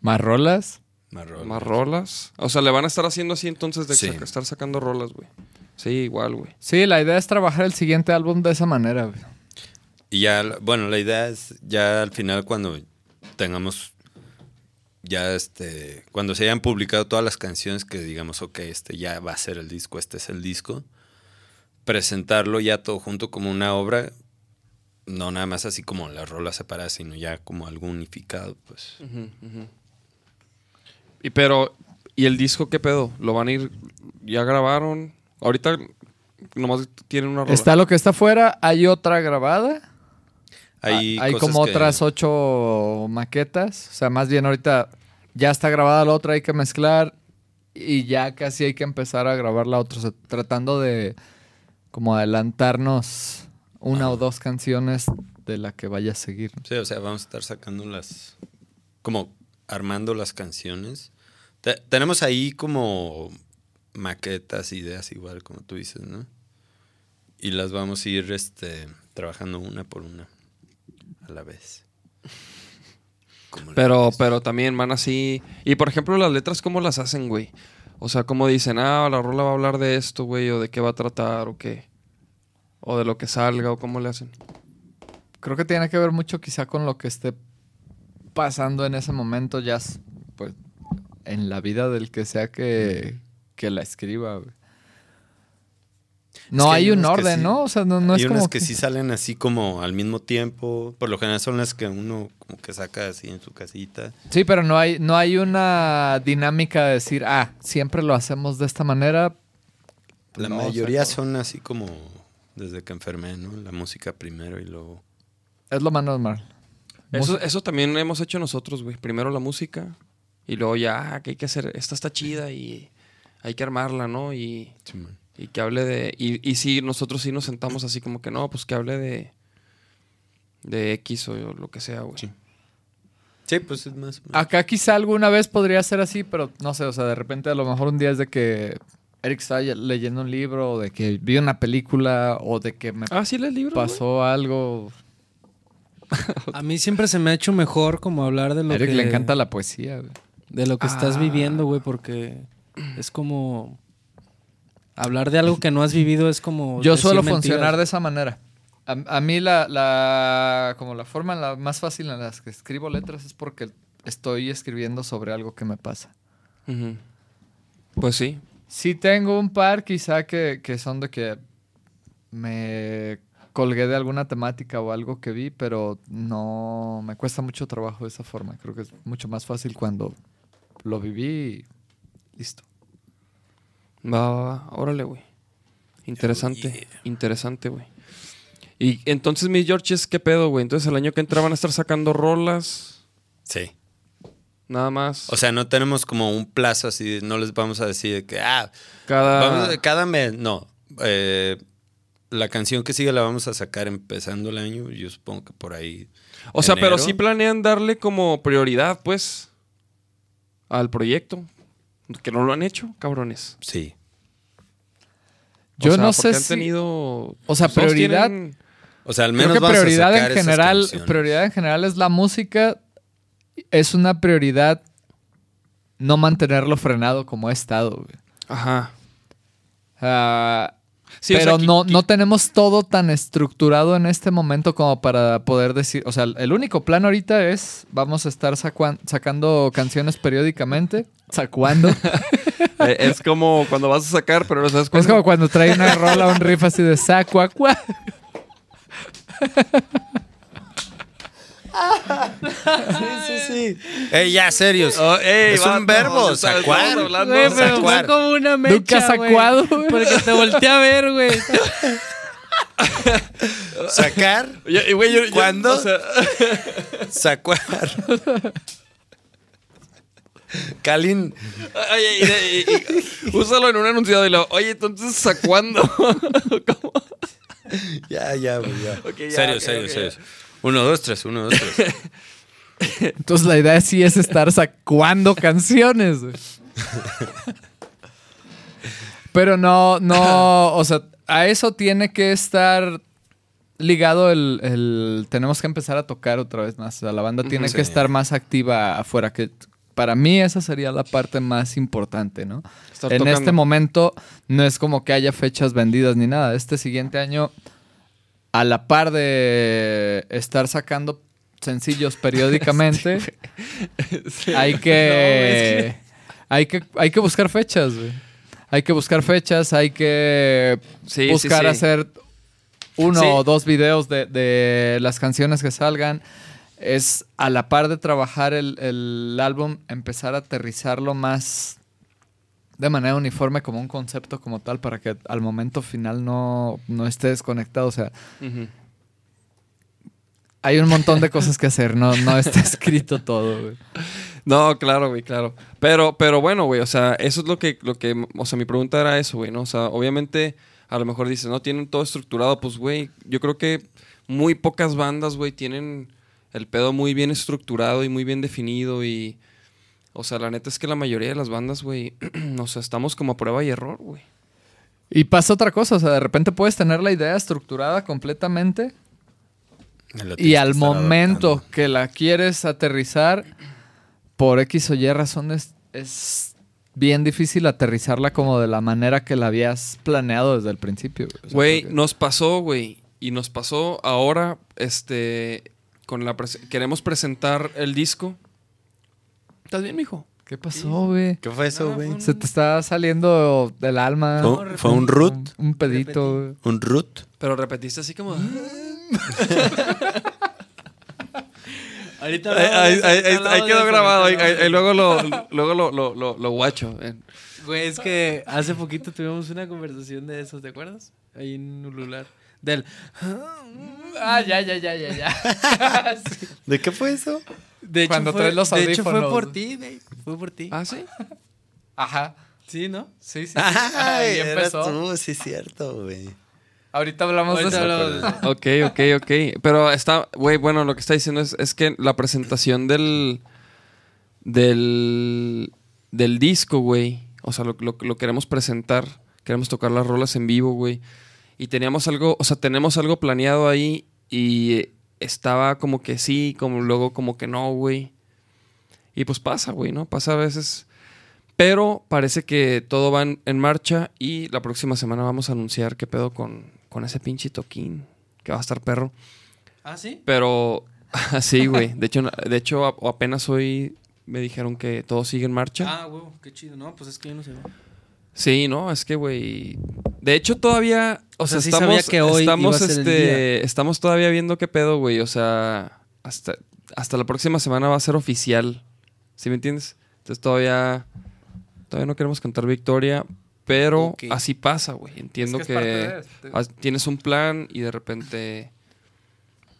S4: ¿Más rolas?
S5: Marrón.
S2: ¿Más rolas? O sea, le van a estar haciendo así entonces de
S5: Sí.
S2: saca- estar sacando rolas, güey. Sí, igual, güey.
S4: Sí, la idea es trabajar el siguiente álbum de esa manera, güey.
S5: Y ya, bueno, la idea es ya al final cuando tengamos, ya este, cuando se hayan publicado todas las canciones que digamos, ok, este ya va a ser el disco, este es el disco, presentarlo ya todo junto como una obra, no nada más así como las rolas separadas, sino ya como algo unificado, pues.
S2: Y pero, ¿y el disco qué pedo? ¿Lo van a ir? ¿Ya grabaron? Ahorita nomás tienen una rola.
S4: Está lo que está afuera, hay otra grabada.
S5: Hay,
S4: Ah, hay
S5: cosas
S4: como
S5: que-
S4: otras ocho maquetas. O sea, más bien ahorita ya está grabada la otra, hay que mezclar. Y ya casi hay que empezar a grabar la otra. O sea, tratando de, como adelantarnos una o dos canciones de la que vaya a seguir.
S5: Sí, o sea, vamos a estar sacando las. Como armando las canciones. Te- tenemos ahí como maquetas, ideas, igual, como tú dices, ¿no? Y las vamos a ir este, trabajando una por una a la vez. Como la
S2: Pero,
S5: vez.
S2: pero también van así. Y por ejemplo, las letras, ¿cómo las hacen, güey? O sea, ¿cómo dicen, ah, la rola va a hablar de esto, güey, o de qué va a tratar, o qué? O de lo que salga, o cómo le hacen.
S4: Creo que tiene que ver mucho quizá con lo que esté pasando en ese momento, ya s- pues en la vida del que sea que, que la escriba. güey. No
S5: que hay
S4: hay, un
S5: unas que
S4: orden,
S5: sí.
S4: ¿no? O sea, no, no
S5: Hay
S4: es como
S5: unas que sí salen así como al mismo tiempo. Por lo general son las que uno como que saca así en su casita.
S4: Sí, pero no hay, no hay una dinámica de decir, ah, siempre lo hacemos de esta manera.
S5: La
S4: No,
S5: mayoría
S4: o sea,
S5: son así como desde que enfermé, ¿no? La música primero y luego...
S4: Es lo más normal.
S2: Eso, eso también hemos hecho nosotros, güey. Primero la música, y luego ya, ah, que hay que hacer, esta está chida y hay que armarla, ¿no? Y, y que hable de. Y, y sí, nosotros sí nos sentamos así como que no, pues que hable de. de X o lo que sea, güey.
S5: Sí. Sí, pues es más...
S4: Acá quizá alguna vez podría ser así, pero no sé, o sea, de repente a lo mejor un día es de que Eric está ya- leyendo un libro, o de que vi una película, o de que me
S2: Ah, sí, el libro. güey?
S4: pasó algo.
S3: A mí siempre se me ha hecho mejor como hablar de lo
S4: Eric
S3: que
S4: le encanta la poesía. güey.
S3: de lo que
S4: Ah.
S3: estás viviendo, güey, porque es como hablar de algo que no has vivido es como
S4: Yo
S3: decir
S4: suelo
S3: mentiras.
S4: funcionar de esa manera. A, a mí la, la- como la forma la más fácil en la que escribo letras es porque estoy escribiendo sobre algo que me pasa.
S2: Ujú. Pues sí,
S4: Sí tengo un par quizá que, que son de que me colgué de alguna temática o algo que vi, pero no me cuesta mucho trabajo de esa forma. Creo que es mucho más fácil cuando lo viví y listo.
S2: Va, va, va. Órale, güey. Interesante. Interesante, güey. Y entonces, mis Georges, ¿qué pedo, güey? Entonces, el año que entra van a estar sacando rolas.
S5: Sí.
S2: Nada más.
S5: O sea, no tenemos como un plazo así, no les vamos a decir que, ah,
S2: cada.
S5: vamos- cada mes, no. Eh, la canción que sigue la vamos a sacar empezando el año, yo supongo que por ahí.
S2: o sea, pero
S5: enero.
S2: sí planean darle como prioridad, pues. Al proyecto. Que no lo han hecho, cabrones.
S5: Sí.
S2: O
S4: Yo
S2: sea,
S4: no
S2: porque
S4: sé
S2: han
S4: si...
S2: tenido.
S4: O sea,
S2: pues, todos
S4: prioridad-
S2: tienen-
S5: O sea, al menos
S4: Creo que
S5: vamos
S4: prioridad
S5: a sacar
S4: en
S5: esas
S4: general,
S5: canciones.
S4: prioridad en general es la música. Es una prioridad no mantenerlo frenado como ha estado. güey.
S2: Ajá.
S4: Ah,
S2: Sí, o
S4: pero
S2: sea, qui-
S4: no,
S2: qui-
S4: no tenemos todo tan estructurado en este momento como para poder decir, o sea, el único plan ahorita es, vamos a estar sacuan- sacando canciones periódicamente, sacuando.
S2: eh, es como cuando vas a sacar, pero no sabes
S4: es
S2: cuándo.
S4: como cuando trae una rola, un riff así de sacua, cua.
S5: Sí, sí, sí. Ey, ya, serios. es
S2: Oh, vato,
S5: un verbo,
S2: estamos
S5: sacuar.
S2: hablando.
S3: Güey, pero
S5: Sacuar.
S3: fue como una mecha,
S4: Nunca
S3: güey,
S4: sacuado, güey.
S3: Porque te volteé a ver, güey.
S5: Sacar,
S2: Ya, y, güey, yo- yo-
S5: ¿Cuándo?
S2: o sea,
S5: sacuar. Kalin,
S2: Oye, y de- y- y- úsalo en un anunciado y lo, oye, entonces, ¿a cuándo? ¿Cómo?
S5: ya, ya, güey, ya.
S2: ya,
S5: serio,
S2: ok,
S5: serio,
S2: ok,
S5: serio. Uno, dos, tres, uno, dos, tres.
S4: Entonces la idea sí es estar sacuando canciones. güey. Pero no, no, o sea, a eso tiene que estar ligado el, el- tenemos que empezar a tocar otra vez más. O sea, la banda tiene que estar más activa afuera, que para mí esa sería la parte más importante, ¿no?
S2: Estar
S4: en
S2: tocando.
S4: este momento no es como que haya fechas vendidas ni nada. Este siguiente año, a la par de estar sacando sencillos periódicamente, hay que, hay que hay que buscar fechas, güey. Hay que buscar fechas, hay que
S2: Sí, sí,
S4: buscar
S2: sí.
S4: hacer uno
S2: Sí.
S4: o dos videos de, de las canciones que salgan. Es a la par de trabajar el, el álbum, empezar a aterrizarlo más de manera uniforme como un concepto como tal para que al momento final no, no esté desconectado. O sea,
S2: Ujú.
S4: hay un montón de cosas que hacer, no, no está escrito todo. güey.
S2: No, claro, güey, claro. Pero, pero bueno, güey, o sea, eso es lo que, lo que, o sea, mi pregunta era eso, güey, ¿no? O sea, obviamente a lo mejor dices, no, tienen todo estructurado. Pues, güey, yo creo que muy pocas bandas, güey, tienen el pedo muy bien estructurado y muy bien definido y... O sea, la neta es que la mayoría de las bandas, güey, o sea, estamos como a prueba y error, güey.
S4: Y pasa otra cosa, o sea, de repente puedes tener la idea estructurada completamente y al momento que la quieres aterrizar, por X o Y razones, es bien difícil aterrizarla como de la manera que la habías planeado desde el principio. güey. O sea,
S2: Güey,
S4: porque-
S2: nos pasó, güey. Y nos pasó ahora, este, con la... pres- queremos presentar el disco. ¿Estás bien, mijo?
S4: ¿Qué pasó, güey?
S5: ¿Qué fue
S2: Ah,
S5: eso, güey?
S4: Se te está saliendo del alma.
S5: Fue un- fue un root.
S4: Un, un pedito, güey.
S5: ¿Un root?
S2: Pero repetiste así como...
S6: Ahorita
S2: Ahí, ahí- ahí- ahí- ahí quedó grabado. Ahí, ahí- ahí luego lo, luego lo, lo, lo- lo guacho. eh.
S3: Güey, es que hace poquito tuvimos una conversación de esos, ¿te acuerdas? Ahí en Ulular. Del.
S4: Ah, ya, ya, ya, ya, ya.
S5: ¿De qué fue eso?
S3: De hecho,
S4: Cuando
S3: fue,
S4: traes los
S3: de hecho, fue
S4: audífonos.
S3: por ti, güey. Fue por ti.
S2: ¿Ah, sí?
S4: Ajá.
S3: Sí, ¿no?
S4: Sí, sí. sí.
S5: Ay,
S4: Ahí
S5: eras
S4: empezó.
S5: tú, sí es cierto, güey.
S4: Ahorita hablamos
S3: Ahorita
S4: de eso.
S3: hablamos de eso.
S2: Ok, ok, ok. Pero está... Güey, bueno, lo que está diciendo es, es que la presentación del... Del... Del disco, güey. O sea, lo, lo- lo queremos presentar. Queremos tocar las rolas en vivo, güey. Y teníamos algo... O sea, tenemos algo planeado ahí. Y eh, estaba como que sí, como luego como que no, güey. Y pues pasa, güey, ¿no? Pasa a veces... Pero parece que todo va en, en marcha y la próxima semana vamos a anunciar qué pedo con, con ese pinche toquín. Que va a estar perro.
S3: ¿Ah, sí?
S2: Pero sí, güey. De hecho, de hecho, a- apenas hoy me dijeron que todo sigue en marcha.
S3: Ah, huevo, qué chido. No, pues es que yo no sé.
S2: Sí, no, es que, güey. De hecho, todavía. O,
S3: O sea,
S2: sea,
S3: sí
S2: estamos.
S3: sabía que hoy
S2: estamos,
S3: iba a ser el
S2: este, estamos todavía viendo qué pedo, güey. O sea, hasta, hasta la próxima semana va a ser oficial. ¿Sí me entiendes? Entonces todavía. Todavía no queremos cantar victoria. Pero
S3: Ok.
S2: así pasa, güey. Entiendo
S4: Es
S2: que,
S4: que es parte de este.
S2: ah, tienes un plan y de repente.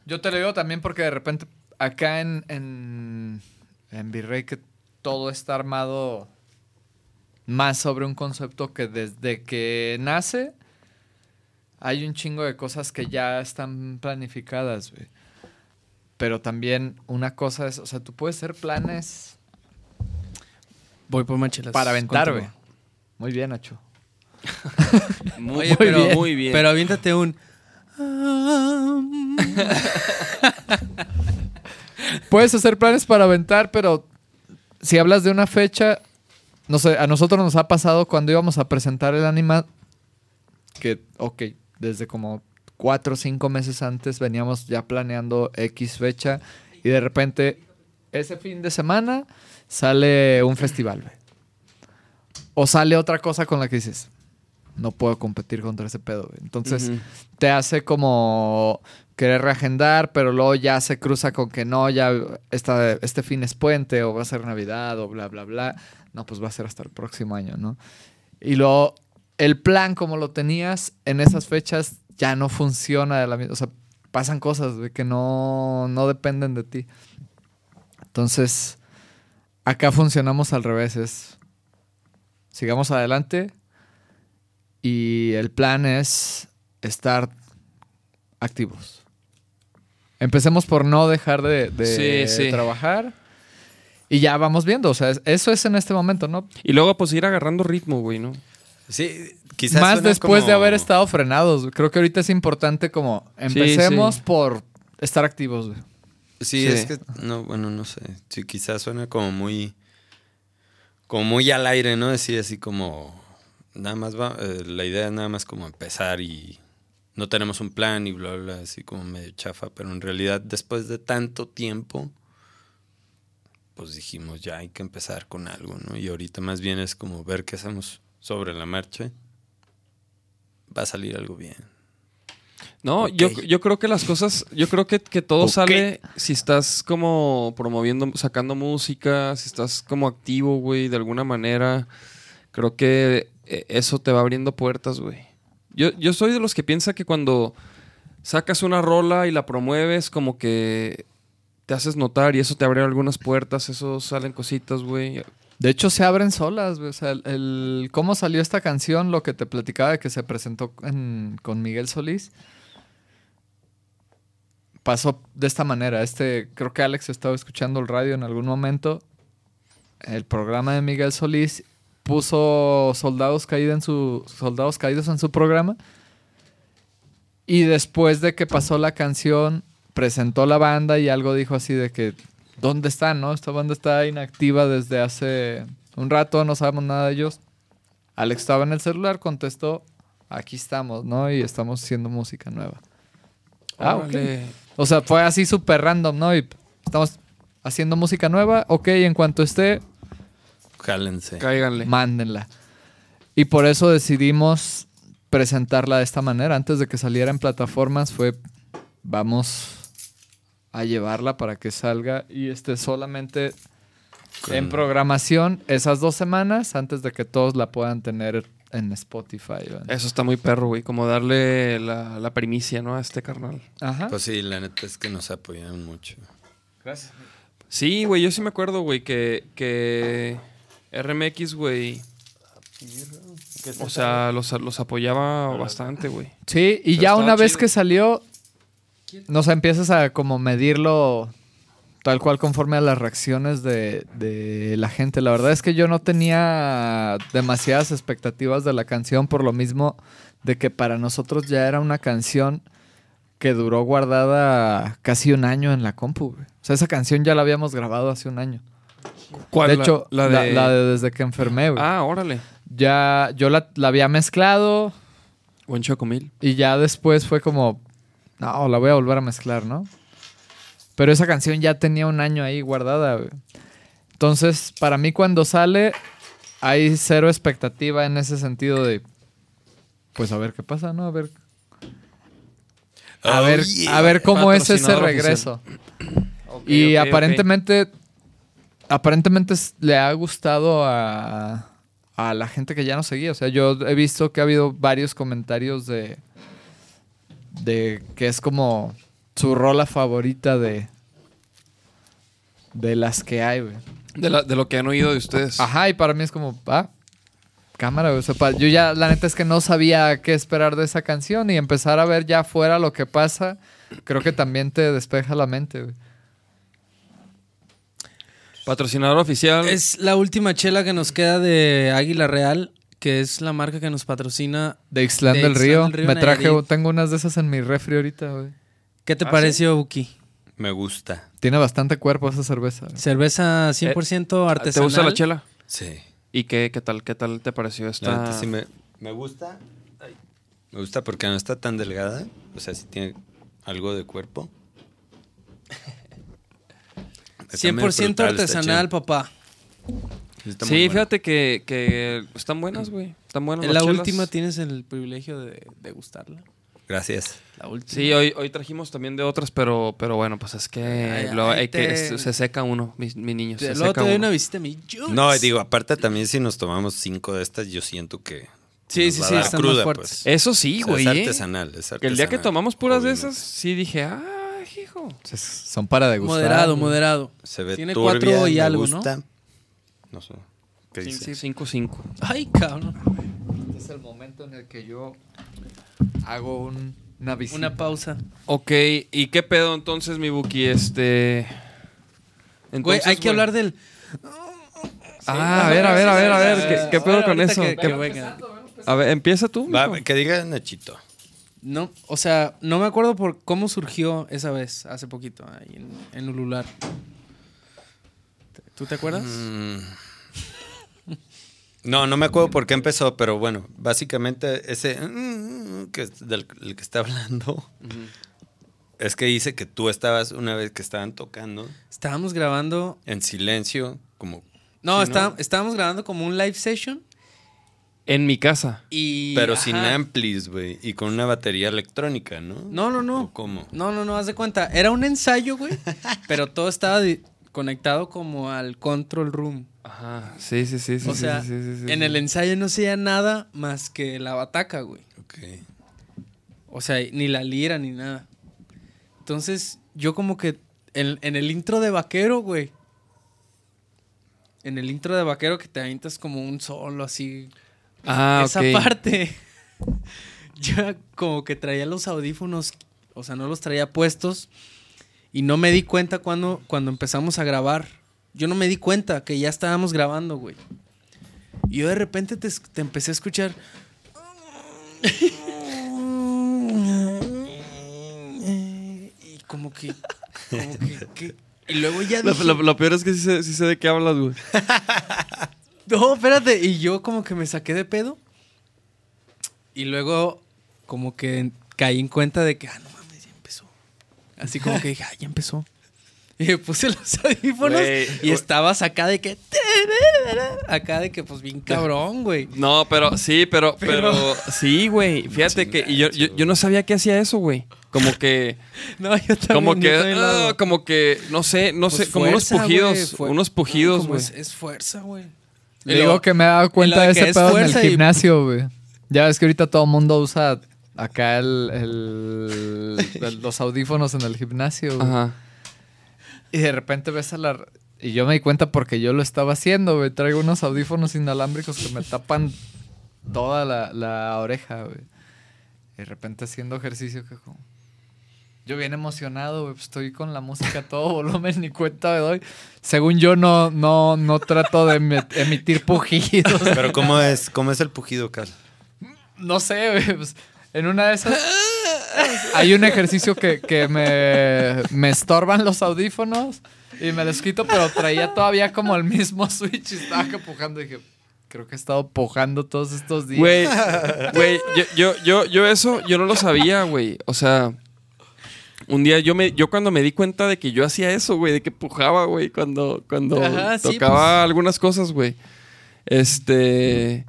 S4: Yo te lo digo también porque de repente acá en, en, en Virrey que todo está armado más sobre un concepto que desde que nace hay un chingo de cosas que ya están planificadas, güey. Pero también una cosa es, o sea, tú puedes hacer planes
S3: Voy por manchelas.
S4: para aventar, güey.
S3: Continúa.
S4: Muy bien, Nacho.
S2: Muy,
S3: Oye, pero, Pero aviéntate un.
S4: Puedes hacer planes para aventar, pero si hablas de una fecha, no sé, a nosotros nos ha pasado cuando íbamos a presentar el anima que, ok, desde como cuatro o cinco meses antes veníamos ya planeando X fecha y de repente ese fin de semana sale un festival, güey. O sale otra cosa con la que dices, no puedo competir contra ese pedo, güey. Entonces,
S2: Ujú.
S4: te hace como querer reagendar, pero luego ya se cruza con que no, ya esta- este fin es puente o va a ser Navidad o bla, bla, bla. No, pues va a ser hasta el próximo año, ¿no? Y luego el plan como lo tenías en esas fechas ya no funciona de la misma... O sea, pasan cosas güey, que no, no dependen de ti. Entonces, acá funcionamos al revés. Es, sigamos adelante y el plan es estar activos. Empecemos por no dejar de, de
S2: Sí, sí.
S4: trabajar y ya vamos viendo. O sea, es- eso es en este momento, ¿no?
S2: Y luego, pues, ir agarrando ritmo, güey, ¿no?
S5: Sí, quizás.
S4: Más
S5: suena
S4: después
S5: como-
S4: de haber estado frenados. güey. Creo que ahorita es importante como
S2: sí.
S4: empecemos por estar activos. güey.
S5: Sí,
S2: Sí.
S5: es que. No, bueno, no sé. Sí, quizás suena como muy. Como muy al aire, ¿no? Así, así como. Nada más va. eh, la idea es nada más como empezar y. No tenemos un plan y bla, bla, bla, así como medio chafa. Pero en realidad, después de tanto tiempo. Pues dijimos, ya hay que empezar con algo, ¿no? Y ahorita más bien es como ver qué hacemos sobre la marcha. Va a salir algo bien.
S2: No,
S5: Ok.
S2: yo, yo creo que las cosas, yo creo que, que todo
S5: Ok.
S2: sale si estás como promoviendo, sacando música, si estás como activo, güey, de alguna manera. Creo que eh, eso te va abriendo puertas, güey. Yo, yo soy de los que piensa que cuando sacas una rola y la promueves, como que te haces notar y eso te abre algunas puertas, eso salen cositas, güey.
S4: De hecho, se abren solas, güey. O sea, el, el- cómo salió esta canción, lo que te platicaba de que se presentó en- con Miguel Solís, pasó de esta manera. Este, creo que Alex estaba escuchando el radio en algún momento. El programa de Miguel Solís puso soldados caídos en su. Soldados caídos en su programa. Y después de que pasó la canción, presentó la banda y algo dijo así de que, ¿dónde están, no? Esta banda está inactiva desde hace un rato, no sabemos nada de ellos. Alex estaba en el celular, contestó, aquí estamos, ¿no? Y estamos haciendo música nueva. Ah, ok.
S3: Órale.
S4: O sea, fue así súper random, ¿no? Y estamos haciendo música nueva, ok, en cuanto esté,
S5: Jálense.
S2: Cáiganle.
S4: Mándenla. Y por eso decidimos presentarla de esta manera. Antes de que saliera en plataformas fue, vamos a llevarla para que salga y esté solamente en programación esas dos semanas antes de que todos la puedan tener en Spotify. ¿verdad?
S2: Eso está muy perro, güey. Como darle la, la primicia, ¿no? A este carnal.
S4: Ajá.
S5: Pues sí, la neta es que nos apoyaron mucho.
S2: Sí, güey, yo sí me acuerdo, güey, que, que RMX, güey. O sea, los, los apoyaba bastante, güey.
S4: Sí, y
S2: Pero
S4: ya
S2: estaba
S4: una vez
S2: chido.
S4: que salió, no sé, empiezas a como medirlo tal cual conforme a las reacciones de, de la gente. La verdad es que yo no tenía demasiadas expectativas de la canción por lo mismo de que para nosotros ya era una canción que duró guardada casi un año en la compu. güey. O sea, esa canción ya la habíamos grabado hace un año.
S2: ¿Cuál?
S4: de hecho,
S2: la, de...
S4: desde que enfermé, güey.
S2: Ah, órale.
S4: Ya yo la, la había mezclado,
S2: Buen chocomil.
S4: y ya después fue como, no, la voy a volver a mezclar, ¿no? Pero esa canción ya tenía un año ahí guardada. güey. Entonces, para mí cuando sale, hay cero expectativa en ese sentido de, pues a ver qué pasa, ¿no? A ver, a
S5: Oh,
S4: ver,
S5: yeah.
S4: a ver cómo es ese
S2: Patrocinador
S4: regreso.
S2: Ok,
S4: y
S2: ok, ok.
S4: aparentemente, aparentemente s- le ha gustado a, a la gente que ya no seguía. O sea, yo he visto que ha habido varios comentarios de, de que es como su rola favorita de, de las que hay, güey.
S2: De, la- de lo que han oído de ustedes.
S4: Ajá, y para mí es como, ah, cámara, güey. O sea, pa- yo ya, la neta es que no sabía qué esperar de esa canción y empezar a ver ya afuera lo que pasa, creo que también te despeja la mente, güey.
S2: Patrocinador oficial.
S3: Es la última chela que nos queda de Águila Real, que es la marca que nos patrocina.
S4: De Ixtlán
S3: De
S4: del
S3: Ixtlán
S4: Río.
S3: del Río,
S4: Me traje,
S3: Nayarit.
S4: tengo unas de esas en mi refri ahorita, güey.
S3: ¿Qué te
S2: Ah,
S3: pareció, Buki?
S5: Me gusta.
S4: Tiene bastante cuerpo esa cerveza. güey.
S3: Cerveza 100% artesanal.
S2: Eh, ¿Te gusta la chela?
S5: Sí.
S2: ¿Y qué, qué tal? ¿Qué tal te pareció esta?
S5: La neta sí me, me gusta. Ay. Me gusta porque no está tan delgada. O sea, sí tiene algo de cuerpo. Está medio
S3: 100%
S5: frutal, está
S3: artesanal,
S5: chido.
S3: papá.
S5: Está muy
S2: Sí,
S5: bueno.
S2: fíjate que, que están buenas, güey. Están buenas
S3: En
S2: las
S3: la
S2: chelas.
S3: última tienes el privilegio de, de gustarla.
S5: Gracias.
S3: La última.
S2: Sí, hoy, hoy trajimos también de otras, pero, pero bueno, pues es que,
S3: Ay,
S2: lo-
S3: ahí
S2: hay que-
S3: te-
S2: se- se seca uno, mi, mi niño. Se
S3: Luego
S2: seca
S3: te doy
S2: uno.
S3: una visita a mi Jules.
S5: No, y digo, aparte también si nos tomamos cinco de estas, yo siento que.
S3: Sí,
S5: nos
S3: sí,
S5: va a
S3: sí,
S5: dar
S3: están más
S5: cruda,
S3: fuertes.
S5: pues.
S2: Eso sí,
S5: O sea,
S2: güey.
S5: es
S2: ¿eh?
S5: artesanal, es
S2: Que el día que
S5: artesanal,
S2: tomamos puras de
S5: obviamente.
S2: esas, sí dije, ah, hijo.
S4: Entonces, Son para degustar.
S3: Moderado,
S4: güey.
S3: moderado.
S5: Se ve
S3: Tiene
S5: turbia,
S3: cuatro y
S5: me
S3: algo,
S5: gusta.
S3: ¿no?
S5: No sé. ¿Qué dice?
S2: 5-5.
S3: Ay, cabrón.
S4: Este es el momento en el que yo hago un, una visita.
S3: Una pausa.
S2: Ok, ¿y qué pedo entonces, mi Buki? Este.
S3: Güey, hay que hablar del.
S2: Ah, a ver, a ver, a ver, a ver. ¿Qué, qué pedo
S3: Ahora,
S2: con
S3: ahorita
S2: eso?
S3: que-
S2: ¿Qué-
S3: que venga.
S2: A ver, empieza tú.
S5: Va,
S2: mijo.
S5: que diga Nachito.
S3: No, o sea, no me acuerdo por cómo surgió esa vez, hace poquito, ahí en, en Ulular. ¿Tú te acuerdas?
S5: Mm. No, no me acuerdo por qué empezó, pero bueno, básicamente ese mm, que es del el que está hablando es que dice que tú estabas una vez que estaban tocando
S3: Estábamos grabando.
S5: en silencio, como
S3: No, está- estábamos grabando como un live session
S2: En mi casa.
S3: y.
S5: pero
S3: ajá.
S5: sin amplis, güey, y con una batería electrónica, ¿no?
S3: No, no, no.
S5: ¿O cómo?
S3: No, no, no, haz de cuenta. Era un ensayo, güey, pero todo estaba di- conectado como al control room.
S2: Ajá. Sí, sí, sí, sí.
S3: O
S2: sí,
S3: sea,
S2: sí, sí, sí, sí.
S3: en el ensayo no se veía nada más que la bataca, güey.
S5: Ok.
S3: O sea, ni la lira ni nada. Entonces, yo como que en, en el intro de Vaquero, güey. en el intro de Vaquero que te avientas como un solo así.
S2: Ah,
S3: Esa
S2: ok.
S3: parte. Yo como que traía los audífonos, o sea, no los traía puestos y no me di cuenta cuando, cuando empezamos a grabar. Yo no me di cuenta que ya estábamos grabando, güey. Y yo de repente te, es- te empecé a escuchar. y como que. Como que, que- y luego ya
S2: Lo,
S3: dije,
S2: lo- lo peor es que sí sé, sí sé de qué hablas, güey.
S3: no, espérate. Y yo como que me saqué de pedo. Y luego como que caí en cuenta de que, ah, no mames, ya empezó. Así como que dije, ah, ya empezó. Y me puse los audífonos
S2: Güey,
S3: y
S2: güey.
S3: estabas acá de que... Acá de que, pues, bien cabrón, güey.
S2: No, pero sí, pero, pero,
S3: Pero-
S2: sí, güey. Fíjate que y yo, yo, yo no sabía que hacía eso, güey. Como que,
S3: No, yo también...
S2: como
S3: yo
S2: que,
S3: también lo
S2: ah,
S3: hago.
S2: como que, no sé, no
S3: Pues
S2: sé, como unos
S3: fuerza, güey,
S2: pujidos,
S3: fue-
S2: unos
S3: no,
S2: pujidos,
S3: como
S2: güey.
S3: es, es fuerza, güey.
S4: Le
S3: Y
S4: digo
S3: luego-
S4: que me he dado cuenta
S3: y
S4: de
S3: lo de que
S4: ese
S3: es
S4: pedo en el
S3: fuerza y-
S4: gimnasio, güey. Ya ves que ahorita todo el mundo usa acá el, el- el- los audífonos en el gimnasio, güey.
S2: Ajá.
S4: Y de repente ves a la... Y yo me di cuenta porque yo lo estaba haciendo, güey. Traigo unos audífonos inalámbricos que me tapan toda la, la oreja, güey. Y de repente haciendo ejercicio que como... Yo bien emocionado, güey. pues, Estoy con la música a todo volumen, ni cuenta me doy. Según yo, no, no, no trato de emi- emitir pujidos.
S5: Pero ¿cómo es, cómo es el pujido, Carl?
S4: No sé, güey, pues, en una de esas. Hay un ejercicio que, que me, me estorban los audífonos y me los quito, pero traía todavía como el mismo switch y estaba acá pujando. Y dije, creo que he estado pujando todos estos días.
S2: Güey, güey, yo, yo, yo, yo eso, yo no lo sabía, güey. O sea, un día yo me, yo cuando me di cuenta de que yo hacía eso, güey, de que pujaba, güey, cuando, cuando
S3: Ajá, sí,
S2: tocaba
S3: pues.
S2: algunas cosas, güey. Este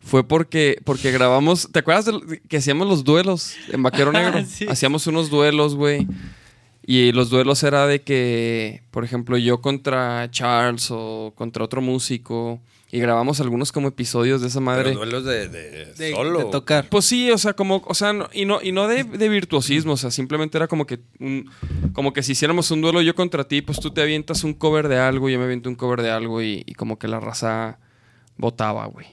S2: fue porque, porque grabamos, ¿te acuerdas de lo- que hacíamos los duelos en Vaquero
S3: Ajá,
S2: Negro?
S3: sí.
S2: Hacíamos unos duelos, güey. Y los duelos era de que, por ejemplo, yo contra Charles o contra otro músico. Y grabamos algunos como episodios de esa madre.
S5: Pero duelos de, de-
S3: De,
S5: solo.
S3: de tocar.
S2: Pues sí, o sea, como, o sea, no- y no, y no de, de virtuosismo, o sea, simplemente era como que un- como que si hiciéramos un duelo yo contra ti, pues tú te avientas un cover de algo, yo me aviento un cover de algo y, y como que la raza votaba, güey.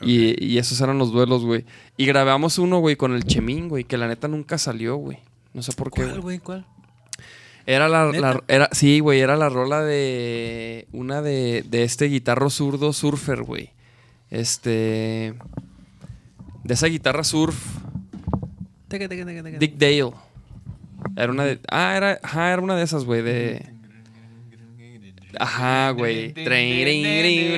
S2: Y, y esos eran los duelos, güey. Y grabamos uno, güey, con el Chemín, güey, que la neta nunca salió, güey. No sé por qué,
S3: ¿Cuál,
S2: güey.
S3: güey? ¿Cuál?
S2: Era la,
S3: ¿Neta?
S2: la- era, sí, güey, era la rola de una de, de este guitarro zurdo surfer, güey. Este de esa guitarra surf
S3: Teca, teca, teca, teca.
S2: Dick Dale. Era una de. Ah, era, ajá, era una de esas, güey, de. Ajá, güey.
S3: sí,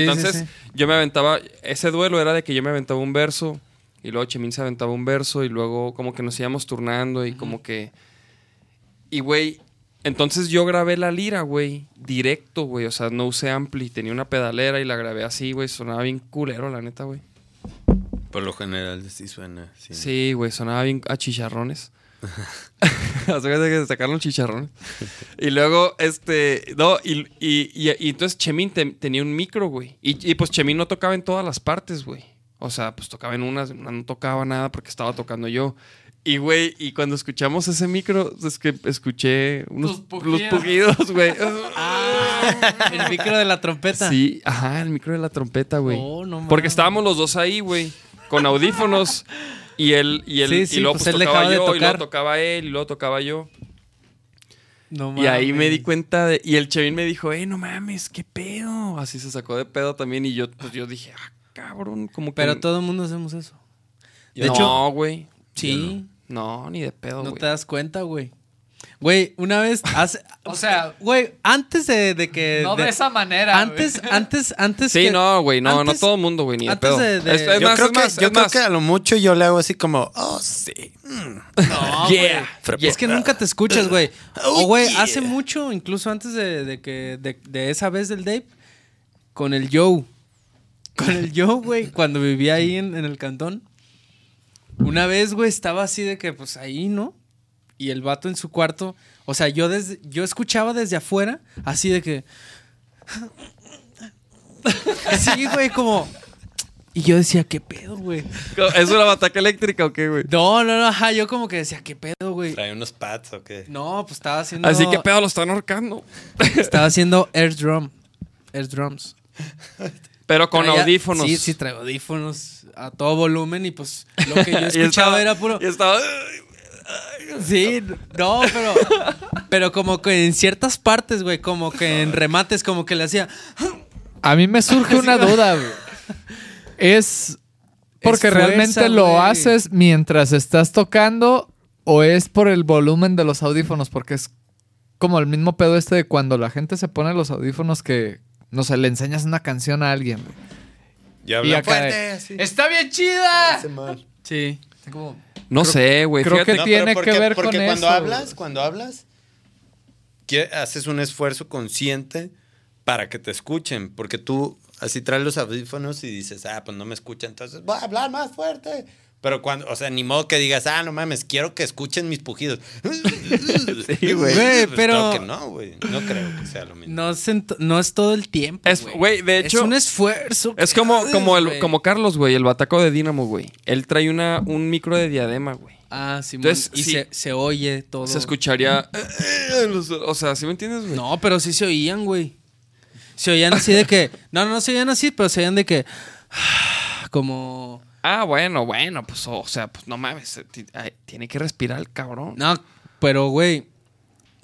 S2: Entonces,
S3: sí.
S2: yo me aventaba. Ese duelo era de que yo me aventaba un verso. Y luego Chemín se aventaba un verso. Y luego, como que nos íbamos turnando. Y como que. Y, güey. Entonces yo grabé la lira, güey, directo, güey. O sea, no usé ampli. Tenía una pedalera y la grabé así, güey. Sonaba bien culero, la neta, güey.
S5: Por lo general sí suena. Sí.
S2: Sí, güey, sonaba bien a chicharrones. Hace que se sacaron chicharrones. Y luego, este, no, y, y- y- y entonces Chemín te- tenía un micro, güey. Y, y, pues Chemín no tocaba en todas las partes, güey. O sea, pues tocaba en unas, en unas no tocaba nada porque estaba tocando yo. Y, güey, y cuando escuchamos ese micro, es que escuché unos
S4: Tus
S2: los
S4: pujidos.
S2: pujidos, güey.
S3: El micro de la trompeta.
S2: Sí, ajá, el micro de la trompeta, güey.
S3: Oh, no mames.
S2: Porque estábamos los dos ahí, güey, con audífonos. Y él, y él,
S3: Sí, sí,
S2: y luego
S3: pues,
S2: pues,
S3: él dejaba
S2: tocaba
S3: de
S2: yo, y luego
S3: tocar.
S2: tocaba él, y luego tocaba yo.
S3: No
S2: Y ahí me
S3: mames.
S2: di cuenta de. Y el Chevin me dijo, eh, no mames, qué pedo. Así se sacó de pedo también. Y yo, pues yo dije, ah, cabrón, como que.
S3: Pero todo el mundo hacemos eso.
S2: de no, hecho, güey.
S3: Sí.
S2: No, ni de pedo,
S3: No
S2: güey.
S3: te das cuenta, güey. Güey, una vez hace-
S4: O sea-
S3: güey, antes de, de que
S4: no de, esa manera.
S3: antes antes antes
S2: Sí,
S3: que-
S2: no, güey, no, no
S3: antes-
S2: todo el mundo, güey, ni de
S3: antes
S2: pedo.
S3: de- de-
S2: Es, es
S5: Yo,
S2: más,
S5: creo,
S2: es
S5: que,
S2: más,
S5: yo
S2: es
S5: creo
S2: más.
S5: que a lo mucho yo le hago así como, oh, sí. mm".
S3: No,
S2: Yeah.
S3: Ah, güey. Es que nunca te escuchas, güey. O, güey, hace mucho, incluso antes de, de que de, de esa vez del Dave, con el Joe. Con el Joe, güey, cuando vivía ahí en, en el cantón. Una vez, güey, estaba así de que, pues ahí, ¿no? Y el vato en su cuarto. O sea, yo, desde, yo escuchaba desde afuera, así de que. así, güey, como. Y yo decía, ¿qué pedo, güey?
S2: ¿Es una bataca eléctrica o qué, güey?
S3: No, no, no, ajá, yo como que decía, ¿qué pedo, güey?
S5: Trae unos pads o qué.
S3: No, pues estaba haciendo.
S2: Así que pedo lo están ahorcando.
S3: Estaba haciendo air drum. es drums.
S2: Pero con
S3: Traía-
S2: audífonos.
S3: Sí, sí, traigo audífonos a todo volumen y pues lo que yo
S2: Y estaba-
S3: escuchaba era puro.
S2: y estaba-
S3: Sí, no, pero. Pero como que en ciertas partes, güey, como que en remates, como que le hacía.
S4: A mí me surge una duda. güey. ¿Es porque
S3: Es fuerza,
S4: realmente lo
S3: güey.
S4: haces mientras estás tocando o es por el volumen de los audífonos? Porque es como el mismo pedo este de cuando la gente se pone los audífonos que, no sé, le enseñas una canción a alguien. güey.
S5: Y habla
S4: acá de-
S5: fuerte, así.
S4: ¡Está bien chida!
S5: hace mal.
S3: Sí.
S2: No sé, güey.
S4: creo
S2: fíjate
S4: que- tiene
S5: porque,
S4: ver con
S5: porque cuando
S4: eso,
S5: hablas, cuando hablas, que- haces un esfuerzo consciente para que te escuchen, porque tú así traes los audífonos y dices, ah, pues no me escuchan, entonces voy a hablar más fuerte. Pero cuando, o sea, ni modo que digas, ah, no mames, quiero que escuchen mis pujidos. sí,
S3: güey. Güey, pero-
S5: Creo que no, güey. No creo que sea lo mismo.
S3: No es, en to- no es todo el tiempo.
S2: Es- güey, de hecho-
S3: Es un esfuerzo.
S2: Es como,
S3: que
S2: como,
S3: haces,
S2: el, como
S3: güey.
S2: Carlos, güey, el bataco de Dínamo, güey. Él trae una, un micro de diadema, güey.
S3: Ah, sí,
S2: Entonces,
S3: y
S2: sí.
S3: se, se oye todo.
S2: Se escucharía. eh, los- o sea, ¿sí me entiendes, güey?
S3: No, pero sí se oían, güey. Se oían así de que. No, no, no se oían así, pero se oían de que. Como.
S2: Ah, bueno, bueno, pues, o sea, pues no mames. eh, ti- ay, Tiene que respirar el cabrón.
S3: No, pero, güey.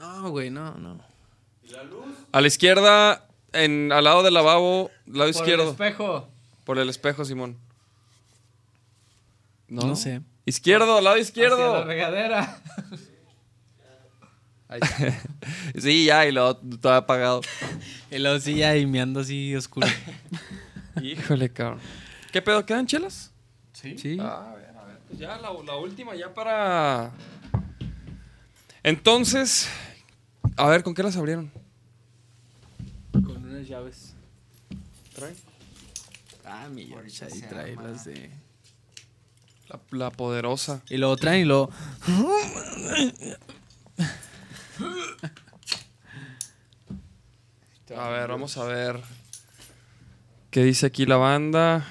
S3: No, güey, no, no.
S2: A la izquierda, en, al lado del lavabo, lado izquierdo.
S4: espejo.
S2: por el espejo, Simón. No,
S3: No sé.
S2: Izquierdo, al lado izquierdo.
S4: regadera.
S2: Sí, ya, y lo estaba apagado.
S3: El lado sí ya y me ando así oscuro.
S2: Híjole, cabrón. ¿Qué pedo? ¿Quedan chelas?
S3: sí.
S2: Pues ya, la, la última, ya para. Entonces, a ver, ¿con qué las abrieron?
S3: Con unas llaves. Ah, mi George ahí trae las de.
S2: La, la poderosa.
S3: Y luego traen y luego.
S2: A ver, vamos a ver. ¿Qué dice aquí la banda?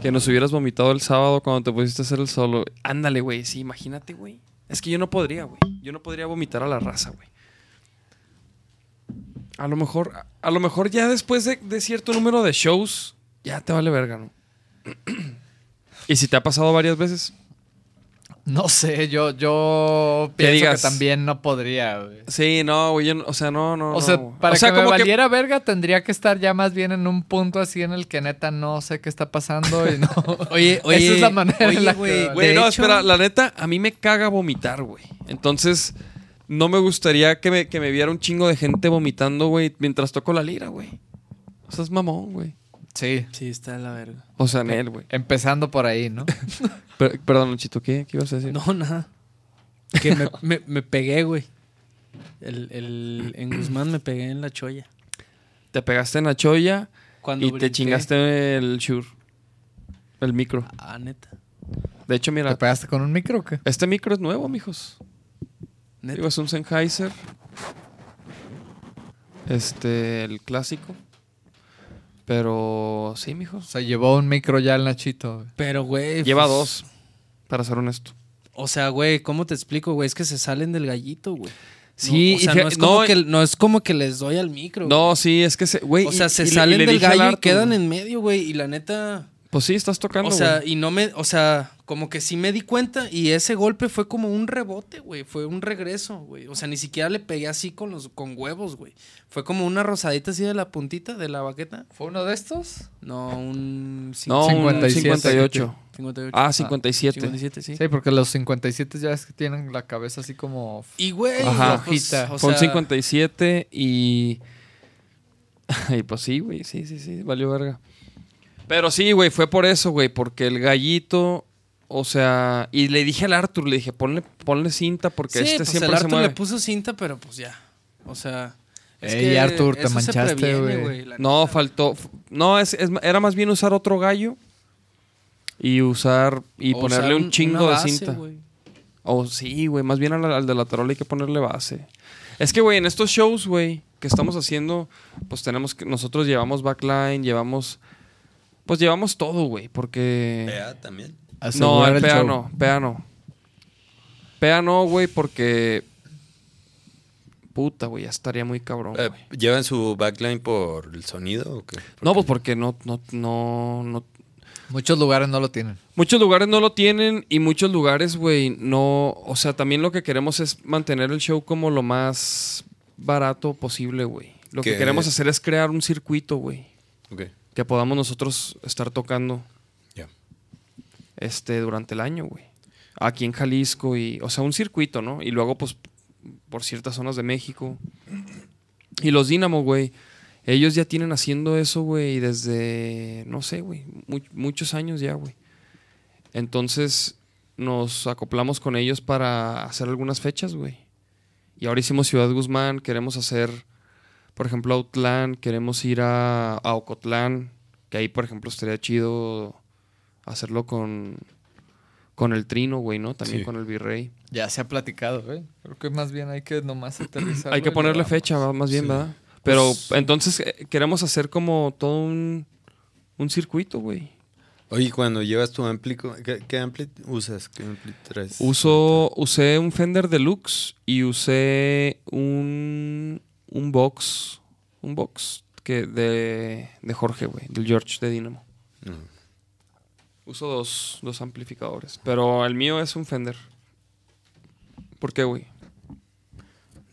S2: Que nos hubieras vomitado el sábado cuando te pusiste a hacer el solo. Ándale, güey, sí, imagínate, güey. Es que yo no podría, güey. Yo no podría vomitar a la raza, güey. A lo mejor, a, a lo mejor ya después de, de cierto número de shows, ya te vale verga, ¿no? y si te ha pasado varias veces,
S4: No sé, yo, yo
S2: Que
S4: pienso
S2: digas.
S4: que también no podría, güey.
S2: sí, no, güey, yo no- o sea, no, no.
S4: O sea,
S2: no, güey.
S4: para
S2: O sea,
S4: que me
S2: como que-
S4: valiera verga tendría que estar ya más bien en un punto así en el que neta no sé qué está pasando y no.
S3: Oye, oye.
S4: Esa es la manera
S3: oye,
S4: en la que-
S3: güey.
S2: Güey,
S3: de
S2: no,
S3: hecho-
S2: espera, la neta, a mí me caga vomitar, güey. Entonces, no me gustaría que me, que me viera un chingo de gente vomitando, güey, mientras toco la lira, güey. O sea, es mamón, güey.
S4: Sí,
S3: Sí, está de la verga.
S2: O sea, en él, güey.
S4: empezando por ahí, ¿no?
S2: Per- perdón, Luchito, ¿qué? ¿Qué ibas a decir?
S3: No, nada. Que me, me, me pegué, güey. El, el, en Guzmán me pegué en la cholla.
S2: Te pegaste en la cholla
S3: Cuando
S2: y
S3: brinqué.
S2: te chingaste el shur. El micro.
S3: Ah, neta.
S2: De hecho,
S4: ¿Te
S2: mira,
S4: pegaste con un micro o qué?
S2: este micro es nuevo, mijos.
S3: Neta.
S2: Digo, es un Sennheiser. Este, el clásico. Pero sí, mijos.
S4: Se llevó un micro ya el Nachito. güey.
S3: Pero, güey.
S2: Lleva
S3: pues,
S2: dos, para ser honesto.
S3: O sea, güey, ¿cómo te explico, güey? Es que se salen del gallito, güey.
S2: Sí,
S3: no, o sea,
S2: y fija-
S3: no, es como
S2: no,
S3: que, no es como que les doy al micro.
S2: No, sí, es que se, güey.
S3: güey. O
S2: y-
S3: sea, se
S2: y le- y
S3: salen
S2: le
S3: del
S2: dije al
S3: gallo y
S2: Arthur,
S3: quedan en medio, güey. Y la neta.
S2: Pues sí, estás tocando.
S3: O sea,
S2: güey.
S3: y no me. O sea, como que sí me di cuenta. Y ese golpe fue como un rebote, güey. Fue un regreso, güey. O sea, ni siquiera le pegué así con los con huevos, güey. Fue como una rosadita así de la puntita de la baqueta.
S4: ¿Fue uno de estos?
S3: No, un.
S2: no, un
S4: 57.
S2: 58.
S3: 58.
S2: Ah, 57.
S3: 57, sí.
S4: Sí, porque los 57 ya es que tienen la cabeza así como.
S3: Y, güey,
S2: Ajá.
S3: pues, o
S2: Fue un
S3: sea,
S2: 57 y. Y pues sí, güey, sí, sí, sí, valió verga. Pero sí, güey, fue por eso, güey, porque el gallito. O sea, y le dije al Arthur, le dije, ponle, ponle cinta porque
S3: sí,
S2: este
S3: pues
S2: siempre
S3: el
S2: se
S3: Arthur
S2: mueve.
S3: le puso cinta, pero pues ya. O sea.
S4: Ey, Arthur, te
S3: eso se
S4: manchaste,
S3: previene,
S4: güey.
S3: la
S2: No,
S3: neta.
S2: faltó. f- No, es, es- era más bien usar otro gallo y usar y
S3: O
S2: ponerle
S3: usar
S2: un
S3: una
S2: chingo
S3: base,
S2: de cinta.
S3: güey.
S2: Oh, sí, güey, más bien al, al de la tarola hay que ponerle base. Es que, güey, en estos shows, güey, que estamos haciendo, pues tenemos que. Nosotros llevamos backline, llevamos. Pues llevamos todo, güey, porque.
S5: Vea también.
S2: No,
S4: asegurar
S2: el PEA
S4: show.
S2: no, PEA no. PEA no, güey, porque. Puta, güey, ya estaría muy cabrón.
S5: Eh,
S2: güey.
S5: ¿Llevan su backline por el sonido o qué?
S2: no, pues porque no, no, no, no.
S4: Muchos lugares no lo tienen.
S2: Muchos lugares no lo tienen y muchos lugares, güey, no. O sea, también lo que queremos es mantener el show como lo más barato posible, güey. Lo que
S5: Que-
S2: queremos hacer es crear un circuito, güey,
S5: Ok,
S2: que podamos nosotros estar tocando
S5: ya.
S2: este, durante el año, güey. Aquí en Jalisco y, o sea, un circuito, ¿no? Y luego, pues, por ciertas zonas de México. Y los Dynamo, güey, ellos ya tienen haciendo eso, güey, desde, no sé, güey, mu- muchos años ya, güey. Entonces, nos acoplamos con ellos para hacer algunas fechas, güey. Y ahora hicimos Ciudad Guzmán, queremos hacer, por ejemplo, Outland, queremos ir a, a Ocotlán, que ahí, por ejemplo, estaría chido hacerlo con, con el trino, güey, ¿no? También
S5: Sí.
S2: con el virrey.
S4: Ya se ha platicado, güey. Creo que más bien hay que nomás aterrizar.
S2: Hay que ponerle fecha, va, más bien,
S5: Sí.
S2: ¿verdad? Pero entonces eh, queremos hacer como todo un, un circuito, güey.
S5: Oye, ¿y cuando llevas tu ampli, ¿qué, qué ampli usas? ¿Qué ampli traes?
S2: Uso, usé un Fender Deluxe y usé un, un box, un box que de, de Jorge, güey, del George de Dynamo.
S5: Ujú.
S2: Uso dos, dos amplificadores, pero el mío es un Fender. ¿Por qué, güey?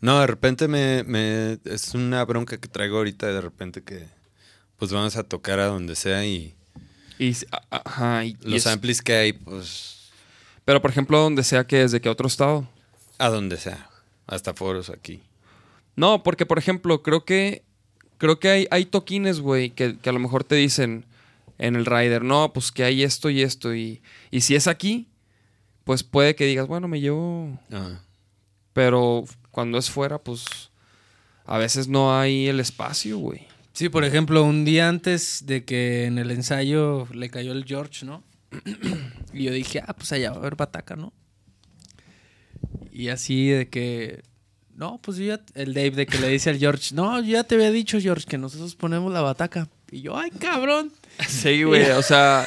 S5: No, de repente me, me- Es una bronca que traigo ahorita, de repente que. Pues vamos a tocar a donde sea y
S2: Y, s- a- a- ajá, y- y
S5: los
S2: es-
S5: amplis que hay, pues.
S2: Pero, por ejemplo, donde sea que desde que otro estado.
S5: A donde sea. Hasta foros aquí.
S2: No, porque por ejemplo, creo que creo que hay, hay toquines, güey, que, que a lo mejor te dicen en el rider, no, pues que hay esto y esto. Y, y si es aquí, pues puede que digas, bueno, me llevo.
S5: Ajá.
S2: Pero cuando es fuera, pues a veces no hay el espacio, güey.
S3: Sí, por ejemplo, un día antes de que en el ensayo le cayó el George, ¿no? y yo dije, ah, pues allá va a haber bataca, ¿no? Y así de que. No, pues yo ya. El Dave de que le dice al George, no, yo ya te había dicho, George, que nosotros ponemos la bataca. Y yo, ay, cabrón.
S2: Sí, güey, o sea.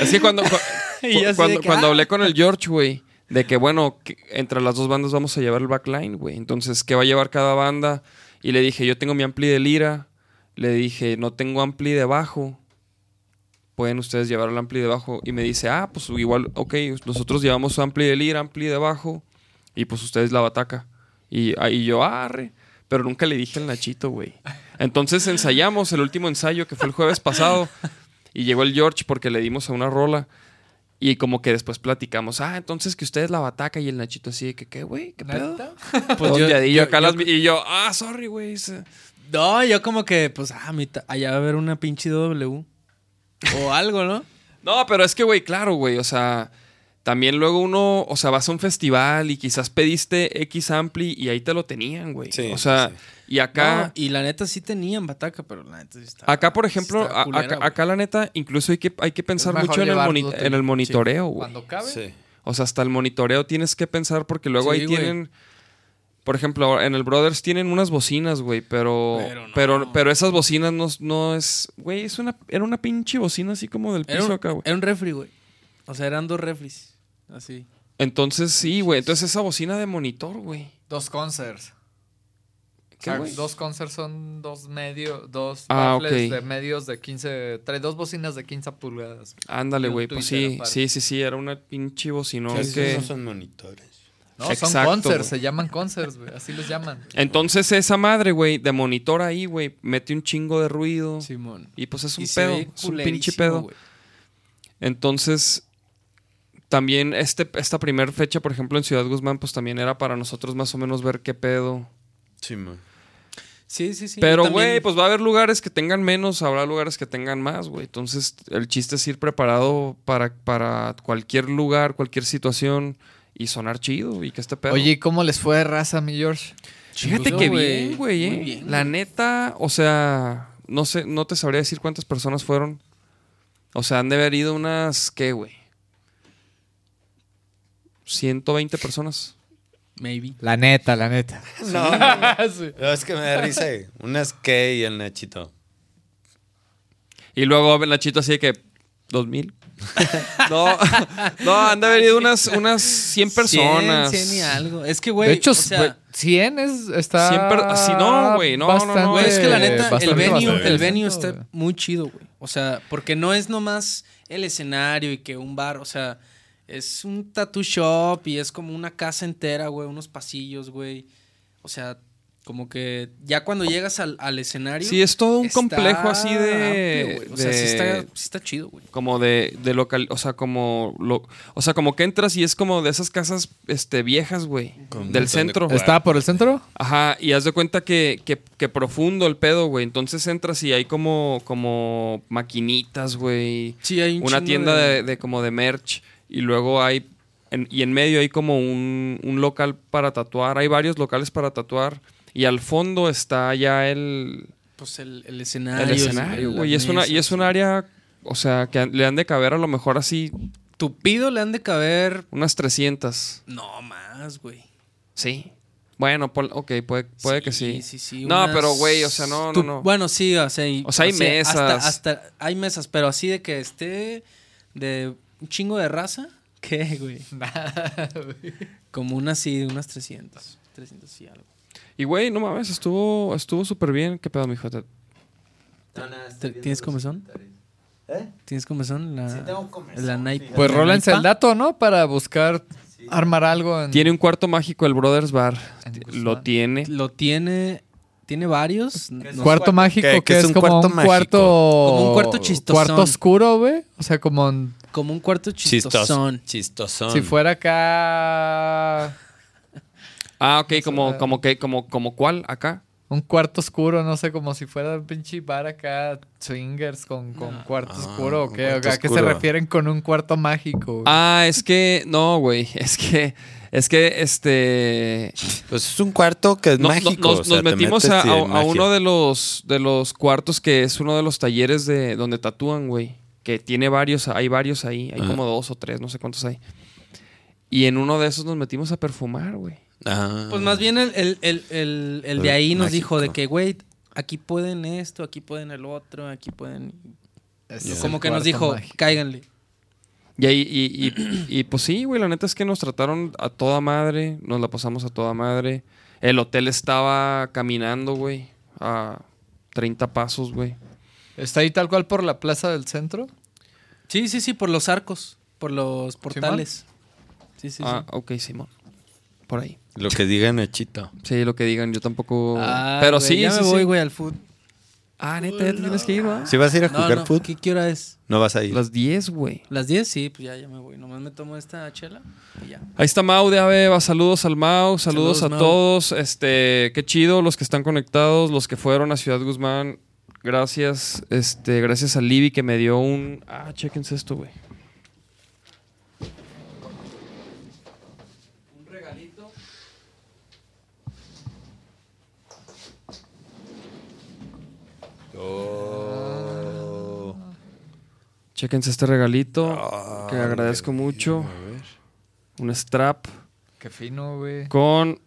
S2: Es que cuando, cu-
S3: Y yo así
S2: cuando,
S3: de que,
S2: cuando
S3: ah.
S2: hablé con el George, güey, de que bueno, que entre las dos bandas vamos a llevar el backline, güey. Entonces, ¿qué va a llevar cada banda? Y le dije, yo tengo mi ampli de lira. Le dije, no tengo ampli de bajo. Pueden ustedes llevar el ampli de bajo. Y me dice, ah, pues igual, ok, nosotros llevamos ampli de lira, ampli de bajo. Y pues ustedes la bataca. Y, ah, y yo, arre. Pero nunca le dije al Nachito, güey. Entonces ensayamos el último ensayo que fue el jueves pasado. Y llegó el George porque le dimos a una rola. Y como que después platicamos, ah, entonces que ustedes la bataca y el Nachito así de que, ¿qué, güey? ¿Qué pedo? Pues
S3: yo-
S2: y,
S3: yo-
S2: yo acá
S3: yo-
S2: las vi- y yo, ah, sorry, güey. se-
S3: No, yo como que, pues, ah, mi ta- allá va a haber una pinche W. O algo, ¿no?
S2: No, pero es que, güey, claro, güey. O sea, también luego uno, o sea, vas a un festival y quizás pediste X Ampli y ahí te lo tenían, güey.
S5: Sí,
S2: o sea,
S5: sí.
S2: y acá.
S3: No, y la neta sí tenían bataca, pero la neta sí estaba.
S2: Acá, por ejemplo,
S3: está
S2: a-
S3: culera,
S2: acá,
S3: güey.
S2: acá, la neta, incluso hay que, hay que pensar
S4: mejor
S2: mucho en el,
S4: llevarlo
S2: moni-
S4: tú.
S2: en el monitoreo, güey.
S4: Cuando cabe.
S5: Sí.
S2: O sea, hasta el monitoreo tienes que pensar porque luego
S3: Sí,
S2: ahí
S3: güey.
S2: tienen. Por ejemplo, ahora en el Brothers tienen unas bocinas, güey, pero.
S3: Pero
S2: Pero,
S3: no.
S2: pero, esas bocinas no, no es. Güey, es una, era una pinche bocina así como del
S3: Era
S2: piso
S3: un,
S2: acá, güey.
S3: era un refri, güey. O sea, eran dos refris. Así.
S2: Entonces, sí, güey. Entonces esa bocina de monitor, güey.
S4: Dos concerts. O
S2: ¿Qué,
S4: sea,
S2: güey?
S4: dos concerts son dos medios, dos
S2: Ah,
S4: baffles
S2: ok.
S4: de medios de 15, trae dos bocinas de 15 pulgadas.
S2: Ándale,
S4: y un
S2: güey. Pues
S4: Twitter
S2: sí,
S4: aparte.
S2: sí, sí, sí. Era una pinche bocinón
S5: Esos
S2: que.
S5: no son monitores.
S4: No, son
S2: Exacto,
S4: concerts,
S2: güey.
S4: se llaman concerts, güey, así los llaman.
S2: Entonces esa madre, güey, de monitor ahí, güey, mete un chingo de ruido.
S3: Simón.
S2: Y pues es un
S3: Y se
S2: pedo,
S3: ve
S2: es un pinche
S3: culerísimo,
S2: pedo.
S3: güey.
S2: Entonces, también este, esta primera fecha, por ejemplo, en Ciudad Guzmán, pues también era para nosotros más o menos ver qué pedo.
S5: Sí, man.
S3: Sí, sí, sí.
S2: Pero,
S3: yo también-
S2: güey, pues va a haber lugares que tengan menos, habrá lugares que tengan más, güey. Entonces, el chiste es ir preparado para, para cualquier lugar, cualquier situación y sonar chido y que este pedo.
S4: Oye, ¿y ¿cómo les fue de raza, mi George?
S2: Fíjate
S3: Chido,
S2: que
S3: güey.
S2: bien, güey.
S3: Muy
S2: eh.
S3: bien,
S2: La neta, o sea, no sé, no te sabría decir cuántas personas fueron. O sea, han de haber ido unas, ¿qué, güey? 120 personas.
S3: Maybe.
S4: La neta, la neta.
S5: es que me da risa. eh. güey. Unas que y el Nachito.
S2: Y luego ven la chita así de que, dos mil. no, no, han de haber ido unas, unas 100 personas.
S3: 100, 100 y algo. Es que, güey.
S4: De hecho,
S3: o sea,
S4: güey, 100 es, está.
S2: Siempre- así no, güey, no, no, no,
S4: bastante-
S2: güey,
S3: Güey, es que la neta, el
S4: bastante,
S3: venue,
S4: bastante.
S3: el venue está muy chido, güey. O sea, porque no es nomás el escenario y que un bar, o sea, es un tattoo shop y es como una casa entera, güey, unos pasillos, güey. O sea, como que ya cuando llegas al, al escenario.
S2: Sí, es todo un
S3: está
S2: complejo así de-
S3: amplio, güey. o sea,
S2: de-
S3: sí está, sí está chido, güey.
S2: Como de, de local, o sea, como lo, o sea, como que entras y es como de esas casas este viejas, güey,
S5: Con un montón
S2: del
S5: de
S2: centro.
S5: cuadros.
S4: ¿Está por el centro?
S2: Ajá, y haz de cuenta que, que, que profundo el pedo, güey. Entonces entras y hay como, como maquinitas, güey.
S3: Sí, hay un
S2: una
S3: chingo
S2: tienda de, de como de merch. Y luego hay. en- y en medio hay como un, un local para tatuar. Hay varios locales para tatuar. Y al fondo está ya el,
S3: Pues el,
S2: el
S3: escenario.
S2: escenario, güey. Y es una, y es un área. O sea, que le han de caber a lo mejor así
S3: Tupido le han de caber.
S2: unas 300.
S3: No más, güey.
S2: Sí. Bueno, pon- ok, puede, puede que sí.
S3: Sí, sí,
S2: No,
S3: unas-
S2: pero güey, o sea, no,
S3: Tú-
S2: no, no.
S3: Bueno, sí, o sea, y-
S2: O sea, hay
S3: hasta-
S2: mesas.
S3: Hasta, hay mesas, pero así de que esté de un chingo de raza, ¿qué, güey? Como unas sí, unas 300, 300 y algo.
S2: Y güey, no mames, estuvo estuvo súper bien. ¿Qué pedo, mijo? Te-
S6: Ah,
S3: ¿Te- ¿Tienes comezón?
S6: ¿Eh?
S3: ¿Tienes comezón? La, sí,
S6: tengo comezón,
S3: La nai-
S6: fíjate.
S4: Pues
S3: la
S4: rólense
S3: naipa.
S4: el dato, ¿no? Para buscar armar algo en.
S2: Tiene un cuarto mágico el Brothers Bar.
S4: En Guzmán.
S2: Lo tiene.
S3: Lo tiene, tiene varios. no-
S4: cuarto mágico,
S5: ¿Qué-
S4: que,
S5: qué
S4: es, como un
S5: mágico?
S4: cuarto.
S3: Como un cuarto chistosón.
S4: Cuarto oscuro, güey. O sea, como en-
S3: Como un cuarto
S5: Chistosón.
S3: chistosón.
S5: Chistosón.
S4: si fuera acá.
S2: Ah, ok, como, como que, como, como cuál acá.
S4: Un cuarto oscuro, no sé, como si fuera un pinche bar acá, swingers con, con cuarto
S5: Ah,
S4: oscuro o
S5: un
S4: qué. O
S5: cuarto
S4: sea, ¿A qué se
S5: oscuro.
S4: refieren con un cuarto mágico? güey?
S2: Ah, es que. No, güey. Es que. Es que este.
S5: Pues es un cuarto que es
S2: no- no-
S5: mágico.
S2: nos,
S5: o sea,
S2: nos
S5: te
S2: metimos a,
S5: metes y hay
S2: a- a
S5: magia.
S2: uno de los, de los cuartos que es uno de los talleres de donde tatúan, güey. Que tiene varios, hay varios ahí. Hay
S5: Ajá.
S2: como dos o tres, no sé cuántos hay. Y en uno de esos nos metimos a perfumar, güey.
S5: Ah.
S3: Pues más bien el, el- el- el- el de
S5: El
S3: ahí nos
S5: mágico.
S3: dijo de que, güey, aquí pueden esto, aquí pueden el otro, aquí pueden...
S4: Ese es
S3: Como
S4: el
S3: que nos
S4: cuarto
S3: dijo,
S4: mágico.
S3: cáiganle.
S2: Y, ahí, y, y- y, pues sí, güey, la neta es que nos trataron a toda madre, nos la pasamos a toda madre. El hotel estaba caminando, güey, a 30 pasos, güey.
S4: Está ahí tal cual por la plaza del centro.
S3: Sí, sí, sí, por los arcos, por los portales. Sí, sí, sí.
S2: ah, ok, Simón. Por ahí.
S5: Lo que diga Nachito.
S2: Sí, lo que digan, yo tampoco.
S3: Ah,
S2: Pero
S3: güey,
S2: sí,
S3: ya
S2: sí,
S3: me
S2: sí.
S3: voy, güey, al food.
S2: Ah, neta, ya te tienes que ir, ¿va?
S5: Si vas a ir a
S3: No,
S5: jugar
S3: no,
S5: fútbol,
S3: ¿qué, qué hora es?
S5: no vas a ir.
S2: Las 10, güey.
S3: ¿Las 10? Sí, pues ya, ya me voy. Nomás me tomo esta chela y ya.
S2: Ahí está Mau de Aveva, saludos al Mau, saludos,
S3: Saludos,
S2: a
S3: Mau.
S2: todos. Este, qué chido los que están conectados, los que fueron a Ciudad Guzmán. Gracias, este, gracias a Libby que me dio un Ah, chéquense esto, güey. Chéquense este regalito que agradezco mucho. Un strap
S4: Qué fino, güey.
S2: con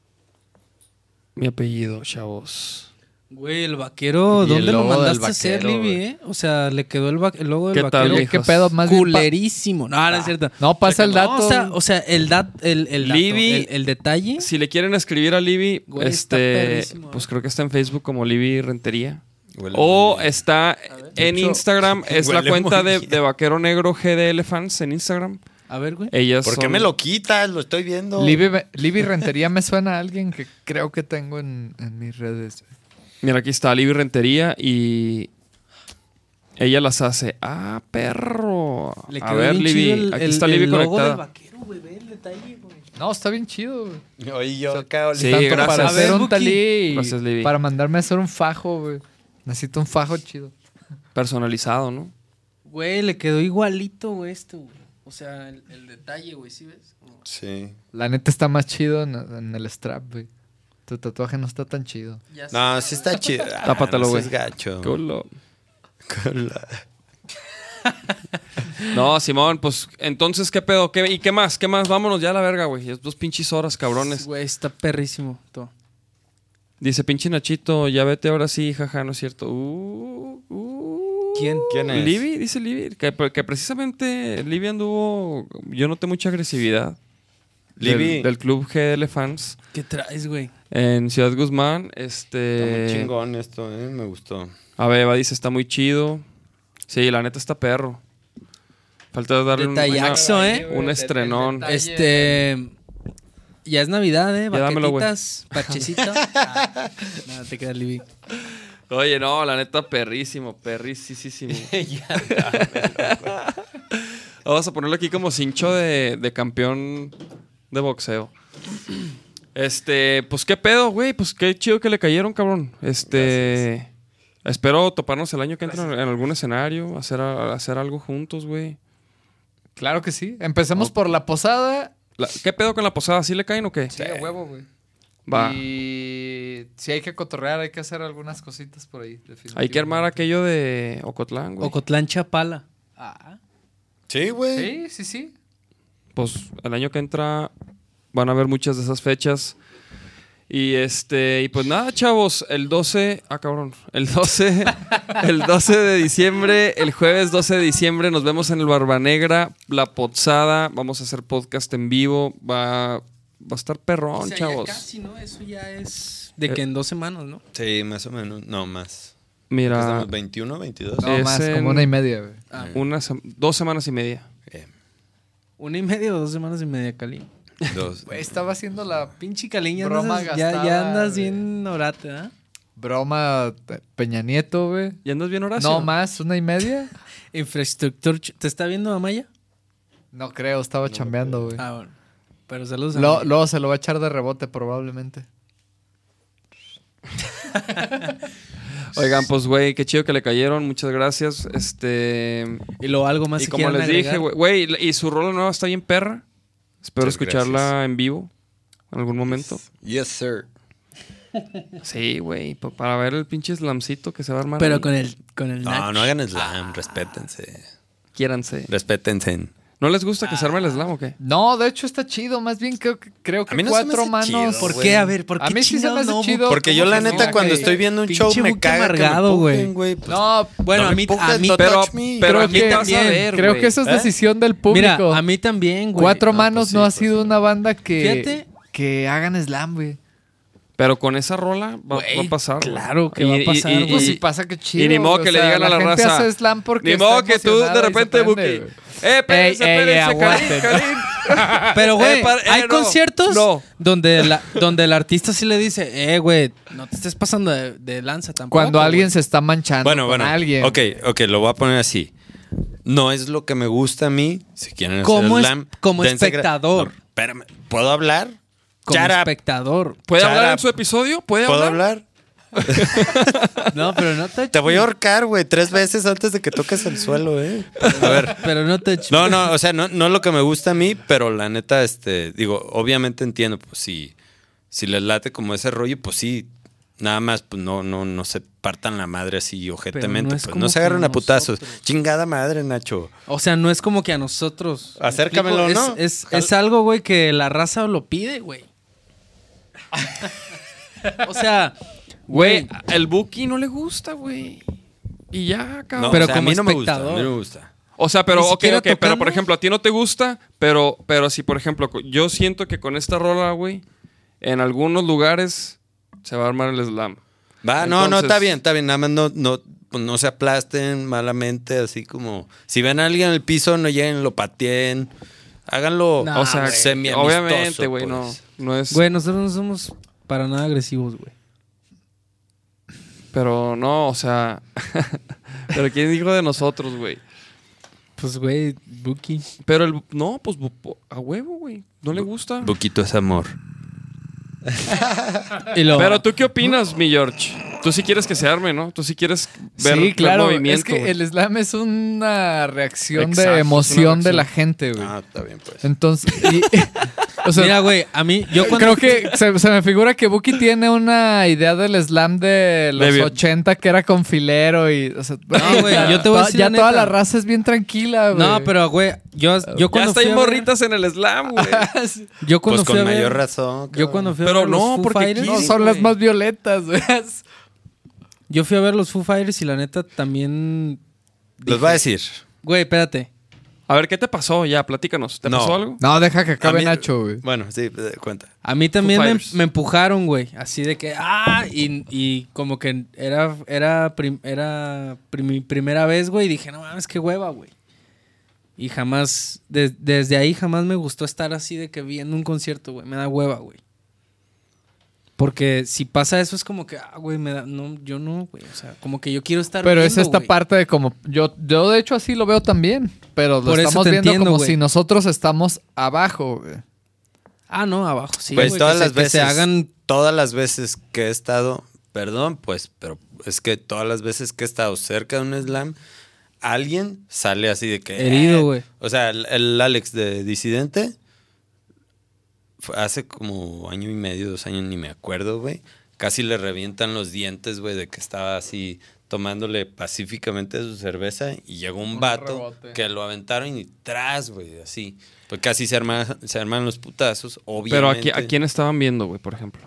S2: mi apellido, chavos.
S3: Güey, el vaquero,
S4: Y el
S3: ¿dónde lo
S4: logo del
S3: mandaste a hacer,
S4: vaquero,
S3: Libby,
S4: güey.
S3: eh? O sea, le quedó el, va- el logo del
S2: ¿Qué tal,
S3: vaquero.
S2: viejo?
S4: ¿Qué pedo? Más bien pa-
S3: culerísimo. No, no es cierto.
S4: No, pasa el
S3: No,
S4: dato.
S3: o sea, o sea, el dat, el, el, dato,
S2: Libby-
S3: el, el detalle.
S2: Si le quieren escribir a Libby,
S3: Güey, está
S2: este,
S3: perrísimo,
S2: pues
S3: eh.
S2: creo que está en Facebook como Libby Rentería.
S5: Huele
S2: O
S5: muy bien.
S2: está en
S4: Hecho,
S2: Instagram, es la
S5: huele
S2: cuenta
S5: muy
S2: de,
S5: bien.
S2: de Vaquero Negro GDL Fans en Instagram.
S3: A ver, güey.
S2: Ellas
S5: ¿Por qué
S2: son-
S5: me lo quitas? Lo estoy viendo.
S4: Libby, Libby Rentería me suena a alguien que creo que tengo en, en mis redes.
S2: Mira, aquí está Libby Rentería y ella las hace. ¡Ah, perro!
S3: Le
S2: A
S3: quedó
S2: ver,
S3: bien
S2: Libby,
S3: chido el-
S2: aquí
S3: el-
S2: está Libby
S3: el logo del
S2: conectada.
S3: vaquero, güey, ve el detalle, güey.
S4: No, está bien chido, güey.
S5: Oye, yo acá
S2: Sí,
S4: Tanto
S2: gracias.
S4: para
S2: A ver,
S4: hacer un
S3: Buki.
S4: talí y
S2: Gracias, Libby.
S4: para mandarme a hacer un fajo, güey. Necesito un fajo chido.
S2: Personalizado, ¿no?
S3: Güey, le quedó igualito, güey, esto, güey. O sea, el, el detalle, güey, ¿sí ves? Como-
S5: Sí.
S4: La neta está más chido en, en el strap, güey. Tu tatuaje no está tan chido.
S3: ya sé.
S5: No, sí está chido.
S2: Tápatelo,
S5: Ah, no
S2: güey.
S5: seas gacho.
S2: Culo.
S5: Cola.
S2: No, Simón, pues entonces, ¿qué pedo? ¿Qué- ¿Y qué más? ¿Qué más? Vámonos ya a la verga, güey. Es dos pinches horas, cabrones.
S3: Güey, está perrísimo todo.
S2: Dice, pinche Nachito, ya vete ahora sí, jaja, no es cierto. Uh, uh.
S3: ¿Quién?
S5: ¿Quién es?
S2: Libby, dice Libby, que, que precisamente Libby anduvo. Yo noté mucha agresividad del-
S5: Libby.
S2: Del, club GL Fans
S3: ¿Qué traes, güey?
S2: en Ciudad Guzmán.
S5: Está muy
S2: Este.
S5: chingón esto, eh, me gustó.
S2: A Beba dice: está muy chido. Sí, la neta está perro. Falta darle un,
S3: Detallaxo,
S2: una-
S3: ¿eh?
S2: un estrenón.
S4: Detalle.
S3: Este. Ya es Navidad, ¿eh?
S2: Ya dámelo, güey.
S3: Baquetitas, pachecito. Ah, Nada, te queda Libby.
S2: Oye, no, la neta, perrísimo, perrísimo. Vamos a ponerlo aquí como cincho de, de campeón de boxeo. Este, pues qué pedo, güey. Pues qué chido que le cayeron, cabrón. Este. Espero toparnos el año que entra en algún escenario, hacer, a- hacer algo juntos, güey.
S4: Claro que sí. Empecemos por la posada.
S2: La- ¿Qué pedo con la posada? ¿Sí le caen o qué?
S4: Sí,
S3: Eh,
S4: a huevo, güey.
S2: Va.
S4: Y si hay que cotorrear, hay que hacer algunas cositas por ahí.
S2: Hay que armar aquello de Ocotlán, güey.
S3: Ocotlán Chapala.
S4: Ah,
S5: Sí, güey.
S4: sí, sí, sí.
S2: pues el año que entra van a haber muchas de esas fechas. Y este, y pues nada, chavos, el 12, ah cabrón, el 12, el 12 de diciembre, el jueves 12 de diciembre nos vemos en el Barba Negra, La Pozada, vamos a hacer podcast en vivo, va, va a estar perrón,
S3: O sea, ya
S2: chavos. Eh.
S3: casi, ¿no? Eso ya es. De que en dos semanas, ¿no?
S5: Sí, más o menos. No, más.
S2: Mira,
S5: Estamos 21, 22.
S4: No
S2: Es
S4: más,
S2: en-
S4: como una y media, güey.
S2: una sem- dos semanas y media.
S5: Eh,
S3: Una y media o dos semanas y media, Cali.
S5: dos.
S4: Güey, estaba haciendo la
S3: Pinche Cali, ya,
S4: Broma
S3: andas, ya- ya,
S4: gastada,
S3: andas
S4: güey.
S3: bien orate, ¿ah?
S4: broma de Peña Nieto, güey.
S2: ¿Ya andas bien
S5: Ah,
S2: Horacio?
S4: No más, una y media.
S3: Infraestructura. ch- ¿Te está viendo Amaya?
S4: No creo, estaba chambeando, güey. pues,
S3: Ah, bueno. Pero saludos a
S4: Lo-
S3: Amaya.
S4: Luego se lo va a echar de rebote, probablemente.
S2: Oigan, pues güey, qué chido que le cayeron, muchas gracias. Este,
S3: Y luego algo más
S2: y
S3: si
S2: como
S3: quieran
S2: les dije,
S3: agregar.
S2: güey, güey, y su rola nueva está bien perra. Espero
S5: Muchas
S2: escucharla
S5: gracias.
S2: en vivo en algún momento.
S5: Yes, sir.
S2: Sí, güey, pa- para ver el pinche slamcito que se va a armar.
S3: Pero
S2: ahí.
S3: con el, con el
S5: No,
S3: Nach.
S5: no hagan slam, respétense.
S2: Quiéranse.
S5: Respétense.
S2: ¿No les gusta que se arme el slam o qué?
S4: No, de hecho está chido. Más bien creo que, creo que
S5: A mí no se me
S4: cuatro
S5: hace
S4: manos.
S5: chido,
S3: ¿Por
S5: güey.
S3: qué? A ver, ¿por qué
S4: A mí sí se me
S3: chingados
S4: hace
S3: no,
S4: chido.
S3: güey?
S5: Porque
S4: ¿Cómo
S5: yo la
S4: que no?
S5: neta
S4: Que-
S5: cuando estoy viendo un
S3: pinche
S5: show me
S3: buque
S5: caga que me
S3: amargado, güey.
S5: empujen, güey. pues,
S4: No,
S3: Bueno, a mí, a
S5: empujes,
S3: mí
S5: no
S2: Pero,
S5: touch me.
S2: pero
S4: Ah, Creo
S2: aquí
S4: que-
S2: te vas a
S3: también,
S2: ver,
S4: creo
S2: güey.
S4: que esa es
S5: ¿Eh?
S4: decisión del
S3: Mira,
S4: público.
S3: a mí también, güey.
S4: cuatro
S5: No,
S4: manos
S5: pues sí,
S4: no ha
S5: pues
S4: sido
S5: sí.
S4: una banda que,
S3: Fíjate.
S4: que hagan slam, güey.
S2: Pero con esa rola va,
S3: Güey,
S2: va a pasar. güey.
S3: claro que va a pasar,
S2: Y,
S4: Pues
S3: güey.
S4: si pasa que chido.
S2: y ni modo
S4: güey,
S2: que
S4: o
S2: le
S4: sea,
S2: digan a la
S4: gente
S2: raza,
S4: hace slam porque
S2: ni
S4: está
S2: modo que tú de
S4: emocionada y se
S2: repente,
S4: prende,
S2: Buki.
S4: güey.
S2: Eh, espérense,
S4: Ey, ey,
S2: espérense,
S4: aguanten.
S2: Karim, Karim.
S3: Pero, güey,
S2: Eh, par- eh,
S3: hay
S2: no,
S3: conciertos
S2: no.
S3: donde, la, donde el artista sí le dice, eh, güey, no te estés pasando de, de lanza tampoco.
S4: Cuando alguien
S3: güey".
S4: se está manchando
S5: Bueno,
S4: con
S5: bueno.
S4: alguien.
S5: Ok, ok, lo voy a poner así. No es lo que me gusta a mí. Si quieren hacer
S3: Como es-
S5: slam,
S3: como
S5: dense gra-
S3: espectador.
S5: No, espérame, ¿puedo hablar?
S3: Como
S5: Shut up.
S3: espectador.
S2: ¿Puede
S5: Shut
S2: hablar en
S5: up.
S2: su episodio? ¿Puede
S5: ¿Puedo
S2: hablar?
S5: hablar?
S3: No, pero no te...
S5: Te voy a ahorcar, güey, tres veces antes de que toques el suelo, eh. A ver.
S3: Pero no te...
S5: No, no, o sea, no, no es lo que me gusta a mí, pero la neta, este, digo, obviamente entiendo, pues si, si les late como ese rollo, pues sí, nada más, pues no, no, no se partan la madre así ojetemente,
S3: no es
S5: pues
S3: como
S5: no se agarren
S3: con
S5: a putazos.
S3: nosotros.
S5: Chingada madre, Nacho.
S3: O sea, no es como que a nosotros... ¿me
S5: Acércamelo,
S3: explico?
S5: ¿no?
S3: Es, es, es algo, güey, que la raza lo pide, güey. o sea,
S2: Güey, el Buki no le gusta, güey. Y ya, cabrón.
S5: No,
S3: Pero
S5: o sea,
S3: como
S5: a mí no me gusta, a
S3: espectador.
S5: mí no me gusta.
S2: O sea, pero,
S3: Ni
S2: ok,
S3: siquiera
S2: ok, pero por
S3: tocando.
S2: ejemplo, a ti no te gusta, pero, pero si, por ejemplo, co- yo siento que con esta rola, güey, en algunos lugares se va a armar el slam.
S5: Va, no, no,
S2: Entonces-
S5: está bien, está bien, nada más no, no, pues, no se aplasten malamente, así como, si ven a alguien en el piso, no lleguen, lo pateen, háganlo, pues.
S3: Nah,
S5: o sea,
S3: güey.
S5: Ah, semi
S2: Obviamente, güey, no. No es.
S3: güey, nosotros no somos para nada agresivos, güey.
S2: Pero no, o sea. pero ¿quién dijo de nosotros, güey?
S3: Pues, güey, Buki.
S2: Pero el. No, pues bu- bu- a huevo, güey. No le gusta.
S5: Poquito es amor.
S3: Y lo-
S2: Pero tú qué opinas, mi George? Tú sí quieres que se arme, ¿no? Tú sí quieres ver,
S4: sí,
S2: ver
S4: claro.
S2: movimiento.
S4: Es que
S2: güey.
S4: el slam es una reacción
S2: Exacto, es
S4: de
S2: una
S4: emoción de
S2: reacción.
S4: la gente, güey.
S5: Ah, está bien, pues.
S4: Entonces, y- o sea,
S3: Mira, güey, a mí, yo cuando...
S4: creo que se, se me figura que Buki tiene una idea del slam de los
S2: De vi-
S4: 80 que era con filero y. o sea,
S3: No, güey, yo te voy a
S4: to-
S3: decir
S4: Ya
S3: la
S4: toda
S3: neta.
S4: la raza es bien tranquila, güey.
S3: No, pero, güey, yo, yo
S2: Ya
S3: cuando
S2: está
S3: fui
S2: hay
S3: a ver-
S2: morritas en el slam, güey.
S3: Yo cuando fui
S5: Pues con
S3: a ver-
S5: mayor razón.
S3: Yo
S5: cabrón.
S3: cuando fui a
S2: Pero
S3: ver los
S2: no,
S3: Foo
S2: porque
S3: Fighters,
S4: No,
S2: sí,
S4: son las
S2: güey.
S4: más violentas, güey.
S3: yo fui a ver los Foo Fighters y la neta también
S5: Les va a decir.
S3: Güey, espérate.
S2: A ver, ¿qué te pasó? Ya, platícanos. ¿Te
S5: No.
S2: pasó algo?
S4: No, deja que acabe
S5: A mí-
S4: Nacho, güey.
S5: Bueno, sí, eh, cuenta.
S3: A mí también me,
S2: Fighters.
S3: me empujaron, güey. Así de que, ah, y, y como que era, era, prim- era pri- mi primera vez, güey. Y dije, no mames, qué hueva, güey. Y jamás, de- desde ahí jamás me gustó estar así de que viendo un concierto, güey. Me da hueva, güey. Porque si pasa eso es como que, ah, güey, me da, no, yo no, güey. O sea, como que yo quiero estar
S4: Pero es
S3: viendo,
S4: esta
S3: güey.
S4: parte de como. Yo, yo de hecho así lo veo también. Pero lo
S3: Por eso
S4: estamos
S3: te
S4: viendo
S3: entiendo,
S4: como
S3: güey.
S4: si nosotros estamos abajo, güey.
S3: Ah, no, abajo, sí.
S5: pues
S3: güey, que
S5: todas
S3: se-
S5: las
S3: que
S5: veces.
S3: se hagan
S5: Todas las veces que he estado. Perdón, pues, pero es que todas las veces que he estado cerca de un slam, alguien sale así de que.
S3: Herido,
S5: "Eh".
S3: güey.
S5: O sea, el, el Alex de Disidente. fue Hace como año y medio, dos años, ni me acuerdo, güey. Casi le revientan los dientes, güey, de que estaba así tomándole pacíficamente su cerveza y llegó un vato
S4: rebote.
S5: que lo aventaron y tras, güey, así. Pues casi se, arma- se arman los putazos, obviamente.
S2: Pero aquí, ¿a quién estaban viendo, güey, por ejemplo?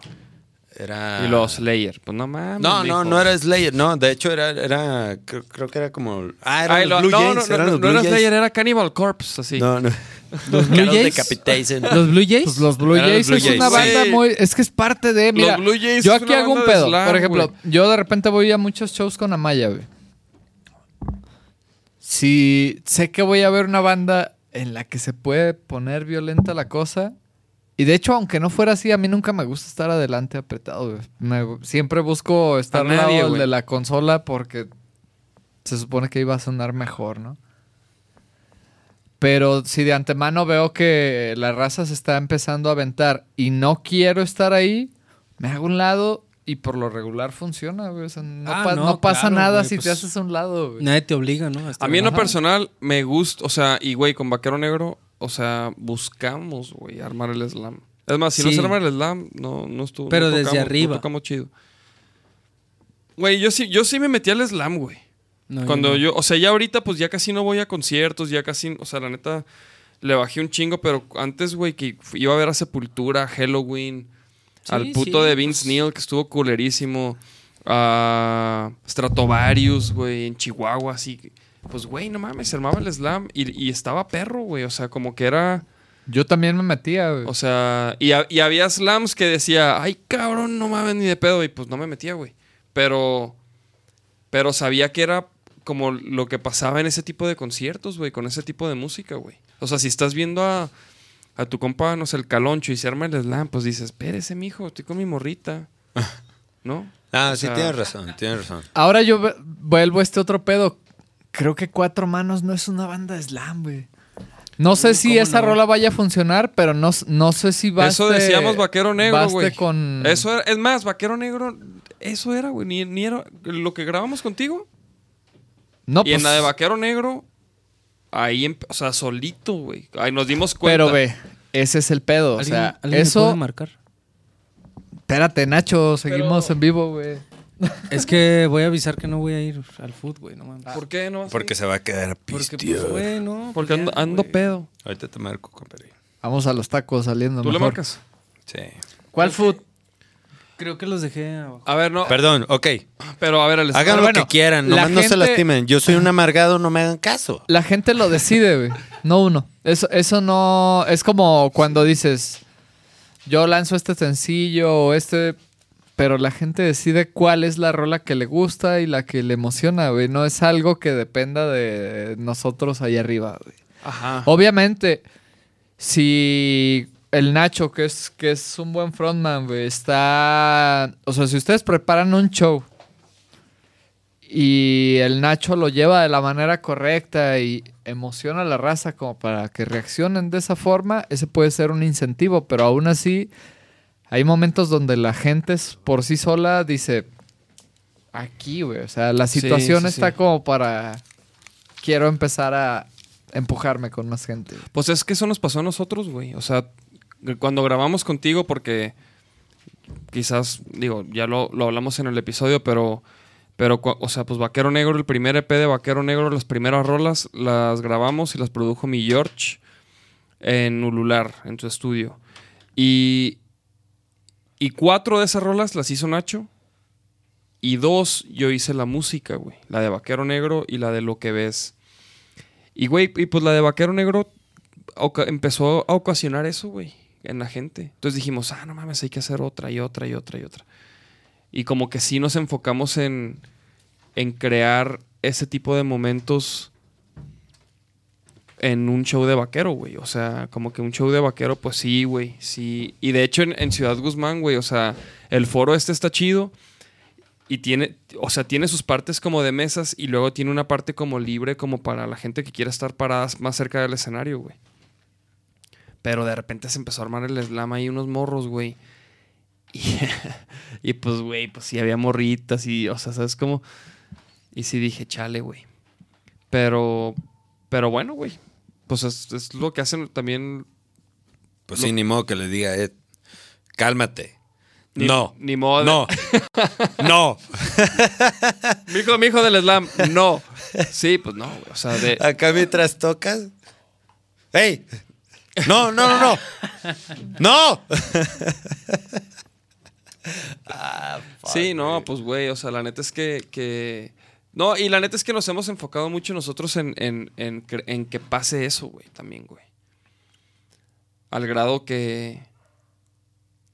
S5: Era...
S2: Y los Slayer. Pues no mames.
S5: No, no,
S2: mijo.
S5: no era Slayer, no. De hecho, era. era creo, creo que era como. Ah, eran
S2: Ay,
S5: los
S2: lo-
S5: Blue
S2: no, no,
S5: Jays.
S2: no,
S5: eran
S2: no,
S5: los
S2: no
S5: Blue
S2: era
S5: Jays.
S2: Slayer, era Cannibal Corpse, así.
S5: No, no.
S3: los Blue
S5: Carol
S3: Jays.
S5: Decapitation.
S3: Los Blue Jays.
S4: Pues los Blue
S2: Eran los
S4: Jays
S2: Blue
S4: es
S2: Jays.
S4: una
S2: Sí.
S4: banda muy. Es que es parte de. Mira,
S2: Blue Jays
S4: yo
S2: es
S4: aquí
S2: una
S4: hago un
S2: banda de
S4: pedo.
S2: slam,
S4: Por ejemplo,
S2: güey.
S4: yo de repente voy a muchos shows con Amaya, güey. Si sé que voy a ver una banda en la que se puede poner violenta la cosa. Y de hecho, aunque no fuera así, a mí nunca me gusta estar adelante apretado, güey. Me- siempre busco estar al
S2: nadie,
S4: lado
S2: güey.
S4: de la consola porque se supone que iba a sonar mejor, ¿no? Pero si de antemano veo que la raza se está empezando a aventar y no quiero estar ahí, me hago a un lado y por lo regular funciona, güey. O sea, no,
S3: Ah,
S4: pa-
S3: no,
S4: no pasa
S3: claro,
S4: nada
S3: güey,
S4: si te
S3: pues,
S4: haces a un lado, güey.
S3: Nadie te obliga, ¿no? estar
S2: A mí en lo
S3: abajo.
S2: personal me gusta, o sea, y güey, con Vaquero Negro, o sea, buscamos, güey, armar el slam. Es más, si no
S3: Sí.
S2: se arma el slam, no, no estuvo.
S3: Pero
S2: no
S3: desde
S2: tocamos-
S3: arriba.
S2: No tocamos chido. Güey, yo sí, yo sí me metí al slam, güey.
S3: No,
S2: Cuando
S3: no.
S2: yo, o sea, ya ahorita pues ya casi no voy a conciertos, ya casi, o sea, la neta le bajé un chingo, pero antes, güey, que f- iba a ver a Sepultura, Halloween,
S3: Sí,
S2: al puto
S3: sí, pues.
S2: de Vince Neil, que estuvo culerísimo, a Stratovarius, güey, en Chihuahua, así. que- Pues, güey, no mames, se armaba el slam y, y estaba perro, güey, o sea, como que era,
S4: Yo también me metía, güey.
S2: o sea, y, ha- y había slams que decía, ay, cabrón, no mames ni de pedo, y pues no me metía, güey. Pero, pero sabía que era como lo que pasaba en ese tipo de conciertos, güey, con ese tipo de música, güey. O sea, si estás viendo a, a tu compa, no sé, el caloncho y se arma el slam, pues dices, espérese, mijo, estoy con mi morrita, ¿no?
S5: Ah,
S2: O
S5: sí,
S2: sea,
S5: tienes razón, tienes razón.
S4: Ahora yo ve- vuelvo a este otro pedo. Creo que Cuatro Manos no es una banda de slam, güey. No sé si
S3: Mm, ¿cómo
S4: esa
S3: no?
S4: rola vaya a funcionar, pero no, s- no sé si va
S2: Eso decíamos vaquero negro, güey.
S4: con...
S2: Eso era, es más, vaquero negro, eso era, güey, ni, ni era lo que grabamos contigo.
S4: No,
S2: y en
S4: pues,
S2: la de Vaquero Negro, ahí, em- o sea, solito, güey. Ahí nos dimos cuenta.
S4: Pero ve, ese es el pedo. O
S3: ¿Alguien-
S4: sea,
S3: alguien le puede
S4: eso...
S3: marcar?
S4: Espérate, Nacho, seguimos en vivo, güey.
S3: Es que voy a avisar que no voy a ir al fútbol, güey, no mames.
S2: ¿Por qué no? vas a-
S5: Porque se va a quedar
S3: Porque
S5: pistio.
S3: pues, güey, no.
S2: Porque ando, ando pedo.
S5: Ahorita te marco, compadre.
S4: Vamos a los tacos saliendo
S2: ¿Tú le
S4: mejor.
S2: marcas?
S5: Sí.
S4: ¿Cuál food?
S3: Creo que los dejé abajo.
S2: A ver, no. Pues,
S5: Perdón, ok.
S2: Pero a ver, el
S5: Hagan
S4: bueno,
S5: lo que quieran,
S4: la
S5: nomás no
S4: gente-
S5: se lastimen. Yo soy un
S2: Ah.
S5: amargado, no me hagan caso.
S4: La gente lo decide, güey. No uno. Eso, eso no. Es como cuando dices. Yo lanzo este sencillo o este. Pero la gente decide cuál es la rola que le gusta y la que le emociona, güey. No es algo que dependa de nosotros ahí arriba, güey.
S2: Ajá.
S4: Obviamente, si el Nacho, que es, que es un buen frontman, güey, está. O sea, si ustedes preparan un show y el Nacho lo lleva de la manera correcta y emociona a la raza como para que reaccionen de esa forma, ese puede ser un incentivo, pero aún así. Hay momentos donde la gente es- por sí sola dice, aquí, güey, o sea, la
S2: Sí,
S4: situación
S2: sí,
S4: está
S2: sí.
S4: como para, quiero empezar a empujarme con más gente.
S2: Pues es que eso nos pasó a nosotros, güey. O sea, gr- cuando grabamos contigo, porque quizás, digo, ya lo, lo hablamos en el episodio, pero, pero, cua- o sea, pues Vaquero Negro, el primer EP de Vaquero Negro, las primeras rolas las grabamos y las produjo mi George en Ulular, en su estudio. Y, y cuatro de esas rolas las hizo Nacho. Y dos, yo hice la música, güey. La de Vaquero Negro y la de Lo que ves. Y, güey, y pues la de Vaquero Negro oca- empezó a ocasionar eso, güey, en la gente. Entonces dijimos, ah, no mames, hay que hacer otra y otra y otra y otra. Y como que sí nos enfocamos en, en crear ese tipo de momentos en un show de vaquero, güey. O sea, como que un show de vaquero, pues sí, güey, sí. Y de hecho en, en Ciudad Guzmán, güey, o sea, el foro este está chido. Y tiene, o sea, tiene sus partes como de mesas y luego tiene una parte como libre como para la gente que quiera estar paradas más cerca del escenario, güey. Pero de repente se empezó a armar el slam ahí unos morros, güey. Y, y pues, güey, pues sí había morritas y, o sea, ¿sabes cómo? Y sí dije, chale, güey. Pero, pero bueno, güey. Pues es, es lo que hacen también.
S5: Pues sí, ni modo que le diga, Ed, cálmate.
S2: Ni-
S5: no.
S2: Ni modo.
S5: No. no.
S2: Mijo, mijo del slam. No. Sí, pues no, güey. O sea, de.
S5: Acá mientras tocas. ¡Ey! No, no, no, no. ¡No!
S2: Sí, no, pues güey, o sea, la neta es que, que- No, y la neta es que nos hemos enfocado mucho nosotros en, en- en cre- en que pase eso, güey, también, güey. Al grado que...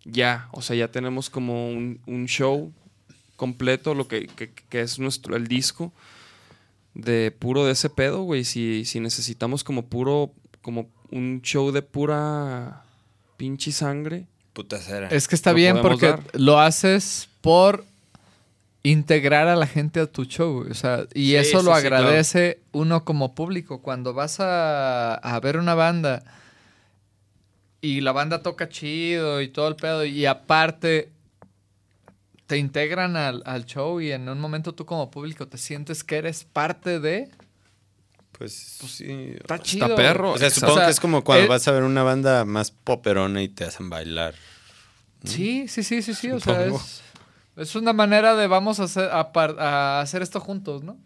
S2: Ya, o sea, ya tenemos como un, un show completo, lo que, que- que es nuestro, el disco, de puro de ese pedo, güey. Si, si necesitamos como puro, como un show de pura pinche sangre.
S5: Puta cera.
S4: Es que está
S2: Lo
S4: bien
S2: podemos
S4: porque
S2: dar.
S4: lo haces por integrar a la gente a tu show. güey. O sea, y
S2: Sí,
S4: eso
S2: sí,
S4: lo
S2: sí, claro.
S4: agradece uno como público. Cuando vas a, a ver una banda y la banda toca chido y todo el pedo, y aparte te integran al, al show y en un momento tú como público te sientes que eres parte de...
S5: Pues sí.
S2: Está
S4: chido,
S2: Está
S4: güey.
S2: perro.
S5: O sea,
S2: exacto.
S5: supongo
S4: O sea,
S5: que es como cuando
S4: eh,
S5: vas a ver una banda más poperona y te hacen bailar.
S4: Sí, sí, sí, sí, sí. O sea,
S5: Supongo.
S4: es, es una manera de vamos a hacer, a par- a hacer esto juntos, ¿no?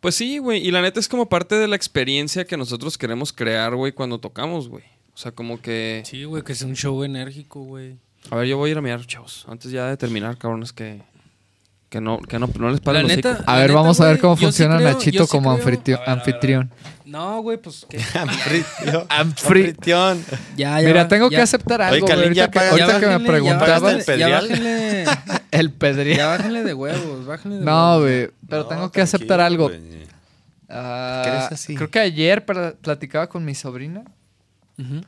S2: Pues sí, güey. Y la neta es como parte de la experiencia que nosotros queremos crear, güey, cuando tocamos, güey. O sea, como que.
S3: Sí, güey, que sea un show enérgico, güey.
S2: A ver, yo voy a ir a mirar, chavos. Antes ya de terminar, cabrones, que. Que no, que no, no les
S3: La
S2: paren los
S3: neta-
S2: hocico.
S4: A ver,
S3: neta,
S4: vamos a ver
S3: güey,
S4: cómo
S3: yo sí
S4: funciona
S3: creo- yo
S4: Nachito
S3: sí
S4: como
S3: creo-
S4: anfitrio-
S3: A ver, a ver, a ver.
S4: anfitrión.
S3: No, güey, pues que.
S5: Anfitrión.
S4: Anfri-
S5: Anfitrión.
S3: Ya, ya.
S4: Mira,
S3: va-
S4: tengo
S3: ya-
S4: que aceptar algo.
S5: Kalin,
S4: güey. ahorita
S5: ya
S4: que,
S5: paga-
S3: ya
S4: ahorita que me
S3: bájenle, ya
S4: preguntaban
S5: bájenle.
S3: bájale- Ya
S5: ¿Pedial?
S3: bájenle,
S4: el
S3: ya
S4: pedriel.
S3: bájenle de huevos, bájenle de
S4: No,
S3: huevos.
S4: güey, pero
S5: No,
S4: tengo que aceptar
S5: tranquilo,
S4: algo.
S5: güey.
S4: Ah,
S5: ¿Crees así?
S4: Creo que ayer pl- platicaba con mi sobrina.
S3: Ujú.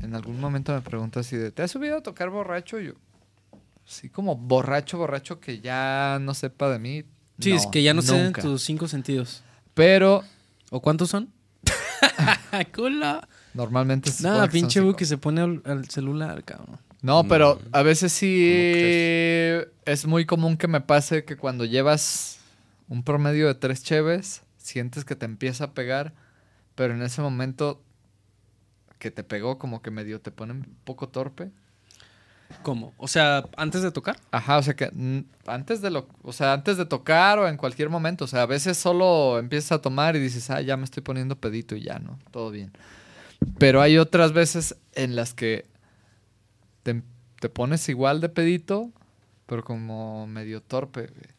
S4: En algún momento me preguntó así de, ¿te has subido a tocar borracho? Y Yo, sí, como borracho, borracho que ya no sepa de mí.
S3: Sí, es que ya no sé
S4: nunca.
S3: tus cinco sentidos.
S4: Pero
S3: ¿O cuántos son? ¡Culo!
S4: normalmente... se supone
S3: Nada,
S4: que son
S3: pinche güey
S4: cinco.
S3: que se pone al, al celular, cabrón.
S4: No, pero a veces
S5: crees?
S4: sí es muy común que me pase que cuando llevas un promedio de tres cheves, sientes que te empieza a pegar, pero en ese momento que te pegó como que medio te pone un poco torpe.
S3: ¿Cómo? O sea, antes de tocar.
S4: Ajá, o sea que mm, antes de lo, o sea, antes de tocar o en cualquier momento, o sea, a veces solo empiezas a tomar y dices, "Ah, ya me estoy poniendo pedito y ya, ¿no? Todo bien." Pero hay otras veces en las que te, te pones igual de pedito, pero como medio torpe. güey.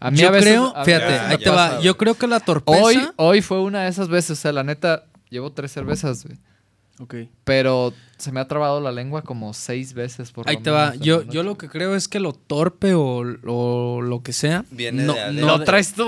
S4: A
S3: yo creo,
S4: a
S3: fíjate,
S4: veces me
S3: ahí te
S4: pasa,
S3: va.
S4: güey.
S3: Yo creo que la torpeza.
S4: hoy hoy fue una de esas veces, o sea, la neta llevo tres cervezas, güey,
S3: Ok.
S4: pero se me ha trabado la lengua como seis veces por lo
S3: Ahí te va.
S4: menos en
S3: Yo,
S4: la
S3: yo
S4: noche.
S3: lo que creo es que lo torpe o, o lo que sea.
S5: Viene
S3: no,
S5: de
S3: no
S5: adentro.
S4: lo traes tú.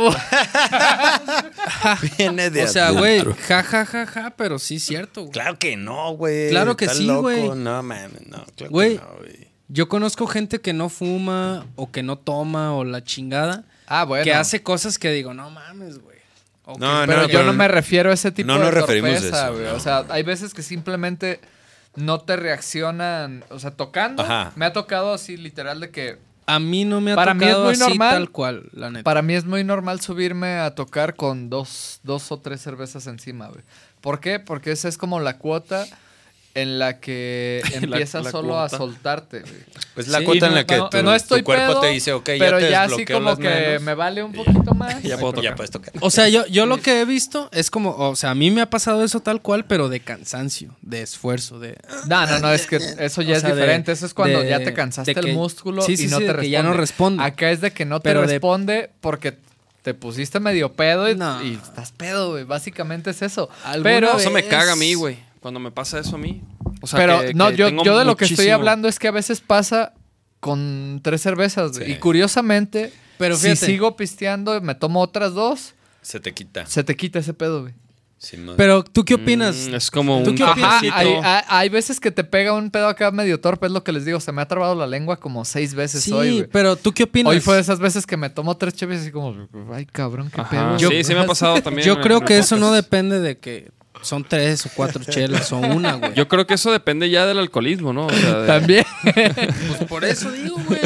S5: Viene de
S3: O sea,
S5: adentro.
S3: güey, ja, ja, ja, ja, pero sí es cierto, güey.
S5: Claro que no, güey.
S3: Claro que
S5: Estás
S3: sí,
S5: loco.
S3: güey.
S5: No, mames, no. Claro
S3: Güey.
S5: que no, güey.
S3: Yo conozco gente que no fuma o que no toma o la chingada.
S4: Ah, bueno.
S3: Que hace cosas que digo, no mames, güey. O que-
S5: Ah, No,
S4: Pero
S5: no,
S4: yo no me refiero a ese tipo
S5: no
S4: de
S5: nos referimos a
S4: torpeza,
S5: eso,
S4: güey.
S5: no.
S4: O sea, hay veces que simplemente no te reaccionan. O sea, tocando.
S5: Ajá.
S4: Me ha tocado así, literal, de que
S3: A mí no me ha
S4: Para mí es
S3: tocado
S4: muy
S3: así
S4: normal.
S3: tal cual, la neta.
S4: para mí es muy normal subirme a tocar con dos, dos o tres cervezas encima, güey. ¿Por qué? Porque esa es como la cuota. en la que empiezas
S2: la
S4: solo
S2: cuota.
S4: a soltarte. güey.
S5: Es Pues la
S3: Sí,
S5: cuota en
S3: no,
S5: la que
S4: no,
S5: tu,
S4: no estoy
S5: tu cuerpo
S4: pedo,
S5: te dice, ok,
S4: Pero
S5: ya te
S4: ya así
S5: desbloqueo
S4: como
S5: las
S4: que
S5: manos".
S4: me vale un poquito más.
S2: Ya puedo tocar.
S5: Ya puedes tocar.
S3: O sea, yo, yo lo que he visto es como, o sea, a mí me ha pasado eso tal cual, pero de cansancio, de esfuerzo, de...
S4: No, no, no, es que eso ya
S3: O
S4: es
S3: sea, de-
S4: diferente. eso es cuando
S3: de-
S4: ya te cansaste
S3: de que-
S4: el músculo
S3: Sí, sí,
S4: y no
S3: sí,
S4: te
S3: de
S4: responde.
S3: que ya no responde.
S4: Acá es de que no te
S3: Pero de-
S4: responde porque te pusiste medio pedo y,
S3: No.
S4: y estás pedo, güey. Básicamente es eso.
S3: ¿Alguna
S4: Pero,
S3: vez?
S2: Eso me
S3: Es-
S2: caga a mí, güey. Cuando me pasa eso a mí. O sea,
S4: pero
S2: que-
S4: no,
S2: que
S4: yo,
S2: tengo
S4: yo de lo que estoy
S2: muchísimo-
S4: hablando es que a veces pasa con tres cervezas. güey.
S5: Sí.
S4: Y curiosamente,
S3: Pero
S4: si
S3: fíjate.
S4: sigo pisteando y me tomo otras dos,
S5: Se te quita.
S4: se te quita ese pedo, güey.
S5: Sin más.
S3: Pero, ¿tú qué opinas?
S2: Mm, es como
S3: ¿Tú
S2: un
S3: qué opinas?
S4: Ajá,
S2: cafecito.
S4: hay, hay- hay veces que te pega un pedo acá medio torpe, es lo que les digo. Se me ha trabado la lengua como seis veces
S3: sí,
S4: hoy, güey.
S3: pero ¿tú qué opinas?
S4: Hoy fue de esas veces que me tomo tres cheves y como, ay, cabrón, qué
S2: Ajá.
S4: pedo.
S2: Sí, sí me ha pasado también.
S3: Yo
S2: en-
S3: creo
S2: en
S3: que
S2: el
S3: eso no
S2: podcast.
S3: depende de que son tres o cuatro chelas o una, güey.
S2: Yo creo que eso depende ya del alcoholismo, ¿no? O sea, de-
S4: También.
S3: pues por eso digo, güey.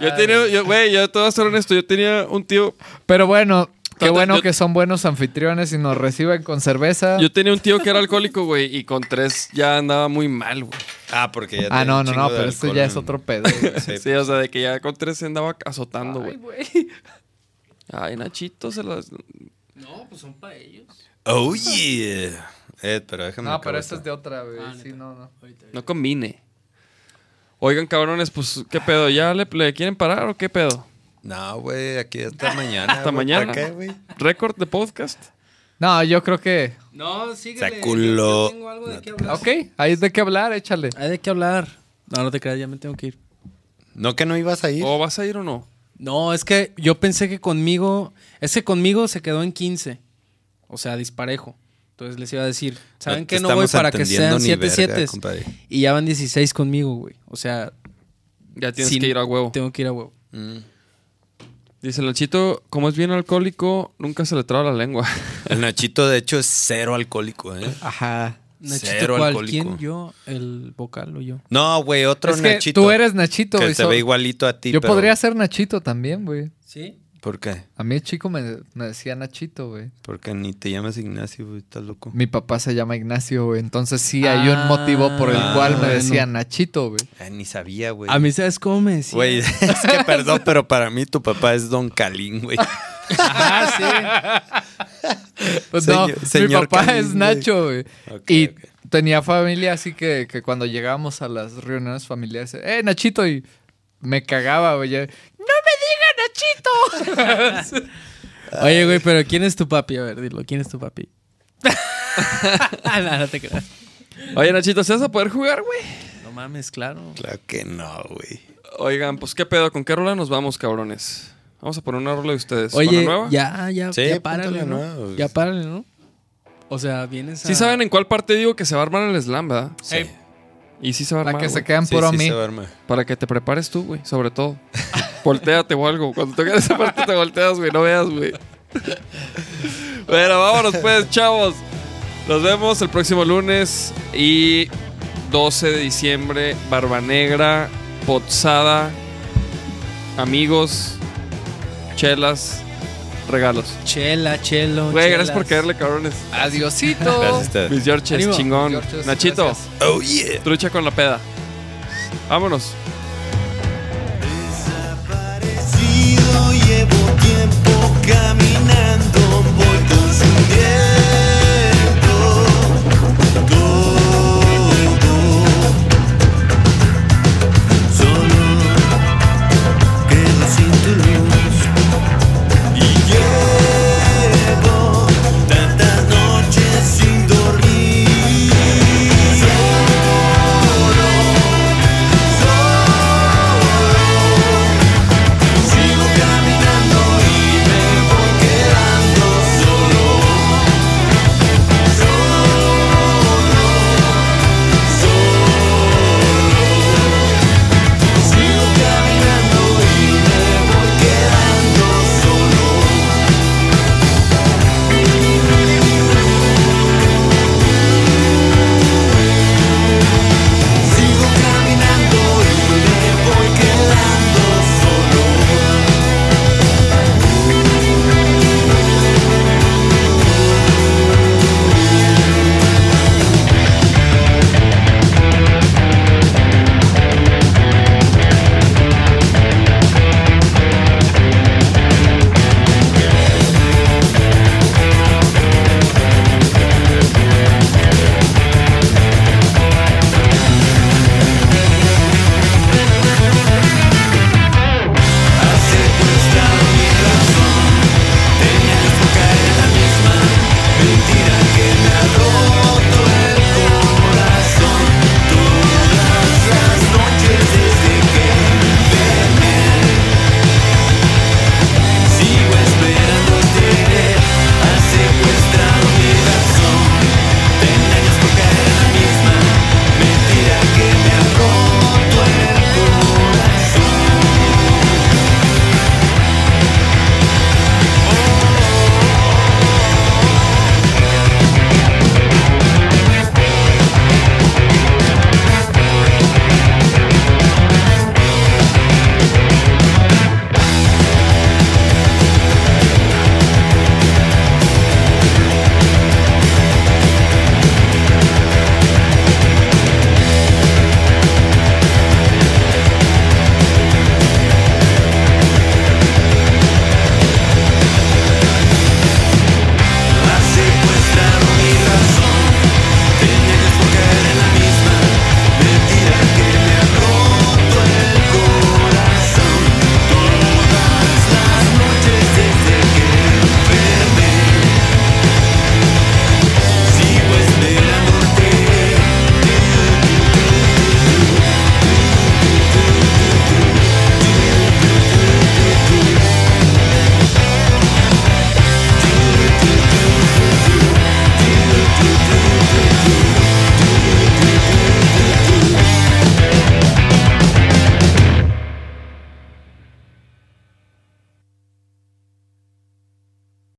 S2: Yo tenía, yo- güey, yo te voy a ser honesto, yo tenía un tío,
S4: Pero bueno, qué
S2: Yo-
S4: bueno
S2: yo-
S4: que son buenos anfitriones y nos reciben con cerveza.
S2: yo tenía un tío que era alcohólico, güey, y con tres ya andaba muy mal, güey.
S5: Ah, porque ya
S4: Ah,
S5: tenía
S4: no,
S5: un
S4: no,
S5: chingo
S4: no,
S5: de
S4: pero esto
S5: alcohol
S4: ya
S5: en-
S4: es otro pedo. güey.
S5: Sí.
S3: Este,
S2: Sí, o
S3: pues,
S2: sea, de que ya con tres se andaba azotando, güey. Ay, Nachito se las...
S5: Oh, yeah. Ed, eh, pero déjame.
S4: No,
S5: acabar
S4: pero esta es de otra, güey. Sí, no, no.
S2: No combine. Oigan, cabrones, pues, ¿qué pedo? ¿Ya le, le quieren parar o qué pedo?
S5: No, güey, aquí hasta mañana.
S2: Hasta
S5: Ah, güey. ¿Para
S2: mañana.
S5: qué, güey?
S2: ¿Récord de podcast?
S4: No, yo creo que.
S3: No, síguele.
S5: Está culo.
S3: Yo tengo algo de qué hablar.
S4: Ok, hay de qué hablar, échale.
S3: Hay de qué hablar. No, no te creas, ya me tengo que ir.
S5: No, que no ibas a ir.
S2: ¿O vas a ir o no?
S3: No, es que yo pensé que conmigo, es que conmigo se quedó en 15. O sea, disparejo. Entonces les iba a decir, ¿saben
S5: te
S3: qué? No voy
S5: estamos
S3: para que
S5: entendiendo
S3: sean
S5: ni
S3: 7
S5: verga,
S3: 7
S5: compadre.
S3: Y ya van 16 conmigo, güey. O sea,
S2: Ya tienes
S3: Sí.
S2: que ir a huevo.
S3: tengo que ir a huevo.
S2: Dice Nachito, como es bien alcohólico, nunca se le traba la lengua.
S5: El Nachito, de hecho, es cero alcohólico, ¿eh?
S4: Ajá.
S3: Nachito,
S5: Cero
S3: ¿cuál?
S5: alcohólico.
S3: ¿Quién? ¿Yo? ¿El vocal o yo?
S5: No, güey, otro
S4: Es que
S5: Nachito.
S4: tú eres Nachito,
S5: Que
S4: güey.
S5: se
S4: so-
S5: ve igualito a ti.
S4: Yo
S5: pero-
S4: podría ser Nachito también, güey.
S3: ¿Sí?
S5: ¿Por qué?
S4: A mí el chico me, me decía Nachito, güey.
S5: Porque ni te llamas Ignacio, güey, estás loco.
S4: Mi papá se llama Ignacio, güey. Entonces sí hay un motivo por el
S5: Ah,
S4: cual me
S3: bueno.
S4: decía Nachito, güey.
S5: Ah, ni sabía, güey.
S3: A mí, ¿sabes cómo me decía?
S4: eh.
S5: Güey, es que perdón, pero para mí tu papá es Don Calín, güey.
S4: Pues
S5: Señor-
S4: no,
S5: señor
S4: mi papá
S5: Canin,
S4: es
S5: güey.
S4: Nacho, güey.
S5: Ok,
S4: y
S5: ok.
S4: tenía familia, así que, que cuando llegábamos a las reuniones familiares, eh, Nachito, y me cagaba, güey. ya, ¡No me diga Nachito!
S3: Oye, güey, pero ¿quién es tu papi? A ver, dilo, ¿quién es tu papi? no, no te creas.
S2: Oye, Nachito, ¿se vas a poder jugar, güey?
S3: No mames, claro.
S5: Claro que no, güey.
S2: Oigan, pues, ¿qué pedo? ¿Con qué rola nos vamos, cabrones? Vamos a poner una rola de ustedes. ¿Con la
S3: Oye,
S2: nueva?
S3: ya, ya,
S5: Sí,
S3: ya párale,
S5: póntale
S3: ¿no?
S5: nueva.
S3: Ya párale, ¿no? O sea, vienes a...
S2: Sí saben en cuál parte digo que se va a armar el slam, ¿verdad?
S5: Sí.
S2: Y sí se va a
S4: Para
S2: armar,
S4: que se
S2: güey.
S4: quedan
S5: Sí,
S4: puro
S5: sí,
S4: a mí.
S5: se va a armar.
S2: Para que te prepares tú, güey, sobre todo. Volteate o algo. Cuando toquen esa parte te volteas, güey, no veas, güey. Bueno, vámonos pues, chavos. Nos vemos el próximo lunes y 12 de diciembre, Barba Negra, Pozada, amigos, chelas, regalos.
S3: Chela, chelo,
S2: Güey,
S3: chelas.
S2: gracias por caerle, cabrones.
S4: Adiosito.
S5: Gracias a ustedes.
S2: Mis Georges,
S3: Ánimo.
S2: chingón.
S4: Georges,
S2: Nachito,
S4: gracias.
S5: Oh, yeah.
S2: trucha con la peda. Vámonos.
S1: Desaparecido llevo tiempo caminando